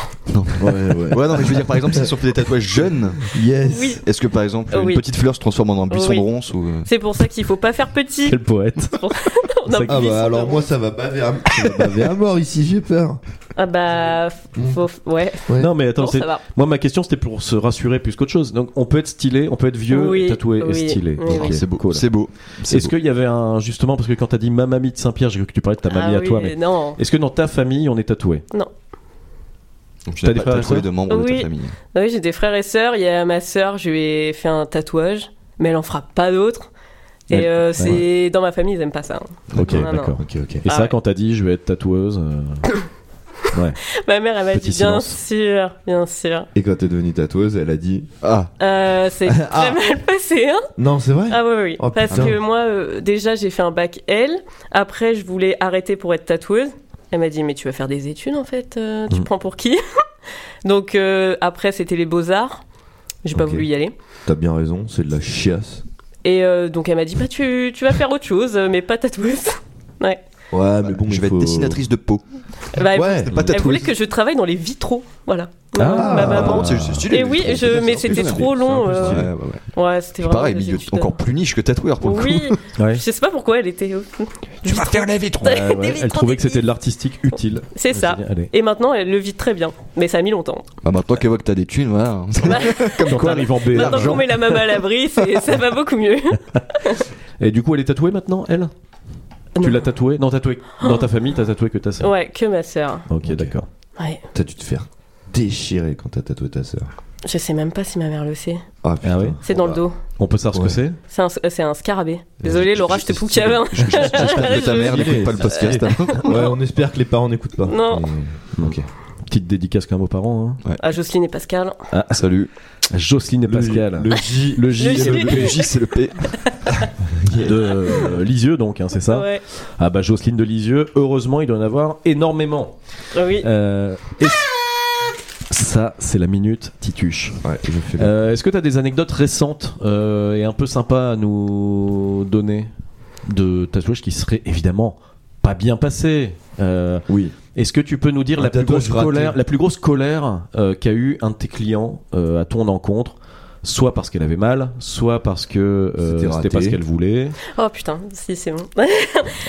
[SPEAKER 6] Ouais, ouais.
[SPEAKER 7] Ouais, non, mais je veux dire, par exemple, si on fait des tatouages jeunes,
[SPEAKER 6] Yes.
[SPEAKER 8] Oui.
[SPEAKER 7] est-ce que par exemple,
[SPEAKER 8] Oui.
[SPEAKER 7] une petite fleur se transforme en un buisson
[SPEAKER 8] Oui.
[SPEAKER 7] de ronces ou. euh,
[SPEAKER 8] C'est pour ça qu'il faut pas faire petit.
[SPEAKER 5] Quel poète.
[SPEAKER 8] On a
[SPEAKER 5] ça-
[SPEAKER 8] plus
[SPEAKER 6] Ah
[SPEAKER 8] de
[SPEAKER 6] bah alors
[SPEAKER 8] cent
[SPEAKER 6] moi ça va baver à, ça va baver à mort ici, j'ai peur.
[SPEAKER 8] euros. Ah bah f- faut f- ouais.
[SPEAKER 5] Non mais attends,
[SPEAKER 8] Bon,
[SPEAKER 5] c'est-
[SPEAKER 8] ça va.
[SPEAKER 5] moi ma question c'était pour se rassurer plus qu'autre chose. Donc on peut être stylé, on peut être vieux,
[SPEAKER 8] Oui,
[SPEAKER 5] tatoué et
[SPEAKER 8] oui,
[SPEAKER 5] stylé.
[SPEAKER 8] oui,
[SPEAKER 5] Ok,
[SPEAKER 8] oui.
[SPEAKER 7] C'est beau.
[SPEAKER 5] cool.
[SPEAKER 7] C'est beau. c'est
[SPEAKER 5] Est-ce qu'il y avait un justement parce que quand t'as dit ma mamie de Saint-Pierre, j'ai cru que tu parlais de ta mamie
[SPEAKER 8] Ah
[SPEAKER 5] à
[SPEAKER 8] oui,
[SPEAKER 5] toi, mais
[SPEAKER 8] non.
[SPEAKER 5] est-ce que dans ta famille on est tatoué
[SPEAKER 7] Donc tu
[SPEAKER 5] T'as
[SPEAKER 7] n'as
[SPEAKER 5] des
[SPEAKER 7] pas
[SPEAKER 5] frères et
[SPEAKER 7] tatoué
[SPEAKER 5] sœurs
[SPEAKER 7] de membres de
[SPEAKER 8] Oui.
[SPEAKER 7] ta famille.
[SPEAKER 8] Ah Oui, j'ai des frères et sœurs. Il y a ma sœur, je lui ai fait un tatouage, mais elle en fera pas d'autres.
[SPEAKER 5] Elle-
[SPEAKER 8] Et euh, c'est dans ma famille, ils aiment pas ça. hein.
[SPEAKER 5] Ok,
[SPEAKER 8] Non, non.
[SPEAKER 5] d'accord.
[SPEAKER 6] Ok, ok.
[SPEAKER 5] Et
[SPEAKER 8] Ah
[SPEAKER 5] ça,
[SPEAKER 8] ouais.
[SPEAKER 5] quand t'as dit je vais être tatoueuse, euh,
[SPEAKER 8] Ma mère, elle m'a
[SPEAKER 5] Petit
[SPEAKER 8] dit bien
[SPEAKER 5] silence.
[SPEAKER 8] sûr, bien sûr.
[SPEAKER 6] Et quand t'es devenue tatoueuse, elle a dit
[SPEAKER 7] Ah,
[SPEAKER 8] Euh, c'est très
[SPEAKER 6] Ah.
[SPEAKER 8] mal passé, hein
[SPEAKER 6] Non, c'est vrai
[SPEAKER 8] Ah oui, oui.
[SPEAKER 6] Oh,
[SPEAKER 8] Parce
[SPEAKER 6] putain.
[SPEAKER 8] que moi, euh, déjà, j'ai fait un bac L. Après, je voulais arrêter pour être tatoueuse. Elle m'a dit mais tu vas faire des études en fait. euh, tu
[SPEAKER 6] Hmm.
[SPEAKER 5] Mm.
[SPEAKER 8] prends pour qui Donc euh, après, c'était les beaux arts. J'ai pas
[SPEAKER 6] Ok.
[SPEAKER 8] voulu y aller.
[SPEAKER 6] T'as bien raison, c'est de la chiasse.
[SPEAKER 8] Et euh, donc elle m'a dit bah tu, tu vas faire autre chose, mais pas tatoueuse. Ouais.
[SPEAKER 6] Ouais, mais bon,
[SPEAKER 7] je
[SPEAKER 6] il
[SPEAKER 7] vais
[SPEAKER 6] faut-
[SPEAKER 7] être dessinatrice de peau.
[SPEAKER 8] Bah,
[SPEAKER 6] Ouais.
[SPEAKER 8] elle-
[SPEAKER 7] Pas
[SPEAKER 8] Elle voulait
[SPEAKER 7] tatouée.
[SPEAKER 8] que je travaille dans les vitraux, voilà.
[SPEAKER 5] Ah.
[SPEAKER 8] Ma maman.
[SPEAKER 7] c'est c'est stylé.
[SPEAKER 8] Et Eh oui,
[SPEAKER 7] les vitraux,
[SPEAKER 8] je- mais
[SPEAKER 7] c'est
[SPEAKER 8] c'était
[SPEAKER 7] stylé.
[SPEAKER 8] trop long.
[SPEAKER 7] Ouais,
[SPEAKER 8] euh,
[SPEAKER 7] ouais, ouais.
[SPEAKER 8] Ouais, c'était
[SPEAKER 7] Puis
[SPEAKER 8] vraiment.
[SPEAKER 7] pareil,
[SPEAKER 8] des
[SPEAKER 7] milieu
[SPEAKER 8] études, euh,
[SPEAKER 7] encore plus niche que tatoueur pour le coup.
[SPEAKER 8] Oui,
[SPEAKER 5] ouais.
[SPEAKER 8] je sais pas pourquoi elle était. euh,
[SPEAKER 7] Tu vas faire les vitraux.
[SPEAKER 5] Ouais, ouais. Elle trouvait que c'était de l'artistique utile.
[SPEAKER 8] C'est ça.
[SPEAKER 5] Elle s'est dit, allez.
[SPEAKER 8] Et maintenant, elle le vit très bien. Mais ça a mis longtemps.
[SPEAKER 7] Bah maintenant qu'évoque t'as des thunes, voilà.
[SPEAKER 5] Comme quoi, arrive en B.
[SPEAKER 8] Maintenant qu'on met la maman à l'abri, c'est- ça va beaucoup mieux.
[SPEAKER 5] Et du coup, elle est tatouée maintenant, elle
[SPEAKER 8] Non. Oh.
[SPEAKER 5] Tu l'as tatouée Non, tatouée. Dans ta famille, t'as tatoué que ta sœur.
[SPEAKER 8] Ouais, que ma sœur.
[SPEAKER 5] Ok,
[SPEAKER 6] Ok.
[SPEAKER 5] d'accord.
[SPEAKER 8] Ouais.
[SPEAKER 6] T'as dû te faire déchirer quand t'as tatoué ta sœur.
[SPEAKER 8] Je sais même pas si ma mère le sait.
[SPEAKER 6] Ah,
[SPEAKER 5] Ah ouais
[SPEAKER 8] C'est dans le dos.
[SPEAKER 5] On peut savoir
[SPEAKER 6] Ouais.
[SPEAKER 5] ce que
[SPEAKER 8] C'est un, c'est un scarabée. Désolée, Laura, je te poucave. hein.
[SPEAKER 7] J'espère que ta mère n'écoute
[SPEAKER 6] Stylé.
[SPEAKER 7] pas le podcast. hein.
[SPEAKER 6] Ouais, on espère que les parents n'écoutent pas.
[SPEAKER 8] Non.
[SPEAKER 5] c'est
[SPEAKER 7] Ok.
[SPEAKER 5] Petite dédicace quand même aux parents. Hein.
[SPEAKER 8] À Ah, Jocelyne et Pascal.
[SPEAKER 7] Salut.
[SPEAKER 5] Jocelyne et Pascal.
[SPEAKER 6] Ah, Le J.
[SPEAKER 5] Le J,
[SPEAKER 8] Le J.
[SPEAKER 5] et le
[SPEAKER 7] Le J, c'est le P.
[SPEAKER 5] P de euh, Lisieux, donc, hein, c'est ça
[SPEAKER 8] Ouais.
[SPEAKER 5] Ah bah Jocelyne de Lisieux, heureusement, il doit y en avoir énormément.
[SPEAKER 8] Oui.
[SPEAKER 5] Euh, et-
[SPEAKER 8] Ah
[SPEAKER 5] Ça, c'est la minute tituche.
[SPEAKER 7] Ouais, je fais bien.
[SPEAKER 5] Euh, Est-ce que tu as des anecdotes récentes euh, et un peu sympas à nous donner de tatouages qui seraient évidemment pas bien passés Euh,
[SPEAKER 6] Oui.
[SPEAKER 5] Est-ce que tu peux nous dire
[SPEAKER 6] Un
[SPEAKER 5] la plus,
[SPEAKER 6] tatouage
[SPEAKER 5] grosse
[SPEAKER 6] raté.
[SPEAKER 5] colère, la plus grosse colère euh, qu'a eu un de tes clients euh, à ton encontre soit parce qu'elle avait mal, soit parce que euh,
[SPEAKER 6] C'était raté.
[SPEAKER 5] c'était pas ce qu'elle voulait.
[SPEAKER 8] Oh putain, si c'est bon.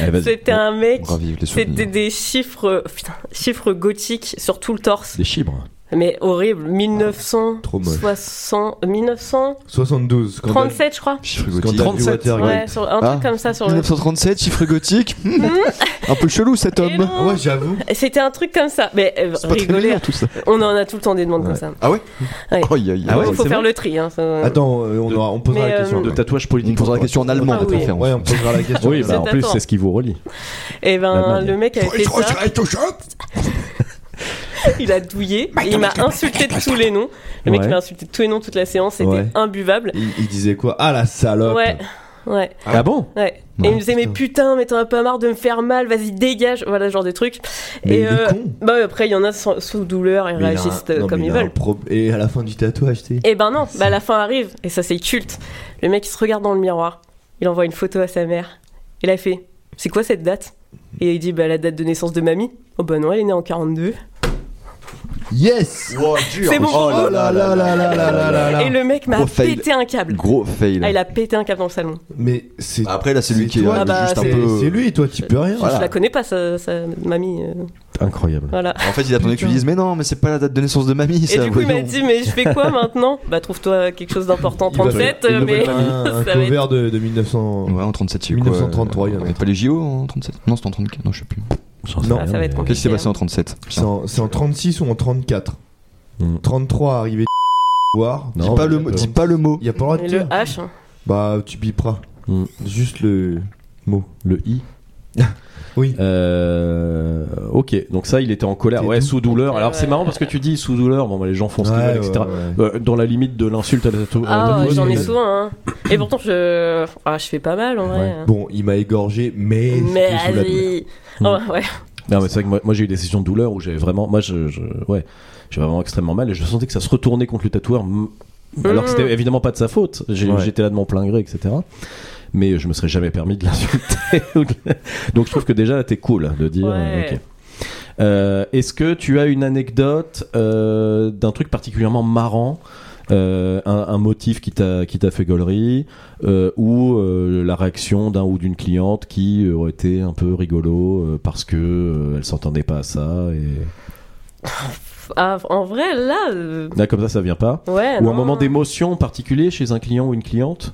[SPEAKER 5] Eh, vas-y.
[SPEAKER 8] C'était un mec.
[SPEAKER 7] Ravive les
[SPEAKER 8] C'était
[SPEAKER 7] souvenirs.
[SPEAKER 8] des chiffres, putain, chiffres gothiques sur tout le torse,
[SPEAKER 5] Des chibres.
[SPEAKER 8] mais horrible. 1900,
[SPEAKER 6] Trop moche.
[SPEAKER 8] 60, 1937,
[SPEAKER 6] 72. scandale-
[SPEAKER 8] je crois.
[SPEAKER 7] Chiffre
[SPEAKER 6] scandale
[SPEAKER 7] gothique.
[SPEAKER 6] du
[SPEAKER 5] 37,
[SPEAKER 6] Watergate.
[SPEAKER 8] Ouais, sur, un
[SPEAKER 7] Ah.
[SPEAKER 8] truc comme ça sur le.
[SPEAKER 7] 1937, chiffre gothique. Hmm. Un peu chelou cet
[SPEAKER 8] Et
[SPEAKER 7] homme.
[SPEAKER 8] non.
[SPEAKER 6] Ah Ouais, j'avoue.
[SPEAKER 8] C'était un truc comme ça. Mais euh,
[SPEAKER 7] C'est pas très
[SPEAKER 8] rigolez,
[SPEAKER 7] bien tout ça.
[SPEAKER 8] on en a tout le temps des demandes comme ça.
[SPEAKER 7] Ah ouais
[SPEAKER 8] Ouais.
[SPEAKER 7] Aïe, aïe, aïe.
[SPEAKER 5] Ah ouais,
[SPEAKER 8] Il faut
[SPEAKER 5] c'est
[SPEAKER 8] faire
[SPEAKER 5] vrai
[SPEAKER 8] le tri. Hein, ça-
[SPEAKER 6] Attends, euh, on, aura- on posera
[SPEAKER 8] Mais,
[SPEAKER 6] la
[SPEAKER 8] euh,
[SPEAKER 6] question.
[SPEAKER 5] De
[SPEAKER 6] après.
[SPEAKER 5] tatouages
[SPEAKER 7] On
[SPEAKER 5] politiques.
[SPEAKER 7] posera la question en allemand,
[SPEAKER 8] Ah
[SPEAKER 7] de
[SPEAKER 8] oui.
[SPEAKER 7] préférence.
[SPEAKER 6] Ouais, on posera la question.
[SPEAKER 5] Oui, bah, en
[SPEAKER 8] C'est
[SPEAKER 5] plus,
[SPEAKER 8] d'accord.
[SPEAKER 5] c'est ce qui vous relie.
[SPEAKER 8] Et ben
[SPEAKER 5] L'Allemagne.
[SPEAKER 8] le mec
[SPEAKER 7] Oh,
[SPEAKER 8] a fait ça. Il a douillé. et il m'a insulté de tous les noms. Le mec
[SPEAKER 5] Ouais.
[SPEAKER 8] m'a insulté de tous les noms toute la séance. C'était
[SPEAKER 6] Ouais.
[SPEAKER 8] imbuvable.
[SPEAKER 6] Il, il disait quoi Ah la salope
[SPEAKER 8] Ouais. Ouais.
[SPEAKER 5] Ah, bon
[SPEAKER 8] Ouais.
[SPEAKER 7] Ouais,
[SPEAKER 8] et il me disait, mais putain, mais t'en as pas marre de me faire mal, vas-y, dégage. Voilà, ce genre de truc.
[SPEAKER 6] Mais
[SPEAKER 8] et
[SPEAKER 6] il est
[SPEAKER 8] euh,
[SPEAKER 6] con.
[SPEAKER 8] bah ouais, après, il y en a sans- sous douleur, ils
[SPEAKER 6] Mais il a un-
[SPEAKER 8] réagissent euh,
[SPEAKER 6] non,
[SPEAKER 8] comme
[SPEAKER 6] mais
[SPEAKER 8] ils
[SPEAKER 6] il a un
[SPEAKER 8] veulent.
[SPEAKER 6] pro- Et à la fin du tatouage, tu sais.
[SPEAKER 8] Et ben non, bah la fin arrive, et ça c'est culte. Le mec il se regarde dans le miroir, il envoie une photo à sa mère. Il a fait, c'est quoi cette date Et il dit, bah la date de naissance de mamie. Oh bah non, elle est née en 42.
[SPEAKER 6] Yes
[SPEAKER 8] C'est bon.
[SPEAKER 6] Oh là là là là là là là là là.
[SPEAKER 8] Et le mec m'a
[SPEAKER 7] Gros fail.
[SPEAKER 8] pété un câble.
[SPEAKER 7] Gros fail.
[SPEAKER 8] Ah, il a pété un câble dans le salon.
[SPEAKER 6] Mais c'est
[SPEAKER 7] Après, là, c'est lui
[SPEAKER 6] C'est
[SPEAKER 7] qui est
[SPEAKER 6] toi,
[SPEAKER 7] euh,
[SPEAKER 8] Ah bah,
[SPEAKER 7] juste un
[SPEAKER 6] c'est
[SPEAKER 7] peu.
[SPEAKER 6] c'est lui, toi tu peux rien.
[SPEAKER 7] Voilà.
[SPEAKER 8] Je la connais pas, sa, sa mamie. euh,
[SPEAKER 5] Incroyable.
[SPEAKER 8] voilà.
[SPEAKER 7] En fait, il attendait que tu dises, mais non, mais c'est pas la date de naissance de mamie.
[SPEAKER 8] Et
[SPEAKER 7] ça,
[SPEAKER 8] du coup, il m'a
[SPEAKER 7] voyons.
[SPEAKER 8] dit, mais je fais quoi maintenant Bah, trouve-toi quelque chose d'important.
[SPEAKER 6] Il va falloir
[SPEAKER 8] 37,
[SPEAKER 6] une
[SPEAKER 8] mais.
[SPEAKER 6] nouvelle mamie. un,
[SPEAKER 8] ça va
[SPEAKER 6] cover de, de 1900.
[SPEAKER 7] Ouais, en 37, c'est quoi
[SPEAKER 6] 1933, il y en a.
[SPEAKER 7] On avait pas les JO en 37 Non, c'était en 34. Non, je sais plus.
[SPEAKER 5] J'en
[SPEAKER 6] Non.
[SPEAKER 5] rien,
[SPEAKER 8] Ça va être
[SPEAKER 5] mais-
[SPEAKER 8] compliqué.
[SPEAKER 7] Qu'est-ce qui s'est passé en 37
[SPEAKER 6] C'est en, c'est en 36 ou en 34
[SPEAKER 5] Hmm.
[SPEAKER 6] 33 arrivé voir.
[SPEAKER 5] Non,
[SPEAKER 7] Dis pas le mot- Dis pas le mot.
[SPEAKER 6] Il y a pas le droit de
[SPEAKER 8] Et le
[SPEAKER 6] dire.
[SPEAKER 8] H, hein.
[SPEAKER 6] Bah tu biperas.
[SPEAKER 5] Hmm.
[SPEAKER 6] Juste le mot.
[SPEAKER 5] Le i.
[SPEAKER 6] Oui.
[SPEAKER 5] Euh, ok, donc ça, il était en colère,
[SPEAKER 6] C'est
[SPEAKER 5] ouais,
[SPEAKER 6] tout.
[SPEAKER 5] sous douleur. Alors c'est
[SPEAKER 8] Ouais.
[SPEAKER 5] marrant parce que tu dis sous douleur, bon, bah, les gens font ce qu'ils
[SPEAKER 6] Ouais,
[SPEAKER 5] veulent,
[SPEAKER 6] ouais,
[SPEAKER 5] etc.
[SPEAKER 6] ouais.
[SPEAKER 5] Euh, dans la limite de l'insulte à la tatou- à la
[SPEAKER 8] Ah,
[SPEAKER 5] tatoueuse,
[SPEAKER 8] j'en ai
[SPEAKER 5] mais-
[SPEAKER 8] souvent, hein. Et pourtant, je. Ah, je fais pas mal en vrai. hein.
[SPEAKER 6] Bon, il m'a égorgé, mais.
[SPEAKER 8] Mais
[SPEAKER 6] c'était sous la douleur.
[SPEAKER 8] vas-y. Oh, ouais.
[SPEAKER 5] Non, mais c'est vrai que moi, moi, j'ai eu des sessions de douleur où j'avais vraiment, moi, je, je- ouais, j'avais vraiment extrêmement mal et je sentais que ça se retournait contre le tatoueur. m- Alors que c'était
[SPEAKER 8] Mmh.
[SPEAKER 5] évidemment pas de sa faute. J'ai-
[SPEAKER 6] Ouais.
[SPEAKER 5] J'étais là de mon plein gré, etc. Mais je me serais jamais permis de l'insulter. ou de la- Donc je trouve que déjà, t'es cool de dire.
[SPEAKER 8] Ouais.
[SPEAKER 5] euh, ok. Euh, Est-ce que tu as une anecdote euh, d'un truc particulièrement marrant euh, un, un motif qui t'a qui t'a fait gaulerie euh, ou euh, la réaction d'un ou d'une cliente qui euh, aurait été un peu rigolo euh, parce que euh, elle s'entendait pas à ça et
[SPEAKER 8] Ah, en vrai, là. euh,
[SPEAKER 5] là comme ça ça vient pas
[SPEAKER 8] Ouais.
[SPEAKER 5] ou
[SPEAKER 8] non.
[SPEAKER 5] un moment d'émotion particulier chez un client ou une cliente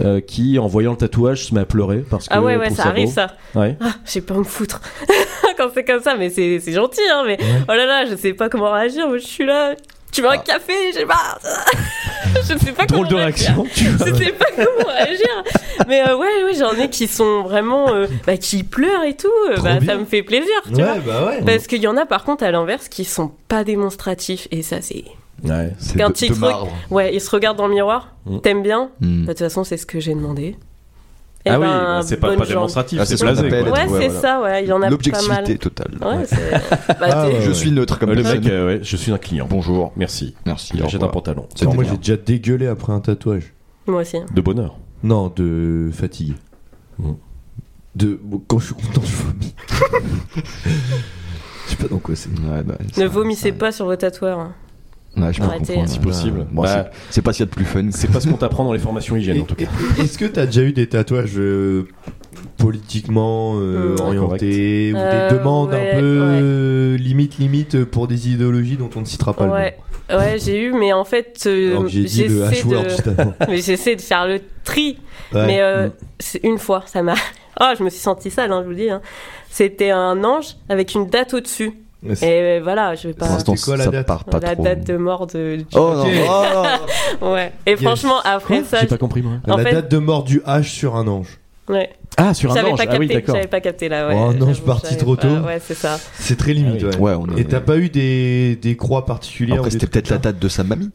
[SPEAKER 5] euh, qui en voyant le tatouage se met à pleurer parce que
[SPEAKER 8] Ah, ouais,
[SPEAKER 5] elle
[SPEAKER 8] ouais,
[SPEAKER 5] trouve
[SPEAKER 8] ça arrive
[SPEAKER 5] beau.
[SPEAKER 8] ça.
[SPEAKER 5] Ouais.
[SPEAKER 8] Ah, j'ai pas à me foutre. Quand c'est comme ça, mais c'est c'est gentil, hein. Mais oh là là, je sais pas comment réagir. Moi, je suis là. Tu veux un café J'ai pas. je sais pas
[SPEAKER 5] drôle de
[SPEAKER 8] comment réagir.
[SPEAKER 5] réaction tu vois.
[SPEAKER 8] Je sais pas comment réagir. Mais euh, ouais, ouais, j'en ai qui sont vraiment. euh, bah, qui pleurent et tout. Euh,
[SPEAKER 6] Trop
[SPEAKER 8] Bah,
[SPEAKER 6] bien.
[SPEAKER 8] ça me fait plaisir, tu vois.
[SPEAKER 6] Ouais, bah ouais.
[SPEAKER 8] Parce qu'il y en a par contre à l'inverse qui sont pas démonstratifs. Et ça, c'est.
[SPEAKER 5] Ouais.
[SPEAKER 7] C'est
[SPEAKER 8] un
[SPEAKER 7] de-
[SPEAKER 8] petit
[SPEAKER 7] de
[SPEAKER 8] truc.
[SPEAKER 7] marbre.
[SPEAKER 8] Ouais, ils se regardent dans le miroir.
[SPEAKER 5] Mm.
[SPEAKER 8] T'aimes bien
[SPEAKER 7] Hmm.
[SPEAKER 8] Bah, De toute façon, c'est ce que j'ai demandé. Eh
[SPEAKER 5] ah oui
[SPEAKER 8] ben,
[SPEAKER 5] bah, c'est pas,
[SPEAKER 8] bonne
[SPEAKER 5] pas
[SPEAKER 8] jambe.
[SPEAKER 5] démonstratif
[SPEAKER 7] Ah,
[SPEAKER 5] c'est
[SPEAKER 7] c'est ce qu'on
[SPEAKER 5] blasé
[SPEAKER 7] appelle
[SPEAKER 5] quoi.
[SPEAKER 8] Ouais,
[SPEAKER 7] Ouais,
[SPEAKER 8] c'est
[SPEAKER 7] voilà.
[SPEAKER 8] ça, ouais. Il y en a pas mal.
[SPEAKER 7] L'objectivité totale.
[SPEAKER 8] Ouais, c'est. bah,
[SPEAKER 6] Ah,
[SPEAKER 8] t'es-
[SPEAKER 6] ouais.
[SPEAKER 7] Je suis neutre comme
[SPEAKER 5] Euh, le
[SPEAKER 7] personne.
[SPEAKER 5] mec euh, ouais, je suis un client
[SPEAKER 7] Bonjour.
[SPEAKER 5] merci bah.
[SPEAKER 7] Merci. au
[SPEAKER 5] j'achète un
[SPEAKER 7] revoir.
[SPEAKER 5] pantalon
[SPEAKER 7] C'était
[SPEAKER 6] Non, moi j'ai
[SPEAKER 7] bien.
[SPEAKER 6] déjà dégueulé après un tatouage.
[SPEAKER 8] Moi aussi.
[SPEAKER 5] de bonheur
[SPEAKER 6] Non, de fatigue.
[SPEAKER 5] Mm.
[SPEAKER 6] De bon, quand je suis content, je vomis. Je sais pas dans quoi c'est.
[SPEAKER 7] Ouais, bah,
[SPEAKER 8] Ne
[SPEAKER 7] ça-
[SPEAKER 8] vomissez
[SPEAKER 7] ça-
[SPEAKER 8] pas sur vos tatoueurs. hein.
[SPEAKER 7] Ouais, je peux
[SPEAKER 8] Arrêtez. hein.
[SPEAKER 7] comprendre.
[SPEAKER 5] si possible
[SPEAKER 7] Bon,
[SPEAKER 5] Bah,
[SPEAKER 7] c'est- c'est pas s'il y a de plus fun.
[SPEAKER 5] c'est pas ce qu'on t'apprend dans les formations hygiène
[SPEAKER 6] Et-
[SPEAKER 5] en tout cas
[SPEAKER 6] et- Est-ce que t'as déjà eu des tatouages euh, politiquement euh,
[SPEAKER 8] Euh,
[SPEAKER 6] orientés ou
[SPEAKER 8] Euh,
[SPEAKER 6] des demandes
[SPEAKER 8] ouais,
[SPEAKER 6] un peu euh, limite limite euh, pour des idéologies dont on ne citera pas
[SPEAKER 8] Ouais, ouais j'ai eu, mais en fait,
[SPEAKER 6] le nom
[SPEAKER 8] euh,
[SPEAKER 6] Alors que j'ai dit
[SPEAKER 8] j'essaie
[SPEAKER 6] le H-word
[SPEAKER 8] de.
[SPEAKER 6] juste avant.
[SPEAKER 8] Mais j'essaie de faire le tri.
[SPEAKER 6] Ouais.
[SPEAKER 8] Mais
[SPEAKER 5] Mm.
[SPEAKER 8] euh, c'est une fois, ça m'a. Ah, je me suis sentie sale, hein, je vous le dis. hein. C'était un ange avec une date au-dessus.
[SPEAKER 6] Mais c'est-
[SPEAKER 8] Et voilà, je vais
[SPEAKER 7] Pour
[SPEAKER 8] pas.
[SPEAKER 7] l'instant,
[SPEAKER 6] C'est quoi la
[SPEAKER 7] ça
[SPEAKER 6] date
[SPEAKER 7] part pas
[SPEAKER 8] la
[SPEAKER 7] trop.
[SPEAKER 8] date de mort de.
[SPEAKER 7] Oh non,
[SPEAKER 6] Ok.
[SPEAKER 7] oh non.
[SPEAKER 8] Ouais. Et franchement, après Eh, ça,
[SPEAKER 5] J'ai pas compris moi.
[SPEAKER 8] En
[SPEAKER 6] la
[SPEAKER 8] fait-
[SPEAKER 6] date de mort du H sur un ange.
[SPEAKER 8] ouais.
[SPEAKER 5] Ah, sur un
[SPEAKER 8] j'avais
[SPEAKER 5] ange.
[SPEAKER 8] pas
[SPEAKER 5] Ah oui,
[SPEAKER 8] capté.
[SPEAKER 5] d'accord.
[SPEAKER 8] j'avais pas capté là. Ouais,
[SPEAKER 6] Oh non,
[SPEAKER 8] J'avoue,
[SPEAKER 6] je suis parti
[SPEAKER 8] j'avais
[SPEAKER 6] trop
[SPEAKER 8] pas-
[SPEAKER 6] tôt.
[SPEAKER 8] Ouais, c'est ça.
[SPEAKER 6] C'est très limite.
[SPEAKER 5] Ah oui.
[SPEAKER 7] oh, Ouais, on est-
[SPEAKER 6] Et t'as pas eu des, des croix particulières
[SPEAKER 7] Après,
[SPEAKER 6] ou des
[SPEAKER 7] c'était
[SPEAKER 6] trucs
[SPEAKER 7] peut-être la
[SPEAKER 6] comme
[SPEAKER 7] date de sa mamie.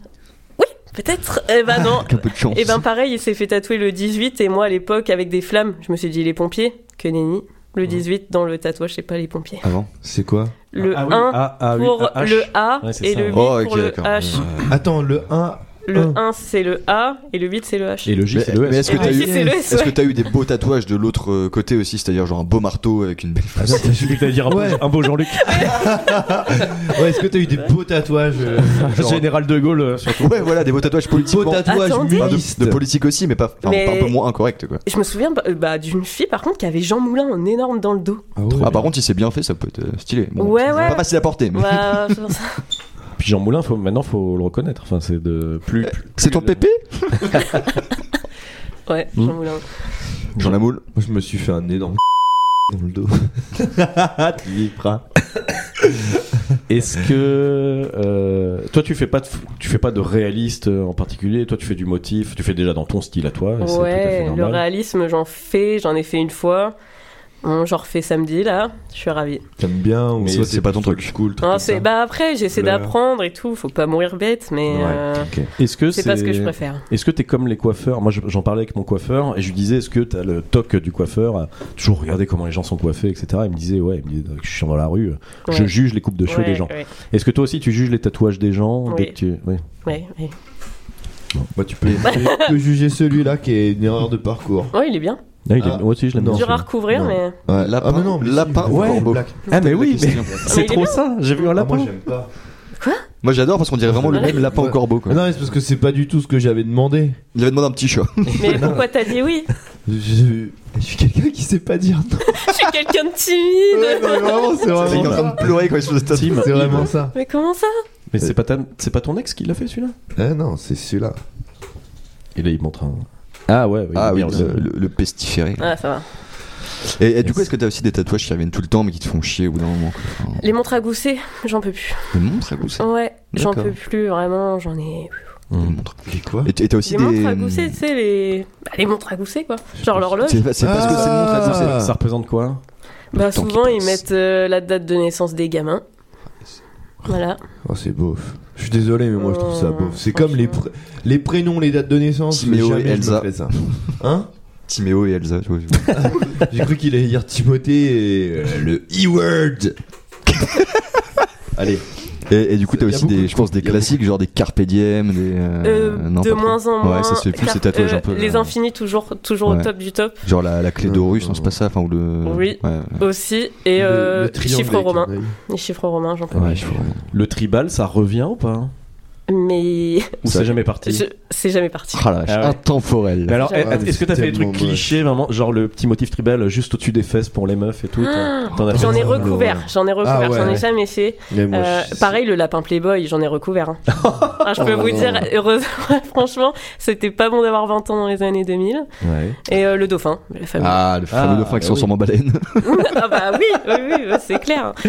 [SPEAKER 8] Peut-être. Eh
[SPEAKER 5] Ah,
[SPEAKER 8] ben non.
[SPEAKER 7] Avec un peu de chance.
[SPEAKER 8] Et ben pareil, il s'est fait tatouer le 18 et moi à l'époque avec des flammes, je me suis dit les pompiers, que nenni.
[SPEAKER 5] Mm.
[SPEAKER 8] Le 18 dans le tatouage, c'est pas les pompiers.
[SPEAKER 7] Avant.
[SPEAKER 6] ça C'est quoi
[SPEAKER 8] Le
[SPEAKER 5] ah,
[SPEAKER 8] 1
[SPEAKER 5] oui, ah, ah, oui,
[SPEAKER 8] pour
[SPEAKER 5] ah, H.
[SPEAKER 8] le A
[SPEAKER 5] Ouais, c'est
[SPEAKER 8] et
[SPEAKER 5] ça.
[SPEAKER 8] le 8
[SPEAKER 7] Oh,
[SPEAKER 8] pour
[SPEAKER 7] ok,
[SPEAKER 8] le
[SPEAKER 7] d'accord.
[SPEAKER 8] H.
[SPEAKER 7] Euh,
[SPEAKER 6] Attends, le 1.
[SPEAKER 8] Le
[SPEAKER 6] un.
[SPEAKER 8] 1 c'est le A et le 8 c'est le H.
[SPEAKER 5] Ah. Et le J,
[SPEAKER 7] Mais-
[SPEAKER 5] c'est le
[SPEAKER 7] mais
[SPEAKER 5] S.
[SPEAKER 7] est-ce que
[SPEAKER 8] Ah,
[SPEAKER 7] t'as
[SPEAKER 8] si,
[SPEAKER 7] eu-
[SPEAKER 8] c'est le S,
[SPEAKER 7] Est-ce que
[SPEAKER 8] ouais.
[SPEAKER 7] t'as eu des beaux tatouages de l'autre euh, côté aussi, c'est-à-dire genre un beau marteau avec une belle face
[SPEAKER 5] J'ai cru Ah, que t'allais dire un beau-
[SPEAKER 6] Ouais.
[SPEAKER 5] un beau Jean-Luc.
[SPEAKER 6] Ouais, est-ce que t'as eu des beaux tatouages euh, genre-
[SPEAKER 5] Général de Gaulle, euh, surtout.
[SPEAKER 7] Ouais, voilà, des beaux tatouages politiques.
[SPEAKER 6] Beaux tatouages
[SPEAKER 8] Attendez.
[SPEAKER 7] Enfin, Ah, de,
[SPEAKER 6] mulistes.
[SPEAKER 7] de politique aussi, mais pas, enfin,
[SPEAKER 8] Mais-
[SPEAKER 7] pas un peu moins incorrect quoi.
[SPEAKER 8] Je me souviens bah, euh, bah, d'une fille par contre qui avait Jean Moulin en énorme dans le dos.
[SPEAKER 6] Ah ouais.
[SPEAKER 7] Ah, par contre, il s'est bien fait, ça peut être euh, stylé. Bon,
[SPEAKER 8] Ouais,
[SPEAKER 7] c'est
[SPEAKER 8] ouais.
[SPEAKER 7] Pas facile à porter, mais.
[SPEAKER 8] Bah, c'est pour ça.
[SPEAKER 5] Puis Jean Moulin, faut, maintenant, faut le reconnaître. Enfin, c'est de plus.
[SPEAKER 7] C'est ton pépé
[SPEAKER 8] ouais,
[SPEAKER 5] Hmm.
[SPEAKER 8] Jean Moulin.
[SPEAKER 7] Jean Lamoule.
[SPEAKER 6] Moi, je me suis fait un énorme dans le dos. tu y crois
[SPEAKER 5] Est-ce que euh, toi, tu fais pas de, f- tu fais pas de réaliste euh, en particulier Toi, tu fais du motif. Tu fais déjà dans ton style à toi. et c'est tout à fait
[SPEAKER 8] Ouais, le
[SPEAKER 5] normal.
[SPEAKER 8] réalisme, j'en fais, j'en ai fait une fois. Bon, j'en refais samedi là, je suis ravie.
[SPEAKER 6] T'aimes bien ou
[SPEAKER 7] Mais
[SPEAKER 6] soit
[SPEAKER 7] c'est
[SPEAKER 6] t'es
[SPEAKER 7] pas ton
[SPEAKER 6] plutôt
[SPEAKER 7] truc.
[SPEAKER 6] Cool, truc
[SPEAKER 8] Hein,
[SPEAKER 6] comme
[SPEAKER 8] c'est-
[SPEAKER 6] ça.
[SPEAKER 8] bah après, j'essaie
[SPEAKER 6] Couleur.
[SPEAKER 8] d'apprendre et tout, faut pas mourir bête, mais
[SPEAKER 6] Ouais,
[SPEAKER 8] euh,
[SPEAKER 6] ok.
[SPEAKER 5] Est-ce que
[SPEAKER 8] c'est pas ce que je préfère.
[SPEAKER 5] Est-ce que t'es comme les coiffeurs Moi, je- j'en parlais avec mon coiffeur et je lui disais est-ce que t'as le toc du coiffeur à Toujours regarder comment les gens sont coiffés, etc. Il me disait ouais, il me disait, je suis dans la rue, euh, je
[SPEAKER 8] Ouais.
[SPEAKER 5] juge les coupes de cheveux
[SPEAKER 8] Ouais,
[SPEAKER 5] des gens.
[SPEAKER 8] ouais,
[SPEAKER 5] Est-ce que toi aussi tu juges les tatouages des gens dès
[SPEAKER 8] Oui.
[SPEAKER 5] que tu... oui.
[SPEAKER 8] ouais, ouais.
[SPEAKER 6] Bah, tu peux, tu peux juger celui-là qui est une erreur de parcours.
[SPEAKER 8] Ouais, il est bien.
[SPEAKER 5] Ah, il est-
[SPEAKER 6] Ah,
[SPEAKER 5] moi aussi je l'aime
[SPEAKER 6] non.
[SPEAKER 5] bien,
[SPEAKER 8] Dur à
[SPEAKER 5] celui-là.
[SPEAKER 8] recouvrir,
[SPEAKER 6] Non.
[SPEAKER 8] mais.
[SPEAKER 6] Ouais.
[SPEAKER 7] Lapin-
[SPEAKER 6] ah, mais non, mais si,
[SPEAKER 7] lapin Eh
[SPEAKER 6] je
[SPEAKER 7] ou
[SPEAKER 6] vais faire
[SPEAKER 7] corbeau
[SPEAKER 6] une blague.
[SPEAKER 5] Ah mais
[SPEAKER 7] La
[SPEAKER 5] oui, mais
[SPEAKER 7] question.
[SPEAKER 5] c'est
[SPEAKER 8] il est
[SPEAKER 5] trop ça. J'ai vu un
[SPEAKER 6] Ah,
[SPEAKER 5] lapin.
[SPEAKER 6] moi, j'aime pas. Ah,
[SPEAKER 7] Moi j'adore parce qu'on dirait vraiment le
[SPEAKER 8] Ouais.
[SPEAKER 7] même lapin au corbeau quoi.
[SPEAKER 6] Non, mais c'est parce que c'est pas du tout ce que j'avais demandé.
[SPEAKER 7] Il avait demandé un petit chat.
[SPEAKER 8] Mais pourquoi t'as dit oui
[SPEAKER 6] Je, je- je suis quelqu'un qui sait pas dire non.
[SPEAKER 8] Je suis quelqu'un de timide.
[SPEAKER 6] Ouais, Ah, non, mais vraiment, c'est
[SPEAKER 7] Il est en
[SPEAKER 6] vraiment
[SPEAKER 7] train
[SPEAKER 6] ça.
[SPEAKER 7] de pleurer quand il se faisait tatouer.
[SPEAKER 5] Tim.
[SPEAKER 6] C'est vraiment ça.
[SPEAKER 8] Mais comment ça
[SPEAKER 5] Mais c'est pas ta- c'est pas ton ex qui l'a fait celui-là
[SPEAKER 6] Ah non, c'est celui-là.
[SPEAKER 5] Et là il montre un. Ah ouais. oui,
[SPEAKER 7] Ah oui,
[SPEAKER 5] merde.
[SPEAKER 7] le, le- le pestiféré.
[SPEAKER 8] Ah, ça va.
[SPEAKER 7] Et, et du coup, est-ce que t'as aussi des tatouages qui reviennent tout le temps mais qui te font chier au bout d'un moment quoi Enfin,
[SPEAKER 8] Les montres à gousset, j'en peux plus.
[SPEAKER 7] Des montres à gousset.
[SPEAKER 8] Ouais, j'en
[SPEAKER 7] D'accord.
[SPEAKER 8] peux plus, vraiment, j'en ai.
[SPEAKER 7] Des
[SPEAKER 5] Mm.
[SPEAKER 7] montres.
[SPEAKER 6] Et quoi
[SPEAKER 7] Et t- et t'as aussi
[SPEAKER 8] Les
[SPEAKER 7] des.
[SPEAKER 8] montres à gousset, tu sais, les. Bah, les montres à gousset, quoi. Genre l'horloge.
[SPEAKER 7] C'est
[SPEAKER 5] Ah.
[SPEAKER 7] c'est parce que c'est une montre
[SPEAKER 6] Ah.
[SPEAKER 7] à gousset.
[SPEAKER 5] Ça représente quoi
[SPEAKER 8] Bah,
[SPEAKER 7] temps qui
[SPEAKER 8] souvent, ils
[SPEAKER 7] passe.
[SPEAKER 8] mettent euh, la date de naissance des gamins. Voilà.
[SPEAKER 6] Oh, c'est beauf. Je suis désolé, mais moi je trouve ça
[SPEAKER 8] Oh,
[SPEAKER 6] beauf. C'est comme les,
[SPEAKER 8] franchement.
[SPEAKER 6] pr- les prénoms, les dates de naissance.
[SPEAKER 7] Timéo
[SPEAKER 6] jamais
[SPEAKER 7] et
[SPEAKER 6] je me
[SPEAKER 7] Elsa.
[SPEAKER 6] fais ça. Hein
[SPEAKER 7] Timéo et Elsa. tu vois.
[SPEAKER 6] J'ai cru qu'il allait dire Timothée et euh, le E-word. Allez,
[SPEAKER 7] Et, et du coup, t'as
[SPEAKER 6] Il y a
[SPEAKER 7] aussi
[SPEAKER 6] beaucoup
[SPEAKER 7] des,
[SPEAKER 6] de
[SPEAKER 7] je pense, des
[SPEAKER 6] trucs, il y a
[SPEAKER 7] classiques, genre des Carpe Diem, des. euh,
[SPEAKER 8] Euh,
[SPEAKER 7] non,
[SPEAKER 8] de
[SPEAKER 7] pas trop.
[SPEAKER 8] moins en moins.
[SPEAKER 7] Ouais, ça se fait plus
[SPEAKER 8] car-
[SPEAKER 7] ces tatouages
[SPEAKER 8] euh,
[SPEAKER 7] un peu.
[SPEAKER 8] Les
[SPEAKER 7] euh,
[SPEAKER 8] infinis, toujours, toujours
[SPEAKER 7] Ouais.
[SPEAKER 8] au top du top
[SPEAKER 7] Genre la, la clé d'Horus, non, c'est pas ça, enfin, ou le.
[SPEAKER 8] Oui.
[SPEAKER 7] Ouais,
[SPEAKER 8] aussi. Et euh,
[SPEAKER 6] le, le triangle
[SPEAKER 8] chiffres
[SPEAKER 6] avec un
[SPEAKER 8] romains.
[SPEAKER 6] œil.
[SPEAKER 8] Les chiffres romains, j'en peux
[SPEAKER 7] ouais,
[SPEAKER 8] plus.
[SPEAKER 7] je vois.
[SPEAKER 5] Le tribal, ça revient ou pas
[SPEAKER 8] Mais
[SPEAKER 5] Ou
[SPEAKER 7] Ça-
[SPEAKER 5] c'est jamais parti
[SPEAKER 8] je- c'est jamais parti.
[SPEAKER 7] Ah la vache,
[SPEAKER 5] Ah ouais.
[SPEAKER 7] intemporel.
[SPEAKER 5] Mais alors,
[SPEAKER 8] Jamais.
[SPEAKER 5] est- est-ce que t'as fait des trucs
[SPEAKER 6] Tellement moche.
[SPEAKER 5] clichés, vraiment Genre le petit motif tribal juste au-dessus des fesses pour les meufs et tout t'en- t'en as fait
[SPEAKER 8] Ah, J'en ai
[SPEAKER 5] ça
[SPEAKER 8] recouvert, j'en ai recouvert,
[SPEAKER 6] Ah ouais,
[SPEAKER 8] j'en ai
[SPEAKER 6] ouais.
[SPEAKER 8] jamais fait.
[SPEAKER 6] Mais moi,
[SPEAKER 8] Euh,
[SPEAKER 6] je-
[SPEAKER 8] pareil, le lapin Playboy, j'en ai recouvert. hein. Ah, je peux vous dire, heureusement, franchement, c'était pas bon d'avoir 20 ans dans les années 2000.
[SPEAKER 5] Ouais.
[SPEAKER 8] Et euh, le dauphin, la famille. Ah,
[SPEAKER 7] Ah, le fameux
[SPEAKER 5] Ah,
[SPEAKER 7] dauphin qui
[SPEAKER 5] bah
[SPEAKER 7] sont
[SPEAKER 5] oui.
[SPEAKER 7] sur ma baleine.
[SPEAKER 8] bah oui, oui, oui, oui, c'est clair. Ah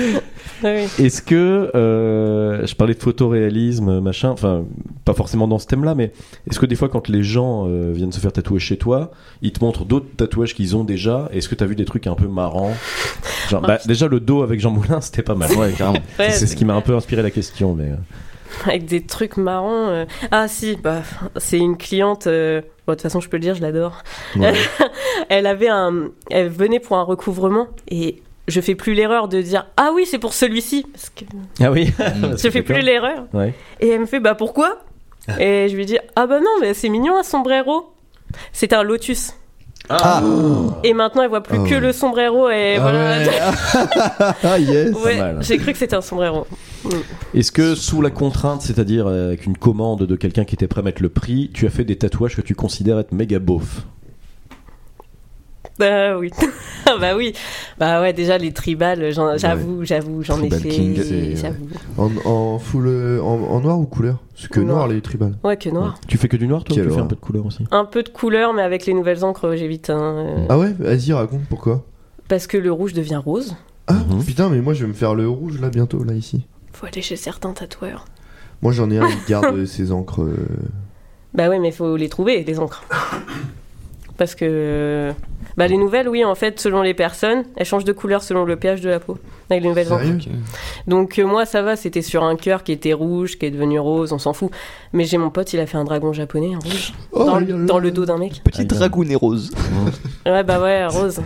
[SPEAKER 8] oui.
[SPEAKER 5] Est-ce que euh, je parlais de photoréalisme, machin, enfin pas forcément dans ce thème-là, mais est-ce que des fois quand les gens euh, viennent se faire tatouer chez toi, ils te montrent d'autres tatouages qu'ils ont déjà Est-ce que t'as vu des trucs un peu marrants
[SPEAKER 8] Ah.
[SPEAKER 5] Genre, bah, déjà le dos avec Jean Moulin, c'était pas mal.
[SPEAKER 7] ouais, carrément.
[SPEAKER 8] Ouais,
[SPEAKER 5] C'est ce qui m'a un peu inspiré la question, mais euh,
[SPEAKER 8] Avec des trucs marrants. euh. Ah si, bah, c'est une cliente. euh, bon, de toute façon, je peux le dire, je l'adore.
[SPEAKER 7] Ouais.
[SPEAKER 8] elle avait un, elle venait pour un recouvrement et je fais plus l'erreur de dire ah oui c'est pour celui-ci parce que
[SPEAKER 5] ah oui,
[SPEAKER 8] je fais Mm. plus l'erreur.
[SPEAKER 5] Ouais.
[SPEAKER 8] Et elle me fait bah pourquoi Et je lui dis ah bah non mais c'est mignon un sombrero. C'est un lotus.
[SPEAKER 7] Ah,
[SPEAKER 8] Et maintenant elle voit plus
[SPEAKER 6] Ah
[SPEAKER 8] que
[SPEAKER 6] ouais.
[SPEAKER 8] le sombrero et
[SPEAKER 6] Ah
[SPEAKER 8] voilà.
[SPEAKER 6] ouais. ah yes.
[SPEAKER 8] Ouais,
[SPEAKER 5] mal.
[SPEAKER 8] j'ai cru que c'était un sombrero.
[SPEAKER 5] Est-ce que sous la contrainte, c'est-à-dire euh, avec une commande de quelqu'un qui était prêt à mettre le prix, tu as fait des tatouages que tu considères être méga beauf
[SPEAKER 8] Bah oui. Ah bah oui. Bah ouais, déjà les tribales, j'en- j'avoue, j'avoue, j'en ai
[SPEAKER 7] Tribal
[SPEAKER 8] fait.
[SPEAKER 7] King,
[SPEAKER 6] c'est-
[SPEAKER 8] j'avoue.
[SPEAKER 6] En, en full, euh, en, en noir ou couleur C'est que
[SPEAKER 8] Noir.
[SPEAKER 6] noir les tribales.
[SPEAKER 8] Ouais, que noir.
[SPEAKER 5] Tu fais que du noir, toi ou
[SPEAKER 6] Quelle
[SPEAKER 5] Tu fais un
[SPEAKER 6] horreur.
[SPEAKER 5] peu de couleur aussi
[SPEAKER 8] Un peu de couleur, mais
[SPEAKER 6] Mm.
[SPEAKER 8] avec les nouvelles encres, j'évite. hein, euh,
[SPEAKER 6] Ah ouais, vas-y raconte pourquoi.
[SPEAKER 8] Parce que le rouge devient rose.
[SPEAKER 6] Ah
[SPEAKER 7] Mhm.
[SPEAKER 6] putain, mais moi je vais me faire le rouge là bientôt, là ici.
[SPEAKER 8] Faut aller chez certains tatoueurs.
[SPEAKER 6] Moi j'en ai un qui garde ses encres. euh,
[SPEAKER 8] Bah oui, mais faut les trouver, les encres. Parce que. Bah les nouvelles, oui, en fait, selon les personnes, elles changent de couleur selon le pH de la peau. Avec les nouvelles encres.
[SPEAKER 6] Sérieux
[SPEAKER 8] Donc euh, moi, ça va, c'était sur un cœur qui était rouge, qui est devenu rose, on s'en fout. Mais j'ai mon pote, il a fait un dragon japonais en rouge.
[SPEAKER 6] Oh,
[SPEAKER 8] dans,
[SPEAKER 6] là là.
[SPEAKER 8] dans le dos d'un mec.
[SPEAKER 7] Petit dragoon et rose.
[SPEAKER 8] Ouais, bah ouais, rose.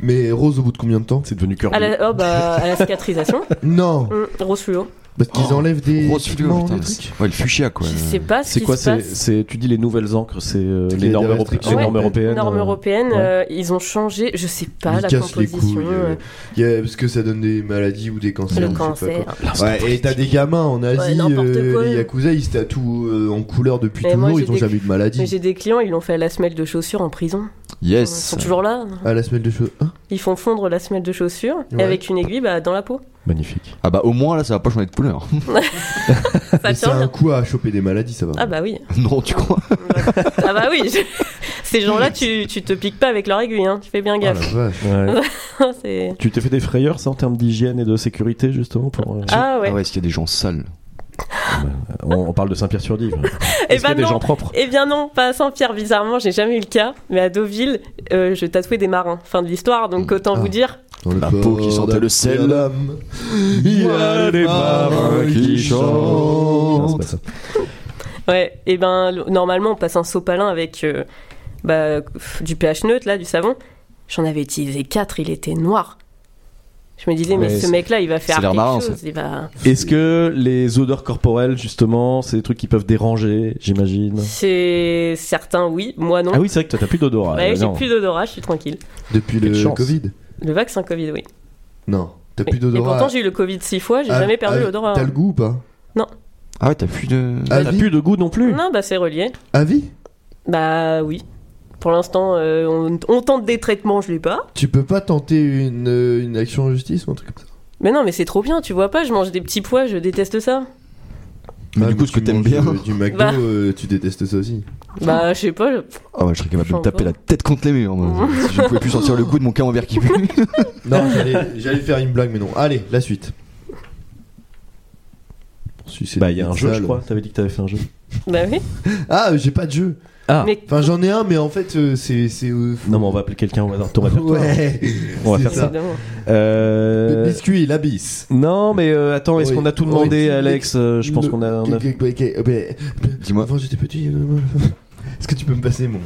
[SPEAKER 6] Mais rose au bout de combien de temps
[SPEAKER 5] C'est devenu cœur
[SPEAKER 8] À la, oh, bah, à la cicatrisation.
[SPEAKER 6] Non
[SPEAKER 8] Mm, Rose fluo.
[SPEAKER 6] Parce qu'ils
[SPEAKER 7] Oh,
[SPEAKER 6] enlèvent des.
[SPEAKER 7] Rose fluo,
[SPEAKER 6] pigments,
[SPEAKER 7] putain.
[SPEAKER 6] des
[SPEAKER 7] mais
[SPEAKER 6] trucs.
[SPEAKER 7] c'est- Ouais, le fuchsia, quoi.
[SPEAKER 6] euh,
[SPEAKER 8] Je sais pas ce
[SPEAKER 5] C'est
[SPEAKER 8] qui
[SPEAKER 5] quoi
[SPEAKER 8] se
[SPEAKER 5] c'est,
[SPEAKER 8] passe.
[SPEAKER 5] c'est- Tu dis les nouvelles encres, c'est euh,
[SPEAKER 6] C'est
[SPEAKER 5] les
[SPEAKER 6] les
[SPEAKER 5] normes,
[SPEAKER 6] dernières
[SPEAKER 5] europé- les
[SPEAKER 6] restrictions.
[SPEAKER 5] normes
[SPEAKER 6] Ouais.
[SPEAKER 5] européennes.
[SPEAKER 8] normes
[SPEAKER 5] euh,
[SPEAKER 8] européennes,
[SPEAKER 5] ouais.
[SPEAKER 8] euh, ils ont changé, je sais pas,
[SPEAKER 6] Ils
[SPEAKER 8] la
[SPEAKER 6] cassent les
[SPEAKER 8] composition.
[SPEAKER 6] couilles.
[SPEAKER 8] euh,
[SPEAKER 6] euh, y a- parce que ça donne des maladies ou des cancers.
[SPEAKER 8] le
[SPEAKER 6] je sais pas
[SPEAKER 8] cancer.
[SPEAKER 6] quoi. Ouais, et t'as des gamins en Asie,
[SPEAKER 8] n'importe
[SPEAKER 6] euh,
[SPEAKER 8] quoi.
[SPEAKER 6] les Yakuza, ils se tatouent euh, en couleur depuis
[SPEAKER 8] Mais moi,
[SPEAKER 6] toujours,
[SPEAKER 8] j'ai
[SPEAKER 6] ils ont
[SPEAKER 8] des-
[SPEAKER 6] jamais eu de
[SPEAKER 8] Mais
[SPEAKER 6] maladie.
[SPEAKER 8] j'ai des clients, ils l'ont fait à la semelle de chaussures en prison. Ils
[SPEAKER 7] Yes.
[SPEAKER 8] sont toujours là.
[SPEAKER 6] À la semaine de cheveux. Hein
[SPEAKER 8] Ils font fondre la semelle de chaussures
[SPEAKER 6] Ouais.
[SPEAKER 8] et avec une aiguille bah, dans la peau.
[SPEAKER 5] Magnifique.
[SPEAKER 7] Ah bah au moins là ça va pas changer de couleur.
[SPEAKER 8] Ça
[SPEAKER 6] Mais c'est
[SPEAKER 8] tient
[SPEAKER 6] un
[SPEAKER 8] bien.
[SPEAKER 6] coup à choper des maladies, ça va.
[SPEAKER 8] Ah bah oui.
[SPEAKER 7] non tu crois
[SPEAKER 8] Ah bah oui. je- Ces gens-là, tu, tu te piques pas avec leur aiguille. Hein. Tu fais bien
[SPEAKER 6] Ah, la
[SPEAKER 8] gaffe.
[SPEAKER 6] vache.
[SPEAKER 5] Ah,
[SPEAKER 8] C'est-
[SPEAKER 5] Tu t'es fait des frayeurs, ça, en termes d'hygiène et de sécurité, justement pour, euh,
[SPEAKER 8] Ah ouais.
[SPEAKER 7] Ah ouais, est-ce qu'il y a des gens sales
[SPEAKER 5] on, on parle de Saint-Pierre-sur-Dive. Est-ce
[SPEAKER 8] Eh
[SPEAKER 5] qu'il y a
[SPEAKER 8] ben
[SPEAKER 5] des
[SPEAKER 8] non.
[SPEAKER 5] gens propres
[SPEAKER 8] Eh bien non, pas à Saint-Pierre, bizarrement, j'ai jamais eu le cas. Mais à Deauville, euh, je tatouais des marins. Fin de l'histoire,
[SPEAKER 5] Mm.
[SPEAKER 8] donc autant
[SPEAKER 6] Ah.
[SPEAKER 8] vous dire.
[SPEAKER 6] Dans le
[SPEAKER 7] La peau qui
[SPEAKER 6] port
[SPEAKER 7] sentait le sel.
[SPEAKER 6] d'Amsterdam, Il y a des marins qui
[SPEAKER 5] Non, Ah, c'est
[SPEAKER 6] chantent.
[SPEAKER 5] pas ça.
[SPEAKER 8] Ouais, et ben le- normalement, on passe un sopalin avec euh, bah, pff, du pH neutre, là, du savon. J'en avais utilisé 4, il était noir. Je me disais, mais,
[SPEAKER 5] Mais
[SPEAKER 8] ce
[SPEAKER 5] c'est-
[SPEAKER 8] mec-là, il va faire
[SPEAKER 7] c'est l'air
[SPEAKER 8] quelque
[SPEAKER 7] marrant,
[SPEAKER 8] chose. Il va...
[SPEAKER 5] Est-ce que les odeurs corporelles, justement, c'est des trucs qui peuvent déranger, j'imagine
[SPEAKER 8] C'est certain, oui, moi non.
[SPEAKER 5] Ah oui, c'est vrai que toi, t'as plus d'odorat.
[SPEAKER 8] Ouais,
[SPEAKER 5] euh,
[SPEAKER 8] Bah j'ai
[SPEAKER 5] non.
[SPEAKER 8] plus d'odorat, je suis tranquille.
[SPEAKER 6] Depuis
[SPEAKER 5] Quelle
[SPEAKER 6] le
[SPEAKER 5] chance.
[SPEAKER 6] Covid
[SPEAKER 8] Le vaccin Covid, oui.
[SPEAKER 6] Non. T'as
[SPEAKER 8] Mais-
[SPEAKER 6] plus
[SPEAKER 8] Et
[SPEAKER 6] d'odorat.
[SPEAKER 8] pourtant, j'ai eu le Covid six fois, j'ai
[SPEAKER 6] Ah,
[SPEAKER 8] jamais perdu
[SPEAKER 6] ah,
[SPEAKER 8] l'odorat. hein.
[SPEAKER 6] T'as le goût ou pas
[SPEAKER 7] Ah ouais, t'as plus de.
[SPEAKER 6] Ah,
[SPEAKER 5] T'as
[SPEAKER 6] Avis
[SPEAKER 5] plus de goût non plus
[SPEAKER 8] Non, bah c'est relié.
[SPEAKER 6] Avis
[SPEAKER 8] Bah oui. Pour l'instant, euh, on, on tente des traitements, je l'ai pas.
[SPEAKER 6] Tu peux pas tenter une, euh, une action en justice ou un truc comme ça
[SPEAKER 8] Mais non, mais c'est trop bien, tu vois pas, je mange des petits pois, je déteste ça.
[SPEAKER 7] Mais
[SPEAKER 6] Ah,
[SPEAKER 7] du coup ce que
[SPEAKER 6] tu
[SPEAKER 7] t'aimes
[SPEAKER 6] manges,
[SPEAKER 7] bien.
[SPEAKER 6] euh, Du McDo,
[SPEAKER 8] Bah.
[SPEAKER 6] euh, tu détestes ça aussi.
[SPEAKER 8] Bah je sais pas, je-
[SPEAKER 7] Ah ouais, je serais capable de me
[SPEAKER 8] Franchement,
[SPEAKER 7] taper
[SPEAKER 8] pas.
[SPEAKER 7] la tête contre les murs. moi. si je ne pouvais plus sentir le goût de mon camembert qui pue.
[SPEAKER 6] Non, j'allais- j'allais faire une blague, mais non. Allez, la suite.
[SPEAKER 5] Bah, il y a un jeu, je
[SPEAKER 6] Sale.
[SPEAKER 5] crois. T'avais dit que t'avais fait un jeu.
[SPEAKER 8] bah oui.
[SPEAKER 6] Ah, euh, j'ai pas de jeu.
[SPEAKER 5] Ah.
[SPEAKER 8] Mais-
[SPEAKER 6] Enfin, j'en ai un, mais en fait, euh, c'est. c'est, euh, faut-
[SPEAKER 5] Non, mais on va appeler quelqu'un au hasard. Thomas, vers toi.
[SPEAKER 6] Ouais.
[SPEAKER 5] On va
[SPEAKER 6] c'est
[SPEAKER 5] faire
[SPEAKER 6] ça.
[SPEAKER 8] Évidemment.
[SPEAKER 5] Euh,
[SPEAKER 6] Le biscuit, la bis.
[SPEAKER 5] Non, mais euh, attends, est-ce
[SPEAKER 6] Oui.
[SPEAKER 5] qu'on a tout
[SPEAKER 6] Oui.
[SPEAKER 5] demandé, Alex Euh, Je pense qu'on a. on a-
[SPEAKER 7] Dis-moi.
[SPEAKER 6] Avant, j'étais petit. euh, Est-ce que tu peux me passer mon.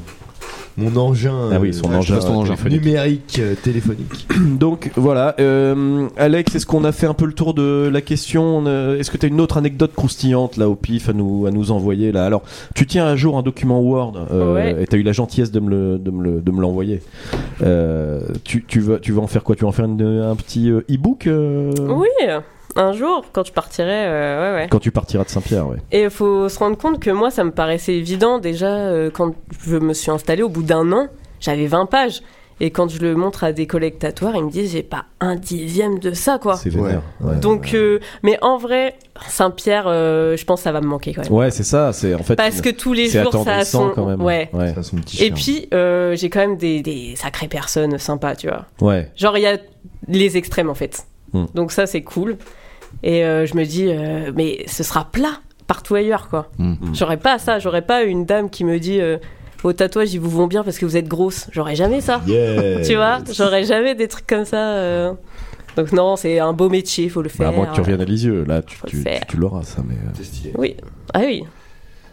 [SPEAKER 6] Mon engin.
[SPEAKER 5] Ah oui, son
[SPEAKER 6] euh,
[SPEAKER 5] engin,
[SPEAKER 6] euh,
[SPEAKER 7] ton engin.
[SPEAKER 6] Numérique, euh, téléphonique.
[SPEAKER 5] Donc voilà, euh, Alex, est-ce qu'on a fait un peu le tour de la question On, euh, Est-ce que tu as une autre anecdote croustillante là au pif à nous, à nous envoyer là Alors, tu tiens à jour un document Word euh,
[SPEAKER 8] Ouais.
[SPEAKER 5] et tu as eu la gentillesse de me le- de me le- de me l'envoyer. Euh, tu, tu, vas, tu vas en faire quoi Tu vas en faire une- un petit euh, e-book euh,
[SPEAKER 8] Oui, un jour, quand je partirai, euh, ouais, ouais.
[SPEAKER 5] Quand tu partiras de Saint-Pierre, ouais.
[SPEAKER 8] Et il faut se rendre compte que moi, ça me paraissait évident déjà euh, quand je me suis installée au bout d'un an, j'avais 20 pages. Et quand je le montre à des collègues tatoueurs, ils me disent, j'ai pas un dixième de ça, quoi.
[SPEAKER 5] C'est vénère. Ouais,
[SPEAKER 8] Donc, euh, mais en vrai, Saint-Pierre, euh, je pense que ça va me manquer quand même.
[SPEAKER 5] Ouais, c'est ça, c'est en fait.
[SPEAKER 8] Parce que tous les
[SPEAKER 5] c'est
[SPEAKER 8] jours, ça a
[SPEAKER 5] attendrissant
[SPEAKER 8] son...
[SPEAKER 5] quand même.
[SPEAKER 8] Ouais.
[SPEAKER 5] ouais.
[SPEAKER 6] Ça, son petit chien.
[SPEAKER 8] Et puis, euh, j'ai quand même des, des sacrées personnes sympas, tu vois.
[SPEAKER 5] ouais.
[SPEAKER 8] Genre, il y a les extrêmes, en fait.
[SPEAKER 5] Hmm.
[SPEAKER 8] Donc ça, c'est cool. Et euh, je me dis, euh, mais ce sera plat partout ailleurs, quoi.
[SPEAKER 7] Hmm.
[SPEAKER 8] J'aurais pas ça, j'aurais pas une dame qui me dit... euh, vos tatouages, ils vous vont bien parce que vous êtes grosse. J'aurais jamais ça.
[SPEAKER 6] Yeah.
[SPEAKER 8] Tu vois, j'aurais jamais des trucs comme ça. euh. Donc, non, c'est un beau métier, faut le
[SPEAKER 5] Bah,
[SPEAKER 8] faire.
[SPEAKER 5] à moins que tu reviennes à Lisieux, là, tu,
[SPEAKER 8] Faut le
[SPEAKER 5] tu, tu,
[SPEAKER 8] faire.
[SPEAKER 5] tu l'auras ça, mais. euh,
[SPEAKER 6] C'est stylé.
[SPEAKER 8] Oui. Ah oui.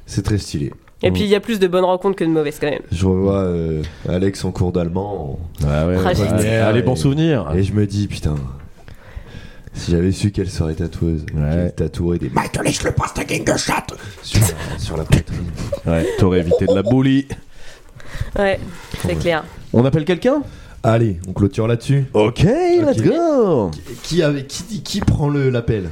[SPEAKER 6] C'est très stylé.
[SPEAKER 8] Et
[SPEAKER 5] Mm.
[SPEAKER 8] puis il y a plus de bonnes rencontres que de mauvaises quand même.
[SPEAKER 6] Je revois euh, Alex en cours d'allemand
[SPEAKER 5] bah, Ouais, ouais,
[SPEAKER 8] Tragique.
[SPEAKER 5] ouais.
[SPEAKER 6] Yeah,
[SPEAKER 5] Allez, bon
[SPEAKER 6] et-
[SPEAKER 5] souvenir.
[SPEAKER 6] et je me dis putain. Si j'avais su qu'elle serait tatoueuse,
[SPEAKER 5] Ouais.
[SPEAKER 6] qu'elle tatouerait des Michaelis le pastaking de chatte sur la, sur la poitrine.
[SPEAKER 5] Ouais, t'aurais évité de la bully.
[SPEAKER 8] Ouais, c'est clair.
[SPEAKER 5] On appelle quelqu'un
[SPEAKER 6] Allez, on clôture là-dessus.
[SPEAKER 5] Ok, let's go
[SPEAKER 6] Qui, avait, qui, dit- qui prend le- l'appel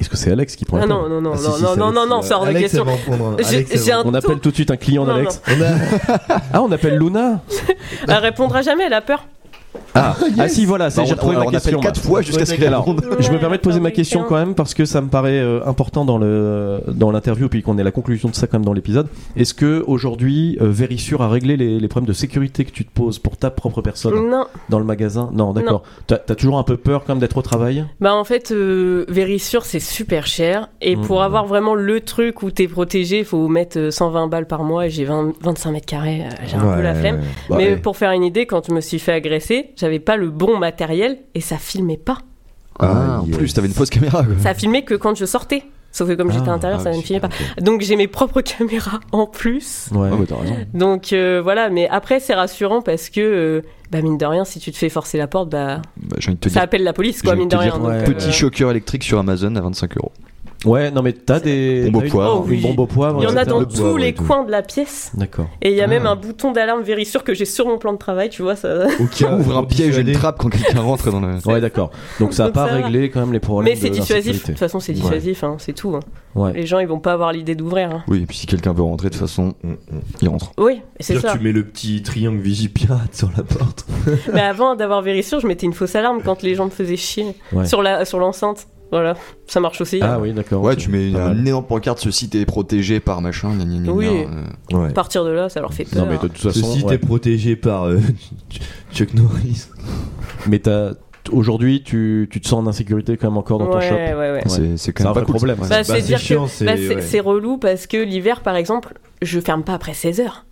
[SPEAKER 5] Est-ce que c'est Alex qui prend
[SPEAKER 8] Ah
[SPEAKER 5] la
[SPEAKER 8] non,
[SPEAKER 5] parole
[SPEAKER 8] non, non,
[SPEAKER 6] Ah, si, Ah,
[SPEAKER 8] non,
[SPEAKER 6] si,
[SPEAKER 8] non,
[SPEAKER 6] c'est
[SPEAKER 8] non,
[SPEAKER 6] Alex,
[SPEAKER 8] non, non,
[SPEAKER 6] c'est-
[SPEAKER 8] hors de
[SPEAKER 6] Alex,
[SPEAKER 8] question.
[SPEAKER 6] elle va en prendre un.
[SPEAKER 8] J'ai-
[SPEAKER 6] Alex, elle
[SPEAKER 8] j'ai
[SPEAKER 6] va en
[SPEAKER 8] un-
[SPEAKER 5] On appelle tout de suite un client
[SPEAKER 8] Non,
[SPEAKER 5] d'Alex.
[SPEAKER 6] prendre un. On a-
[SPEAKER 5] Ah, on appelle Luna
[SPEAKER 8] Elle répondra jamais, elle a peur.
[SPEAKER 5] Ah, ah si, voilà, c'est-
[SPEAKER 7] Bah,
[SPEAKER 5] j'ai
[SPEAKER 7] on,
[SPEAKER 5] retrouvé
[SPEAKER 7] on,
[SPEAKER 5] ma
[SPEAKER 7] on
[SPEAKER 5] question.
[SPEAKER 7] appelle
[SPEAKER 5] là.
[SPEAKER 7] quatre fois jusqu'à ce
[SPEAKER 5] Ouais,
[SPEAKER 7] qu'il
[SPEAKER 5] d'accord.
[SPEAKER 7] réponde.
[SPEAKER 5] Je me permets de poser ma question quand même parce que ça me paraît euh, important dans le dans l'interview puis qu'on ait la conclusion de ça quand même dans l'épisode. Est-ce que aujourd'hui euh, Verisure a réglé les, les problèmes de sécurité que tu te poses pour ta propre personne
[SPEAKER 8] Non,
[SPEAKER 5] dans le magasin Non, d'accord. T'as t'as toujours un peu peur quand même d'être au travail
[SPEAKER 8] bah en fait, euh, Verisure c'est super cher et
[SPEAKER 5] Mhm.
[SPEAKER 8] pour avoir vraiment le truc où t'es protégé, il faut mettre euh, 120 balles par mois et j'ai 20 25 mètres carrés, euh, j'ai un peu la flemme.
[SPEAKER 5] Bah,
[SPEAKER 8] Mais
[SPEAKER 5] eh.
[SPEAKER 8] pour faire une idée, quand je me suis fait agresser, j'avais pas le bon matériel et ça filmait pas.
[SPEAKER 7] Ah, en
[SPEAKER 6] Aïe.
[SPEAKER 7] plus, t'avais une fausse caméra. quoi.
[SPEAKER 8] Ça filmait que quand je sortais. Sauf que comme j'étais à
[SPEAKER 5] Ah,
[SPEAKER 8] l'intérieur,
[SPEAKER 7] ah
[SPEAKER 8] ça
[SPEAKER 7] oui,
[SPEAKER 8] ne filmait pas. Donc j'ai mes propres caméras en plus.
[SPEAKER 5] Ouais.
[SPEAKER 7] Ah, bah, t'as raison.
[SPEAKER 8] Donc euh, voilà, mais après c'est rassurant parce que, euh, bah mine de rien, si tu te fais forcer la porte, bah
[SPEAKER 7] Bah, J'ai envie de te
[SPEAKER 8] ça
[SPEAKER 7] dire,
[SPEAKER 8] appelle la police, quoi,
[SPEAKER 7] j'ai
[SPEAKER 8] mine de
[SPEAKER 7] envie de
[SPEAKER 8] rien.
[SPEAKER 7] te
[SPEAKER 5] dire,
[SPEAKER 8] Donc,
[SPEAKER 5] ouais.
[SPEAKER 8] euh,
[SPEAKER 7] petit choker électrique sur Amazon à 25 euros.
[SPEAKER 5] Ouais, non mais t'as des
[SPEAKER 7] Bombe au
[SPEAKER 5] t'as une-
[SPEAKER 7] poivre.
[SPEAKER 8] Oh, oui.
[SPEAKER 5] une bombe au poivre.
[SPEAKER 8] Il y en a
[SPEAKER 5] etc.
[SPEAKER 8] dans
[SPEAKER 6] Le bois,
[SPEAKER 8] tous
[SPEAKER 6] ouais,
[SPEAKER 8] les
[SPEAKER 6] tout.
[SPEAKER 8] coins de la pièce.
[SPEAKER 5] D'accord.
[SPEAKER 8] Et il y a
[SPEAKER 7] Ah.
[SPEAKER 8] même un bouton d'alarme Vérissure que j'ai sur mon plan de travail, tu vois. Ça...
[SPEAKER 6] Au cas
[SPEAKER 7] Ouvre un
[SPEAKER 6] où
[SPEAKER 7] piège,
[SPEAKER 6] dissuader.
[SPEAKER 7] une trappe quand quelqu'un rentre dans le.
[SPEAKER 5] Ouais, d'accord. Donc ça a
[SPEAKER 8] Donc
[SPEAKER 5] pas
[SPEAKER 8] ça va.
[SPEAKER 5] réglé quand même les problèmes
[SPEAKER 8] Mais c'est
[SPEAKER 5] de
[SPEAKER 8] dissuasif. De
[SPEAKER 5] l'insécurité.
[SPEAKER 8] toute façon, c'est dissuasif, hein, c'est tout. hein.
[SPEAKER 5] Ouais.
[SPEAKER 8] Les gens, ils vont pas avoir l'idée d'ouvrir. hein.
[SPEAKER 7] Oui, et puis si quelqu'un veut rentrer, de toute façon,
[SPEAKER 6] Mm, mm.
[SPEAKER 7] il rentre.
[SPEAKER 8] Oui, c'est
[SPEAKER 6] Pire,
[SPEAKER 8] ça.
[SPEAKER 6] Tu mets le petit triangle vigipirate sur la porte.
[SPEAKER 8] Mais avant d'avoir Vérissure, je mettais une fausse alarme quand les gens me faisaient chier
[SPEAKER 5] Ouais.
[SPEAKER 8] sur la sur l'enceinte. Voilà, ça marche aussi. hein.
[SPEAKER 5] Ah oui, d'accord.
[SPEAKER 7] Ouais,
[SPEAKER 5] ok.
[SPEAKER 7] tu mets
[SPEAKER 5] Pas
[SPEAKER 7] un
[SPEAKER 5] mal.
[SPEAKER 7] énorme pancarte, ce site est protégé par machin, gna gna gna
[SPEAKER 8] Oui.
[SPEAKER 7] gna, euh,
[SPEAKER 8] À partir de là, ça leur fait peur.
[SPEAKER 5] Non mais de toute façon,
[SPEAKER 6] Ceci
[SPEAKER 5] ouais.
[SPEAKER 6] t'es protégé par euh, Chuck Norris.
[SPEAKER 5] Mais t'as- aujourd'hui, tu, tu te sens en insécurité quand même encore dans ton
[SPEAKER 8] ouais,
[SPEAKER 5] shop.
[SPEAKER 8] ouais, Eh, ouais.
[SPEAKER 7] C'est c'est
[SPEAKER 5] C'est un
[SPEAKER 7] quand même pas
[SPEAKER 5] vrai
[SPEAKER 7] cool.
[SPEAKER 5] problème,
[SPEAKER 7] Ouais.
[SPEAKER 5] ça.
[SPEAKER 8] Bah, c'est-à-dire que-
[SPEAKER 6] chiant, c'est
[SPEAKER 8] Bah, c'est
[SPEAKER 6] ouais.
[SPEAKER 8] c'est relou parce que l'hiver, par exemple, je ferme pas après 16 heures.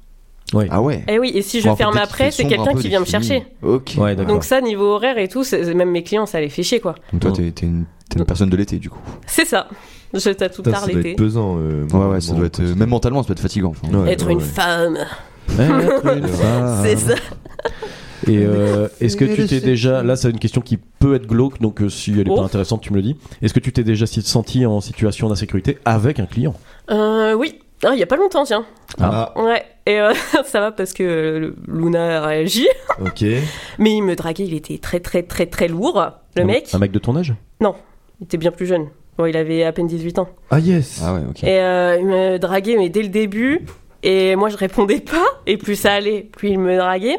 [SPEAKER 7] Ah ouais.
[SPEAKER 8] Eh oui, et si je
[SPEAKER 7] Bon,
[SPEAKER 8] ferme
[SPEAKER 7] peut-être
[SPEAKER 8] après,
[SPEAKER 7] qu'il fait
[SPEAKER 8] c'est
[SPEAKER 7] sombre un
[SPEAKER 8] quelqu'un
[SPEAKER 7] peu
[SPEAKER 8] qui
[SPEAKER 7] des
[SPEAKER 8] vient me
[SPEAKER 7] films.
[SPEAKER 8] chercher.
[SPEAKER 7] Ok.
[SPEAKER 5] Ouais, d'accord.
[SPEAKER 8] Donc ça, niveau horaire et tout, c'est- même mes clients, ça les fait chier, quoi.
[SPEAKER 7] Donc toi, t'es t'es une, t'es une personne de l'été du coup.
[SPEAKER 8] C'est ça. Je tatoue
[SPEAKER 6] Putain,
[SPEAKER 8] tard
[SPEAKER 6] ça doit être
[SPEAKER 8] l'été.
[SPEAKER 6] pesant. euh,
[SPEAKER 7] Ouais,
[SPEAKER 6] bon,
[SPEAKER 7] ouais, ça
[SPEAKER 6] bon,
[SPEAKER 7] doit être.
[SPEAKER 6] bon,
[SPEAKER 7] euh, Même mentalement, ça doit être fatigant. enfin.
[SPEAKER 6] ouais,
[SPEAKER 8] Être
[SPEAKER 6] ouais, Ah.
[SPEAKER 8] une
[SPEAKER 6] ouais.
[SPEAKER 8] femme,
[SPEAKER 5] Eh, Être une femme.
[SPEAKER 8] c'est ça.
[SPEAKER 5] Et euh, est-ce que tu t'es déjà là c'est une question qui peut être glauque donc euh, si elle est
[SPEAKER 8] Oh.
[SPEAKER 5] pas intéressante tu me le dis. Est-ce que tu t'es déjà si- senti en situation d'insécurité avec un client
[SPEAKER 8] Euh, oui. Ah, Il y a pas longtemps, tiens.
[SPEAKER 6] Ah,
[SPEAKER 8] Ouais. Et euh, ça va parce que euh, Luna a réagi.
[SPEAKER 6] ok.
[SPEAKER 8] Mais il me draguait, il était très très très très lourd, le
[SPEAKER 5] Un-
[SPEAKER 6] Ah,
[SPEAKER 8] mec.
[SPEAKER 5] Un mec de ton âge
[SPEAKER 8] Il était bien plus jeune. Bon, il avait à peine 18 ans.
[SPEAKER 6] Ah, yes.
[SPEAKER 7] Ah ouais, ok.
[SPEAKER 8] Et euh, il me draguait, mais dès le début. Et moi, je répondais pas. Et plus ça allait, plus il me draguait.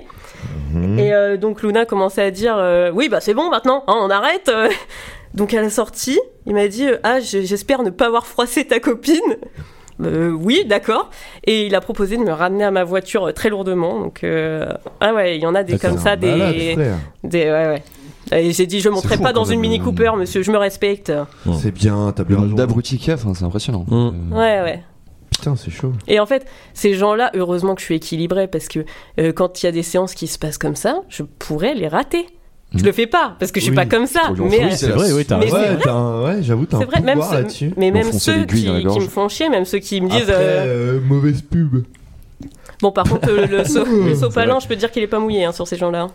[SPEAKER 6] Mhm.
[SPEAKER 8] Et euh, donc, Luna commençait à dire euh, Oui, bah c'est bon maintenant, hein, on arrête. euh. Donc, à la sortie, il m'a dit euh, Ah, j- j'espère ne pas avoir froissé ta copine. Euh, oui, d'accord. Et il a proposé de me ramener à ma voiture euh, très lourdement. Donc, euh, ah ouais, il y en a des
[SPEAKER 5] D'accord.
[SPEAKER 8] comme ça, des.
[SPEAKER 6] Malade, frère.
[SPEAKER 8] Des- ouais, ouais. Et j'ai dit, je monterai
[SPEAKER 7] fou,
[SPEAKER 8] pas dans
[SPEAKER 7] quand même,
[SPEAKER 8] une Mini
[SPEAKER 7] euh,
[SPEAKER 8] Cooper, monsieur, je me respecte.
[SPEAKER 6] C'est bien, t'as
[SPEAKER 7] Le
[SPEAKER 6] bien
[SPEAKER 7] nombre
[SPEAKER 6] raison.
[SPEAKER 7] d'abrutica, enfin, hein, c'est impressionnant.
[SPEAKER 5] Mm.
[SPEAKER 7] Euh,
[SPEAKER 8] Ouais, ouais.
[SPEAKER 6] Putain, c'est chaud.
[SPEAKER 8] Et en fait, ces gens-là, heureusement que je suis équilibrée, parce que euh, quand il y a des séances qui se passent comme ça, je pourrais les rater. Je
[SPEAKER 7] Mhm.
[SPEAKER 8] le fais pas, parce que je suis
[SPEAKER 6] Oui,
[SPEAKER 8] pas comme ça.
[SPEAKER 7] trop bien.
[SPEAKER 8] Mais,
[SPEAKER 7] Oui,
[SPEAKER 8] euh,
[SPEAKER 5] C'est vrai, oui, t'as
[SPEAKER 8] Mais
[SPEAKER 5] raison.
[SPEAKER 8] c'est
[SPEAKER 6] ouais,
[SPEAKER 8] vrai.
[SPEAKER 6] t'as un- ouais, j'avoue, t'as
[SPEAKER 8] c'est
[SPEAKER 6] un
[SPEAKER 8] vrai, même,
[SPEAKER 6] pouvoir
[SPEAKER 8] ceux-
[SPEAKER 6] là-dessus.
[SPEAKER 8] mais même
[SPEAKER 7] Enfoncer
[SPEAKER 8] ceux
[SPEAKER 7] l'aiguille
[SPEAKER 8] qui,
[SPEAKER 7] dans la
[SPEAKER 8] qui
[SPEAKER 7] gorge.
[SPEAKER 8] me font chier, même ceux qui me disent.
[SPEAKER 6] Après,
[SPEAKER 8] euh,
[SPEAKER 6] euh, mauvaise pub.
[SPEAKER 8] Bon, par contre, euh, le, so- le sopalin,
[SPEAKER 6] vrai.
[SPEAKER 8] je peux dire qu'il est pas mouillé hein, sur ces gens-là. hein.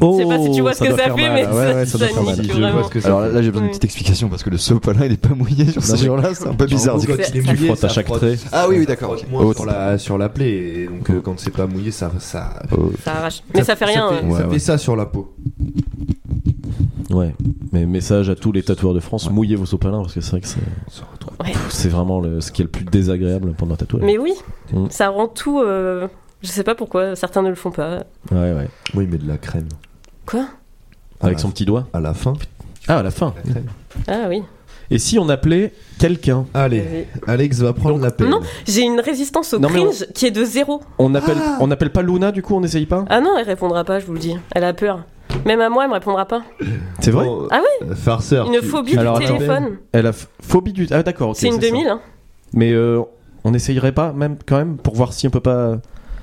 [SPEAKER 5] Oh,
[SPEAKER 8] sais pas si tu vois ce que
[SPEAKER 5] doit
[SPEAKER 8] ça
[SPEAKER 5] faire
[SPEAKER 8] fait,
[SPEAKER 5] mal. Ah
[SPEAKER 8] mais
[SPEAKER 5] ouais, ouais, ça
[SPEAKER 8] ça-
[SPEAKER 5] doit
[SPEAKER 8] ça
[SPEAKER 5] faire
[SPEAKER 8] nique.
[SPEAKER 5] mal.
[SPEAKER 6] Si,
[SPEAKER 8] que
[SPEAKER 6] je
[SPEAKER 8] vraiment.
[SPEAKER 6] vois ce que ça
[SPEAKER 7] Alors
[SPEAKER 6] fait.
[SPEAKER 7] là, là, j'ai besoin d'une
[SPEAKER 8] Oui.
[SPEAKER 7] petite explication parce que le sopalin il est pas mouillé Bah, sur ces
[SPEAKER 5] mais-
[SPEAKER 7] gens-là, c'est un peu bizarre.
[SPEAKER 6] En
[SPEAKER 7] du
[SPEAKER 6] gros,
[SPEAKER 7] coup.
[SPEAKER 6] quand il est
[SPEAKER 5] Tu
[SPEAKER 6] mouillé,
[SPEAKER 5] frottes à
[SPEAKER 6] ça
[SPEAKER 5] chaque
[SPEAKER 6] frotte-
[SPEAKER 5] trait.
[SPEAKER 6] ça
[SPEAKER 7] Ah oui, oui,
[SPEAKER 6] frotte
[SPEAKER 7] d'accord,
[SPEAKER 6] moins
[SPEAKER 7] ok.
[SPEAKER 6] sur
[SPEAKER 7] Oh, t'as-
[SPEAKER 6] la- Sur la plaie, et donc euh, quand c'est pas mouillé, ça. ça-
[SPEAKER 7] Oh,
[SPEAKER 8] Ça arrache. Mais ça, fait rien.
[SPEAKER 6] Ça fait,
[SPEAKER 8] euh,
[SPEAKER 6] ça,
[SPEAKER 7] Ouais,
[SPEAKER 6] fait
[SPEAKER 7] ouais.
[SPEAKER 6] ça sur la peau.
[SPEAKER 5] Ouais. Mais message à tous les tatoueurs de France, mouillez vos sopalins parce que c'est vrai que c'est
[SPEAKER 8] Ouais.
[SPEAKER 5] c'est vraiment le- ce qui est le plus désagréable pendant un tatouage.
[SPEAKER 8] Mais oui,
[SPEAKER 5] Mhm.
[SPEAKER 6] Mm.
[SPEAKER 8] ça rend tout. euh, Je sais pas pourquoi, certains ne le font pas.
[SPEAKER 5] Ouais, ouais.
[SPEAKER 6] Moi, il met de la crème.
[SPEAKER 8] Quoi
[SPEAKER 6] Ah,
[SPEAKER 5] Avec
[SPEAKER 6] ouais.
[SPEAKER 5] son petit doigt.
[SPEAKER 6] À la fin.
[SPEAKER 5] Ah, à la fin.
[SPEAKER 8] Ah oui.
[SPEAKER 5] Et si on appelait quelqu'un
[SPEAKER 6] Allez,
[SPEAKER 8] Vas-y.
[SPEAKER 6] Alex va prendre la pelle.
[SPEAKER 8] Non, j'ai une résistance au
[SPEAKER 5] Non, mais on-
[SPEAKER 8] cringe qui est de zéro.
[SPEAKER 5] On appelle, on n'appelle pas Luna du coup, on n'essaye pas
[SPEAKER 8] Ah non, elle répondra pas, je vous le dis. Elle a peur. Même à moi, elle me répondra pas.
[SPEAKER 5] C'est vrai
[SPEAKER 6] Bon,
[SPEAKER 8] Ah
[SPEAKER 6] euh, Farceur.
[SPEAKER 8] Une
[SPEAKER 6] tu-
[SPEAKER 8] phobie
[SPEAKER 5] alors,
[SPEAKER 8] du
[SPEAKER 5] attends.
[SPEAKER 8] téléphone.
[SPEAKER 5] Oh. Elle a ph- phobie du. Ah d'accord. ok,
[SPEAKER 8] c'est une
[SPEAKER 5] ça.
[SPEAKER 8] 2000. Hein.
[SPEAKER 5] Mais euh, on n'essayerait pas même quand même pour voir si on peut pas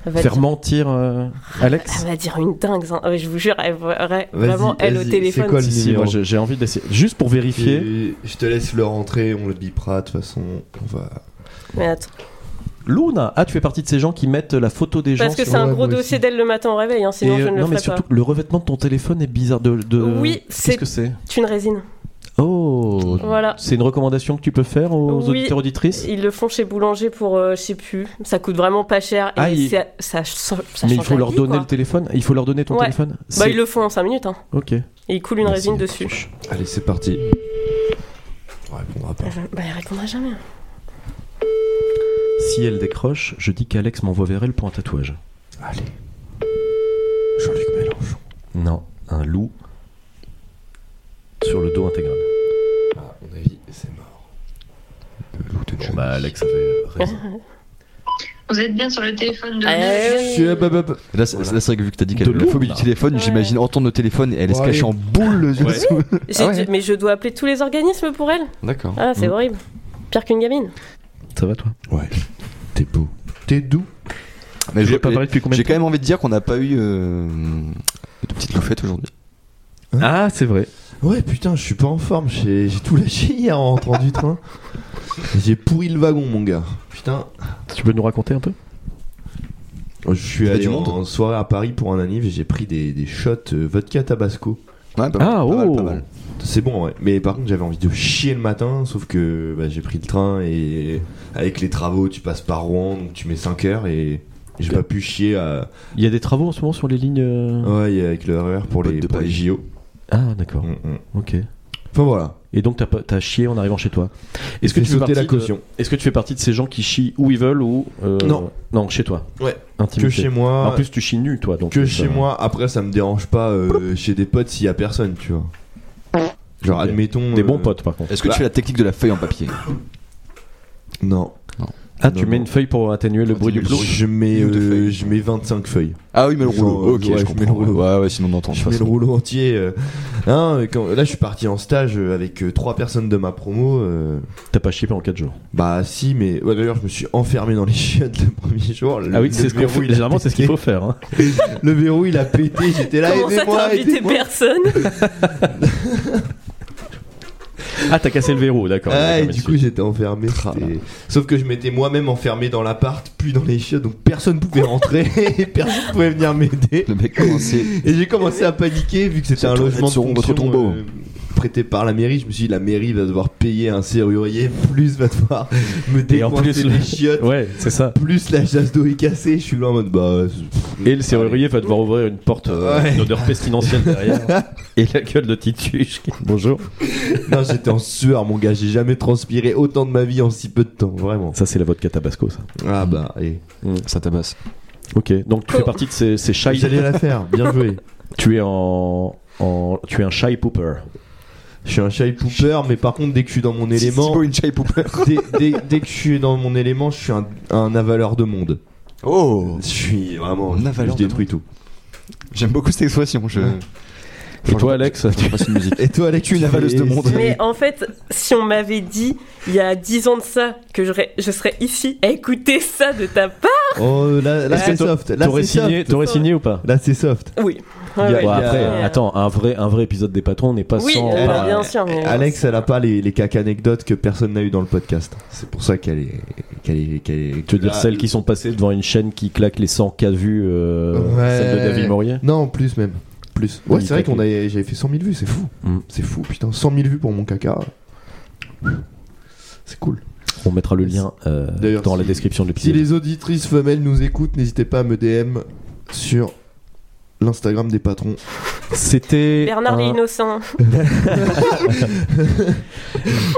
[SPEAKER 8] Elle, va
[SPEAKER 5] faire
[SPEAKER 8] dire...
[SPEAKER 5] mentir euh, Alex.
[SPEAKER 8] elle va dire une dingue. hein. Ouais, je vous jure, elle va- vra-
[SPEAKER 6] Vas-y,
[SPEAKER 8] vraiment, elle au
[SPEAKER 6] vas-y,
[SPEAKER 8] téléphone.
[SPEAKER 6] c'est quoi le
[SPEAKER 5] Si, si,
[SPEAKER 6] numéro
[SPEAKER 5] moi, j'ai j'ai envie d'essayer juste pour vérifier.
[SPEAKER 6] Et Je te laisse le rentrer, on le bipera de toute façon. On va.
[SPEAKER 8] Mais attends.
[SPEAKER 5] Luna, ah tu fais partie de ces gens qui mettent la photo des gens.
[SPEAKER 8] Parce que
[SPEAKER 5] sur-
[SPEAKER 8] c'est un
[SPEAKER 6] ouais,
[SPEAKER 8] gros
[SPEAKER 6] moi
[SPEAKER 8] dossier
[SPEAKER 6] aussi.
[SPEAKER 8] d'elle le matin au réveil, hein, sinon
[SPEAKER 5] Et,
[SPEAKER 8] je
[SPEAKER 5] euh,
[SPEAKER 8] ne le
[SPEAKER 5] non mais
[SPEAKER 8] ferai
[SPEAKER 5] surtout le revêtement de ton téléphone est bizarre de. de-
[SPEAKER 8] Oui, c'est-
[SPEAKER 5] Qu'est-ce que c'est
[SPEAKER 8] pas. C'est une résine.
[SPEAKER 5] Mm. Oh.
[SPEAKER 8] Voilà.
[SPEAKER 5] C'est une recommandation que tu peux faire aux
[SPEAKER 8] Oui.
[SPEAKER 5] auditeurs auditrices.
[SPEAKER 8] Ils le font chez Boulanger pour, euh, je sais plus, ça coûte vraiment pas cher.
[SPEAKER 5] Ah,
[SPEAKER 8] et
[SPEAKER 5] il-
[SPEAKER 8] c'est- ça, ça, ça
[SPEAKER 5] mais il
[SPEAKER 8] change
[SPEAKER 5] faut
[SPEAKER 8] la
[SPEAKER 5] leur
[SPEAKER 8] vie,
[SPEAKER 5] donner
[SPEAKER 8] quoi.
[SPEAKER 5] le téléphone. Il faut leur donner ton
[SPEAKER 8] Ouais.
[SPEAKER 5] téléphone.
[SPEAKER 8] Bah,
[SPEAKER 5] C'est-
[SPEAKER 8] ils le font en 5 minutes. Hein.
[SPEAKER 5] Ok.
[SPEAKER 8] Et ils coulent une
[SPEAKER 5] Merci,
[SPEAKER 8] résine
[SPEAKER 5] la
[SPEAKER 8] dessus.
[SPEAKER 5] proche.
[SPEAKER 6] Allez, c'est parti. On répondra pas.
[SPEAKER 8] Elle- Bah, elle répondra jamais.
[SPEAKER 5] Si elle décroche, je dis qu'Alex m'envoie vers elle pour un tatouage.
[SPEAKER 6] Allez. Jean-Luc Mélenchon.
[SPEAKER 5] Non, un loup sur le dos intégral.
[SPEAKER 6] Ah, À mon avis, c'est mort.
[SPEAKER 7] Le loup de
[SPEAKER 5] Bon,
[SPEAKER 7] Johnny.
[SPEAKER 5] bah, Alex avait raison.
[SPEAKER 3] Vous êtes bien sur le téléphone de.
[SPEAKER 8] Ah,
[SPEAKER 6] Monsieur Ababab.
[SPEAKER 7] Là, c'est
[SPEAKER 6] Voilà.
[SPEAKER 7] là, c'est vrai que vu que t'as dit qu'elle
[SPEAKER 5] De
[SPEAKER 7] a la
[SPEAKER 5] loup,
[SPEAKER 7] phobie du
[SPEAKER 5] là.
[SPEAKER 7] téléphone,
[SPEAKER 8] Ouais.
[SPEAKER 7] j'imagine entendre le téléphone et elle
[SPEAKER 6] Bon,
[SPEAKER 7] se cache
[SPEAKER 6] allez.
[SPEAKER 7] en boule. le-
[SPEAKER 5] Ouais. Mm.
[SPEAKER 7] sous-
[SPEAKER 8] J'ai
[SPEAKER 7] Ah ouais.
[SPEAKER 8] dû- Mais je dois appeler tous les organismes pour elle.
[SPEAKER 7] D'accord.
[SPEAKER 8] Ah, c'est horrible. Pire qu'une gamine.
[SPEAKER 5] Ça va, toi
[SPEAKER 6] Ouais. T'es beau. T'es doux.
[SPEAKER 7] Mais je-
[SPEAKER 9] J'ai pas parlé depuis combien
[SPEAKER 7] J'ai
[SPEAKER 9] de
[SPEAKER 7] quand même envie de dire qu'on n'a pas eu euh, de petite loufette aujourd'hui.
[SPEAKER 9] temps Ah, c'est vrai.
[SPEAKER 6] Ouais, putain, je suis pas en forme. J'ai j'ai tout lâché hier en rentrant du train. J'ai pourri le wagon, mon gars. Putain,
[SPEAKER 9] Tu peux nous raconter un peu
[SPEAKER 6] je suis
[SPEAKER 7] T'as
[SPEAKER 6] allé
[SPEAKER 7] du
[SPEAKER 6] en,
[SPEAKER 7] monde
[SPEAKER 6] en soirée à Paris pour un anniv et j'ai pris des, des shots euh, vodka tabasco.
[SPEAKER 7] Ouais, pas mal,
[SPEAKER 9] Ah,
[SPEAKER 7] pas mal,
[SPEAKER 9] oh
[SPEAKER 7] pas mal.
[SPEAKER 6] C'est bon, ouais. Mais par contre, j'avais envie de chier le matin, sauf que bah, j'ai pris le train et avec les travaux, tu passes par Rouen, donc tu mets 5 heures et j'ai pas pu chier à...
[SPEAKER 5] Il y a des travaux en ce moment sur les lignes. euh,
[SPEAKER 6] Ouais, et avec le RER pour
[SPEAKER 7] Botte
[SPEAKER 6] les,
[SPEAKER 7] de
[SPEAKER 6] pour les
[SPEAKER 7] paille.
[SPEAKER 6] JO.
[SPEAKER 5] Ah, d'accord.
[SPEAKER 6] Mm, mm.
[SPEAKER 5] Ok.
[SPEAKER 6] Enfin voilà.
[SPEAKER 5] Et donc, t'as pas- t'as chié en arrivant chez toi. Est-ce
[SPEAKER 6] J'ai
[SPEAKER 5] que, tu fais
[SPEAKER 6] sauté
[SPEAKER 5] partie
[SPEAKER 6] la
[SPEAKER 5] de-
[SPEAKER 6] caution.
[SPEAKER 5] est-ce que tu fais partie de ces gens qui chient où ils veulent ou. euh,
[SPEAKER 6] Non.
[SPEAKER 5] Non, chez toi.
[SPEAKER 6] Ouais. Que
[SPEAKER 5] Intimité.
[SPEAKER 6] chez moi...
[SPEAKER 5] En plus, tu chies nu, toi. Donc
[SPEAKER 6] que
[SPEAKER 5] euh,
[SPEAKER 6] chez
[SPEAKER 5] ça-
[SPEAKER 6] moi, après ça me dérange pas euh, chez des potes s'il y a personne, tu vois. Genre,
[SPEAKER 5] Ok.
[SPEAKER 6] admettons.
[SPEAKER 5] Des
[SPEAKER 6] euh,
[SPEAKER 5] bons potes, par contre.
[SPEAKER 7] Est-ce que
[SPEAKER 6] Bah.
[SPEAKER 7] tu fais la technique de la feuille en papier
[SPEAKER 6] Non.
[SPEAKER 5] Ah, tu
[SPEAKER 6] Non,
[SPEAKER 5] mets
[SPEAKER 6] non.
[SPEAKER 5] une feuille pour atténuer le
[SPEAKER 7] Quand
[SPEAKER 5] bruit
[SPEAKER 7] tu
[SPEAKER 5] du
[SPEAKER 7] mets le
[SPEAKER 5] bloc.
[SPEAKER 7] bruit.
[SPEAKER 6] Je mets,
[SPEAKER 7] Ou de
[SPEAKER 6] euh,
[SPEAKER 7] feuilles.
[SPEAKER 6] je mets 25 feuilles.
[SPEAKER 7] Ah oui, mais le
[SPEAKER 6] Genre,
[SPEAKER 7] rouleau. Ok,
[SPEAKER 6] ouais,
[SPEAKER 7] je
[SPEAKER 6] je mets le
[SPEAKER 7] comprends.
[SPEAKER 6] rouleau.
[SPEAKER 7] Ouais, ouais, sinon on entend.
[SPEAKER 6] Je mets le rouleau entier. euh, hein, quand- là, je suis parti en stage euh, avec euh, trois personnes de ma promo. euh,
[SPEAKER 5] T'as pas chié pendant 4 jours.
[SPEAKER 6] bah, si, mais ouais, d'ailleurs, je me suis enfermé dans les chiottes le premier jour. Le-
[SPEAKER 5] ah oui,
[SPEAKER 6] le
[SPEAKER 5] c'est ce qu'on
[SPEAKER 6] verrou,
[SPEAKER 5] fait.
[SPEAKER 6] il a
[SPEAKER 5] Généralement, c'est ce qu'il
[SPEAKER 6] pété.
[SPEAKER 5] faut faire. hein.
[SPEAKER 6] Le verrou, il a pété. J'étais là,
[SPEAKER 8] Comment ça,
[SPEAKER 6] aidez-moi,
[SPEAKER 8] t'as invité
[SPEAKER 6] aidez-moi.
[SPEAKER 8] personne
[SPEAKER 5] Ah, t'as cassé le verrou, d'accord.
[SPEAKER 6] Ah,
[SPEAKER 5] D'accord,
[SPEAKER 6] et
[SPEAKER 5] mais
[SPEAKER 6] du
[SPEAKER 5] tu-
[SPEAKER 6] coup, j'étais enfermé. c'était- Sauf que je m'étais moi-même enfermé dans l'appart, puis dans les chiottes, donc personne pouvait rentrer, et personne pouvait venir m'aider.
[SPEAKER 7] Le mec commençait.
[SPEAKER 6] Et j'ai commencé à paniquer vu que c'était
[SPEAKER 7] Cette
[SPEAKER 6] un
[SPEAKER 7] tournette
[SPEAKER 6] logement de
[SPEAKER 7] seront votre
[SPEAKER 6] fonction,
[SPEAKER 7] tombeau.
[SPEAKER 6] euh, prêté par la mairie. Je me suis dit, la mairie va devoir payer un serrurier, plus va devoir me
[SPEAKER 5] Et en
[SPEAKER 6] décoincer
[SPEAKER 5] plus,
[SPEAKER 6] les
[SPEAKER 5] le-
[SPEAKER 6] chiottes,
[SPEAKER 5] Ouais, c'est ça.
[SPEAKER 6] plus la chasse d'eau est cassée. Je suis là en mode, bah. pff,
[SPEAKER 5] Et le serrurier va devoir ouvrir une porte, euh,
[SPEAKER 6] Ouais.
[SPEAKER 5] une odeur pestilentielle derrière. Et la gueule de Tituche. qui- Bonjour.
[SPEAKER 6] Non, j'étais en sueur, mon gars. J'ai jamais transpiré autant de ma vie en si peu de temps, vraiment.
[SPEAKER 5] Ça, c'est la vodka tabasco, ça.
[SPEAKER 6] Ah bah, et.
[SPEAKER 7] Ça tabasse.
[SPEAKER 5] Mm. Ok, donc tu fais partie de ces, ces shy.
[SPEAKER 6] Vous allez la faire, bien joué.
[SPEAKER 5] Tu es en. en- Tu es un shy pooper.
[SPEAKER 6] Je suis un shy pooper, mais par contre, dès que je suis dans mon élément,
[SPEAKER 7] Thibaut, une chai pooper.
[SPEAKER 6] dès, dès- dès que je suis dans mon élément, je suis un, un avaleur de monde.
[SPEAKER 7] Oh
[SPEAKER 6] Je suis vraiment,
[SPEAKER 7] Un
[SPEAKER 6] je,
[SPEAKER 7] avaleur
[SPEAKER 6] je
[SPEAKER 7] de
[SPEAKER 6] détruis tout.
[SPEAKER 7] J'aime beaucoup cette expression. Je...
[SPEAKER 5] Et toi, Alex,
[SPEAKER 7] Tu passes une musique.
[SPEAKER 6] Et toi, Alex,
[SPEAKER 7] Tu es une
[SPEAKER 6] fais-
[SPEAKER 7] avaleuse de monde.
[SPEAKER 8] Mais en fait, si on m'avait dit il y a 10 ans de ça que j'aurais- je serais ici à écouter ça de ta part.
[SPEAKER 6] Oh, là, là,
[SPEAKER 5] Est-ce
[SPEAKER 6] c'est
[SPEAKER 5] que t'a-
[SPEAKER 6] soft. Là,
[SPEAKER 5] t'aurais
[SPEAKER 6] c'est
[SPEAKER 5] signé,
[SPEAKER 6] soft.
[SPEAKER 5] t'aurais signé ou pas
[SPEAKER 6] Là, c'est soft.
[SPEAKER 8] Oui.
[SPEAKER 6] Il y a-
[SPEAKER 5] Bon,
[SPEAKER 6] il y a-
[SPEAKER 5] après, hein.
[SPEAKER 8] Euh,
[SPEAKER 5] attends, un vrai, un vrai épisode des patrons n'est pas
[SPEAKER 8] Oui,
[SPEAKER 5] sans.
[SPEAKER 8] euh,
[SPEAKER 5] par-
[SPEAKER 8] bien sûr. mais-
[SPEAKER 6] Alex, elle a pas les, les caca anecdotes que personne n'a eu dans le podcast. C'est pour ça qu'elle est. Qu'elle est, qu'elle est- Ah,
[SPEAKER 5] Tu veux dire
[SPEAKER 6] Là,
[SPEAKER 5] celles qui sont passées devant une chaîne qui claque les 100 cas vues, euh,
[SPEAKER 6] Ouais.
[SPEAKER 5] celle de David Maurier
[SPEAKER 6] Non, plus même. Plus.
[SPEAKER 5] Oui,
[SPEAKER 6] Ouais, c'est vrai
[SPEAKER 5] caca.
[SPEAKER 6] qu'on avait, j'avais fait 100 000 vues, c'est fou.
[SPEAKER 5] Mm.
[SPEAKER 6] C'est fou, putain. 100 000 vues pour mon caca. C'est cool.
[SPEAKER 5] On mettra le lien euh,
[SPEAKER 6] D'ailleurs,
[SPEAKER 5] dans la
[SPEAKER 6] si-
[SPEAKER 5] description de
[SPEAKER 6] Si
[SPEAKER 5] l'épisode.
[SPEAKER 6] les auditrices femelles nous écoutent, n'hésitez pas à me DM sur l'Instagram des patrons.
[SPEAKER 5] C'était.
[SPEAKER 6] hein.
[SPEAKER 8] Bernard
[SPEAKER 5] un-
[SPEAKER 8] l'innocent.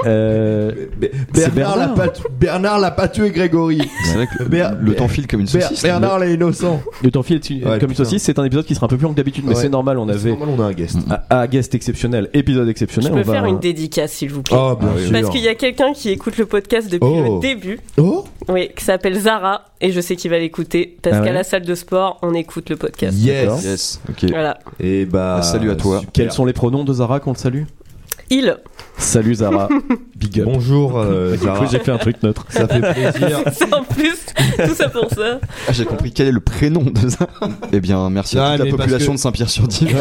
[SPEAKER 5] euh,
[SPEAKER 6] Bernard,
[SPEAKER 5] Bernard.
[SPEAKER 6] l'a pas tu- Bernard l'a pas tué Grégory.
[SPEAKER 7] C'est vrai que
[SPEAKER 6] Ber-
[SPEAKER 7] le temps file comme une
[SPEAKER 6] Ber-
[SPEAKER 7] saucisse.
[SPEAKER 6] Bernard l'a innocent.
[SPEAKER 5] Le temps file est une-
[SPEAKER 6] Ouais,
[SPEAKER 5] comme une
[SPEAKER 6] putain.
[SPEAKER 5] saucisse, c'est un épisode qui sera un peu plus long que d'habitude, mais
[SPEAKER 6] Ouais.
[SPEAKER 5] c'est normal, on
[SPEAKER 6] C'est
[SPEAKER 5] avait Mm.
[SPEAKER 6] normal, on a un guest.
[SPEAKER 5] à, à guest exceptionnel, épisode
[SPEAKER 8] Je
[SPEAKER 5] exceptionnel.
[SPEAKER 8] peux
[SPEAKER 5] on va-
[SPEAKER 8] faire une dédicace, s'il vous plaît.
[SPEAKER 6] hein Oh,
[SPEAKER 5] Ah
[SPEAKER 6] bien sûr.
[SPEAKER 8] Parce qu'il y a quelqu'un qui écoute le podcast depuis
[SPEAKER 6] Oh.
[SPEAKER 8] le début,
[SPEAKER 6] Oh
[SPEAKER 8] oui, qui s'appelle Zara, et je sais qu'il va l'écouter, parce
[SPEAKER 5] Ah ouais
[SPEAKER 8] qu'à la salle de sport, on écoute le podcast.
[SPEAKER 5] D'accord.
[SPEAKER 6] Yes.
[SPEAKER 7] Yes. Ok.
[SPEAKER 8] Voilà.
[SPEAKER 5] Eh
[SPEAKER 6] Et bah.
[SPEAKER 7] Ah, salut à toi.
[SPEAKER 6] super.
[SPEAKER 5] Quels sont les pronoms de Zara qu'on le salue
[SPEAKER 8] Il,
[SPEAKER 5] Salut Zara, big up.
[SPEAKER 6] Bonjour euh,
[SPEAKER 5] Du coup,
[SPEAKER 6] Zara.
[SPEAKER 5] j'ai fait un truc neutre.
[SPEAKER 6] Ça fait plaisir.
[SPEAKER 8] c'est en plus, tout ça pour ça.
[SPEAKER 7] Ah, j'ai compris quel est le prénom de ça. eh bien, merci
[SPEAKER 6] Ah,
[SPEAKER 7] à toute
[SPEAKER 6] mais
[SPEAKER 7] la
[SPEAKER 6] parce
[SPEAKER 7] population
[SPEAKER 6] que-
[SPEAKER 7] de Saint-Pierre-sur-Dive.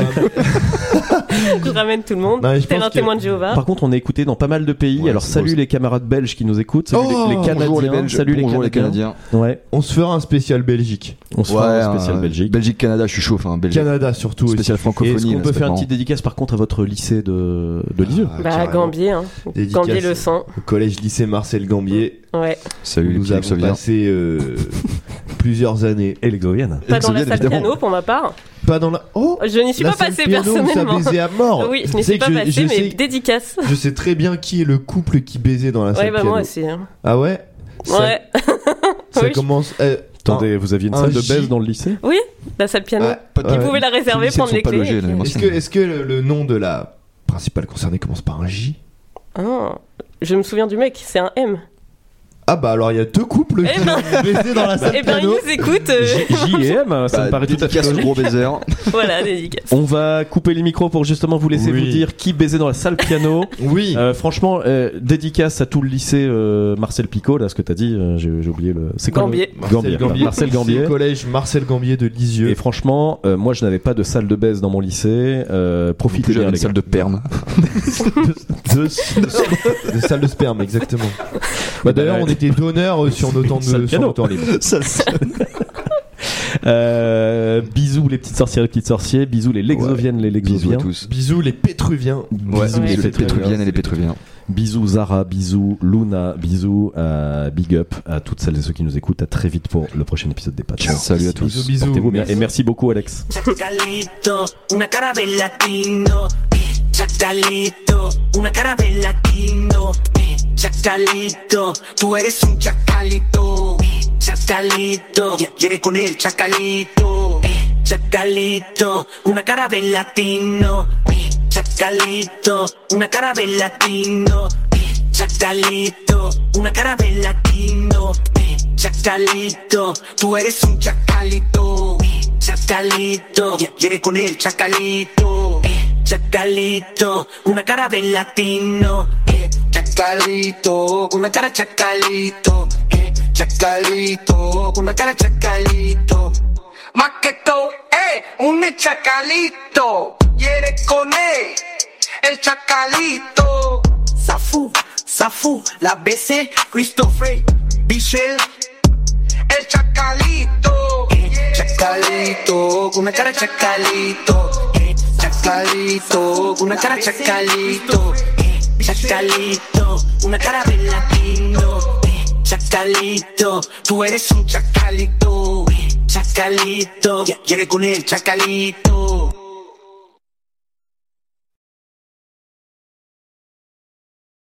[SPEAKER 8] Je ramène tout le monde.
[SPEAKER 6] Non, mais je
[SPEAKER 8] T'es
[SPEAKER 6] pense
[SPEAKER 8] un
[SPEAKER 6] que-
[SPEAKER 8] témoin de Jéhovah.
[SPEAKER 5] Par contre, on est écouté dans pas mal de pays.
[SPEAKER 7] Ouais,
[SPEAKER 5] Alors,
[SPEAKER 7] c'est
[SPEAKER 5] salut
[SPEAKER 7] beau,
[SPEAKER 5] les camarades belges qui nous écoutent. Salut
[SPEAKER 6] Oh,
[SPEAKER 5] les, les Canadiens.
[SPEAKER 7] Bonjour les Belges.
[SPEAKER 5] salut
[SPEAKER 7] Bonjour les Canadiens.
[SPEAKER 5] Ouais,
[SPEAKER 6] On se fera un spécial Belgique.
[SPEAKER 5] on se fera
[SPEAKER 7] Ouais,
[SPEAKER 5] un spécial
[SPEAKER 7] euh,
[SPEAKER 5] Belgique.
[SPEAKER 7] Belgique-Canada, je suis chaud. Enfin, Belgique.
[SPEAKER 6] Canada surtout.
[SPEAKER 7] Spécial
[SPEAKER 6] aussi.
[SPEAKER 5] Et
[SPEAKER 7] francophonie.
[SPEAKER 5] est-ce qu'on
[SPEAKER 7] là,
[SPEAKER 5] peut
[SPEAKER 7] c'est
[SPEAKER 5] faire une
[SPEAKER 7] marrant.
[SPEAKER 5] petite dédicace par contre à votre lycée de, de Lisieux
[SPEAKER 6] Ah,
[SPEAKER 8] bah,
[SPEAKER 6] carrément.
[SPEAKER 8] Gambier, hein.
[SPEAKER 6] Dédicace
[SPEAKER 8] Gambier le sang.
[SPEAKER 6] Au collège lycée Marcel
[SPEAKER 5] Euh,
[SPEAKER 6] Gambier.
[SPEAKER 8] Ouais.
[SPEAKER 7] Salut les
[SPEAKER 6] nous
[SPEAKER 7] petits
[SPEAKER 6] avons
[SPEAKER 7] soviens.
[SPEAKER 6] passé euh, plusieurs années.
[SPEAKER 5] et l'exovienne
[SPEAKER 8] Pas dans
[SPEAKER 7] Xavier,
[SPEAKER 8] la salle
[SPEAKER 7] évidemment.
[SPEAKER 8] piano pour ma part.
[SPEAKER 6] Pas dans la. Oh
[SPEAKER 8] Je n'y suis
[SPEAKER 6] La
[SPEAKER 8] pas
[SPEAKER 6] salle
[SPEAKER 8] passée
[SPEAKER 6] piano,
[SPEAKER 8] personnellement.
[SPEAKER 6] Ça baisait à mort.
[SPEAKER 8] Oui, je
[SPEAKER 6] Tu
[SPEAKER 8] n'y
[SPEAKER 6] sais
[SPEAKER 8] suis pas
[SPEAKER 6] que je-
[SPEAKER 8] passée,
[SPEAKER 6] je
[SPEAKER 8] mais
[SPEAKER 6] sais-
[SPEAKER 8] dédicace.
[SPEAKER 6] Je sais très bien qui est le couple qui baisait dans la salle
[SPEAKER 8] Ouais, bah
[SPEAKER 6] piano.
[SPEAKER 8] moi aussi. hein.
[SPEAKER 6] Ah ouais Ça,
[SPEAKER 8] Ouais.
[SPEAKER 6] ça
[SPEAKER 8] Oui, je-
[SPEAKER 6] commence. euh,
[SPEAKER 5] Attendez, vous aviez une
[SPEAKER 6] un
[SPEAKER 5] salle de
[SPEAKER 6] J.
[SPEAKER 5] baise dans le lycée
[SPEAKER 8] Oui, la salle piano.
[SPEAKER 6] Ouais.
[SPEAKER 7] Pas de
[SPEAKER 8] Vous
[SPEAKER 6] Ouais.
[SPEAKER 8] pouvez la réserver,
[SPEAKER 7] Ils ne
[SPEAKER 8] prendre
[SPEAKER 7] sont
[SPEAKER 8] les
[SPEAKER 7] pas
[SPEAKER 8] clés.
[SPEAKER 7] logés,
[SPEAKER 8] et
[SPEAKER 7] là,
[SPEAKER 8] puis-
[SPEAKER 7] moi,
[SPEAKER 6] ah, Est-ce que, est-ce que le, le nom de la principale concernée commence par un J
[SPEAKER 8] Ah, je me souviens du mec, c'est un M.
[SPEAKER 6] Ah bah alors il y a deux couples
[SPEAKER 8] Eh
[SPEAKER 6] qui
[SPEAKER 8] ben-
[SPEAKER 6] ont baisé dans la salle
[SPEAKER 8] Eh ben, il
[SPEAKER 6] piano.
[SPEAKER 8] nous écoute. euh,
[SPEAKER 5] J J et M, ça
[SPEAKER 7] Bah,
[SPEAKER 5] me paraît tout à fait
[SPEAKER 7] dédicace au
[SPEAKER 5] logique.
[SPEAKER 7] gros baiser.
[SPEAKER 8] voilà, dédicace.
[SPEAKER 5] On va couper les micros pour justement vous laisser
[SPEAKER 6] Oui.
[SPEAKER 5] vous dire qui baisait dans la salle piano.
[SPEAKER 6] Oui.
[SPEAKER 5] Euh, franchement, euh, dédicace à tout le lycée euh, Marcel Picot, là, ce que t'as dit, euh, j'ai j'ai oublié le. C'est quoi
[SPEAKER 8] Gambier.
[SPEAKER 5] le- Gambier. voilà. Marcel Gambier.
[SPEAKER 6] C'est au collège Marcel Gambier de Lisieux.
[SPEAKER 5] Et franchement, euh, moi je n'avais pas de salle de baisse dans mon lycée. Euh, profitez bien,
[SPEAKER 7] J'avais une
[SPEAKER 5] les gars.
[SPEAKER 7] salle de perme.
[SPEAKER 5] De- de-
[SPEAKER 6] Des salles de sperme, exactement.
[SPEAKER 5] Bah,
[SPEAKER 6] Bah, D'ailleurs, on était donneurs euh, sur nos temps,
[SPEAKER 5] Salle
[SPEAKER 6] de, sur
[SPEAKER 5] piano.
[SPEAKER 6] nos temps libres.
[SPEAKER 5] Euh, bisous les petites sorcières, les petites sorciers. Bisous les lexoviennes, les
[SPEAKER 7] Bisous à
[SPEAKER 5] lexoviens.
[SPEAKER 7] tous.
[SPEAKER 6] Bisous les pétruviens.
[SPEAKER 5] Ouais,
[SPEAKER 7] Bisous
[SPEAKER 8] ouais.
[SPEAKER 7] les
[SPEAKER 5] c'est très
[SPEAKER 7] pétruviennes
[SPEAKER 5] bien.
[SPEAKER 7] et les pétruviens.
[SPEAKER 5] Bisous Zara, bisous Luna, bisous à Big Up, à toutes celles et ceux qui nous écoutent. À très vite pour le prochain épisode des Patchs.
[SPEAKER 7] Salut à tous.
[SPEAKER 6] Bisous, bisous.
[SPEAKER 5] Portez-vous bien. Et merci beaucoup, Alex.
[SPEAKER 10] Chacalito, una cara de latino. eh, Chacalito, una cara de latino. eh, Chacalito, tú eres un chacalito. eh, Chacalito, ya llegué con el chacalito. eh, Chacalito, una cara de latino. eh, Chacalito, una cara de latino. eh, Chacalito, una cara de latino. eh, Chacalito, tú eres un chacalito. eh, Chacalito, ya llegué con el chacalito. eh, Chacalito, una cara de latino. eh, Chacalito, una cara chacalito. eh, Chacalito, una cara chacalito. Más que todo, eh, un chacalito. Viene con él, el chacalito. Safu, Safu, la BC, Christopher, Michelle. El chacalito, eh, chacalito, con una cara chacalito, eh, chacalito, con una cara chacalito, eh, chacalito, una cara de latino, eh, chacalito, tú eh, eres un chacalito, chacalito, ya llegué con el chacalito.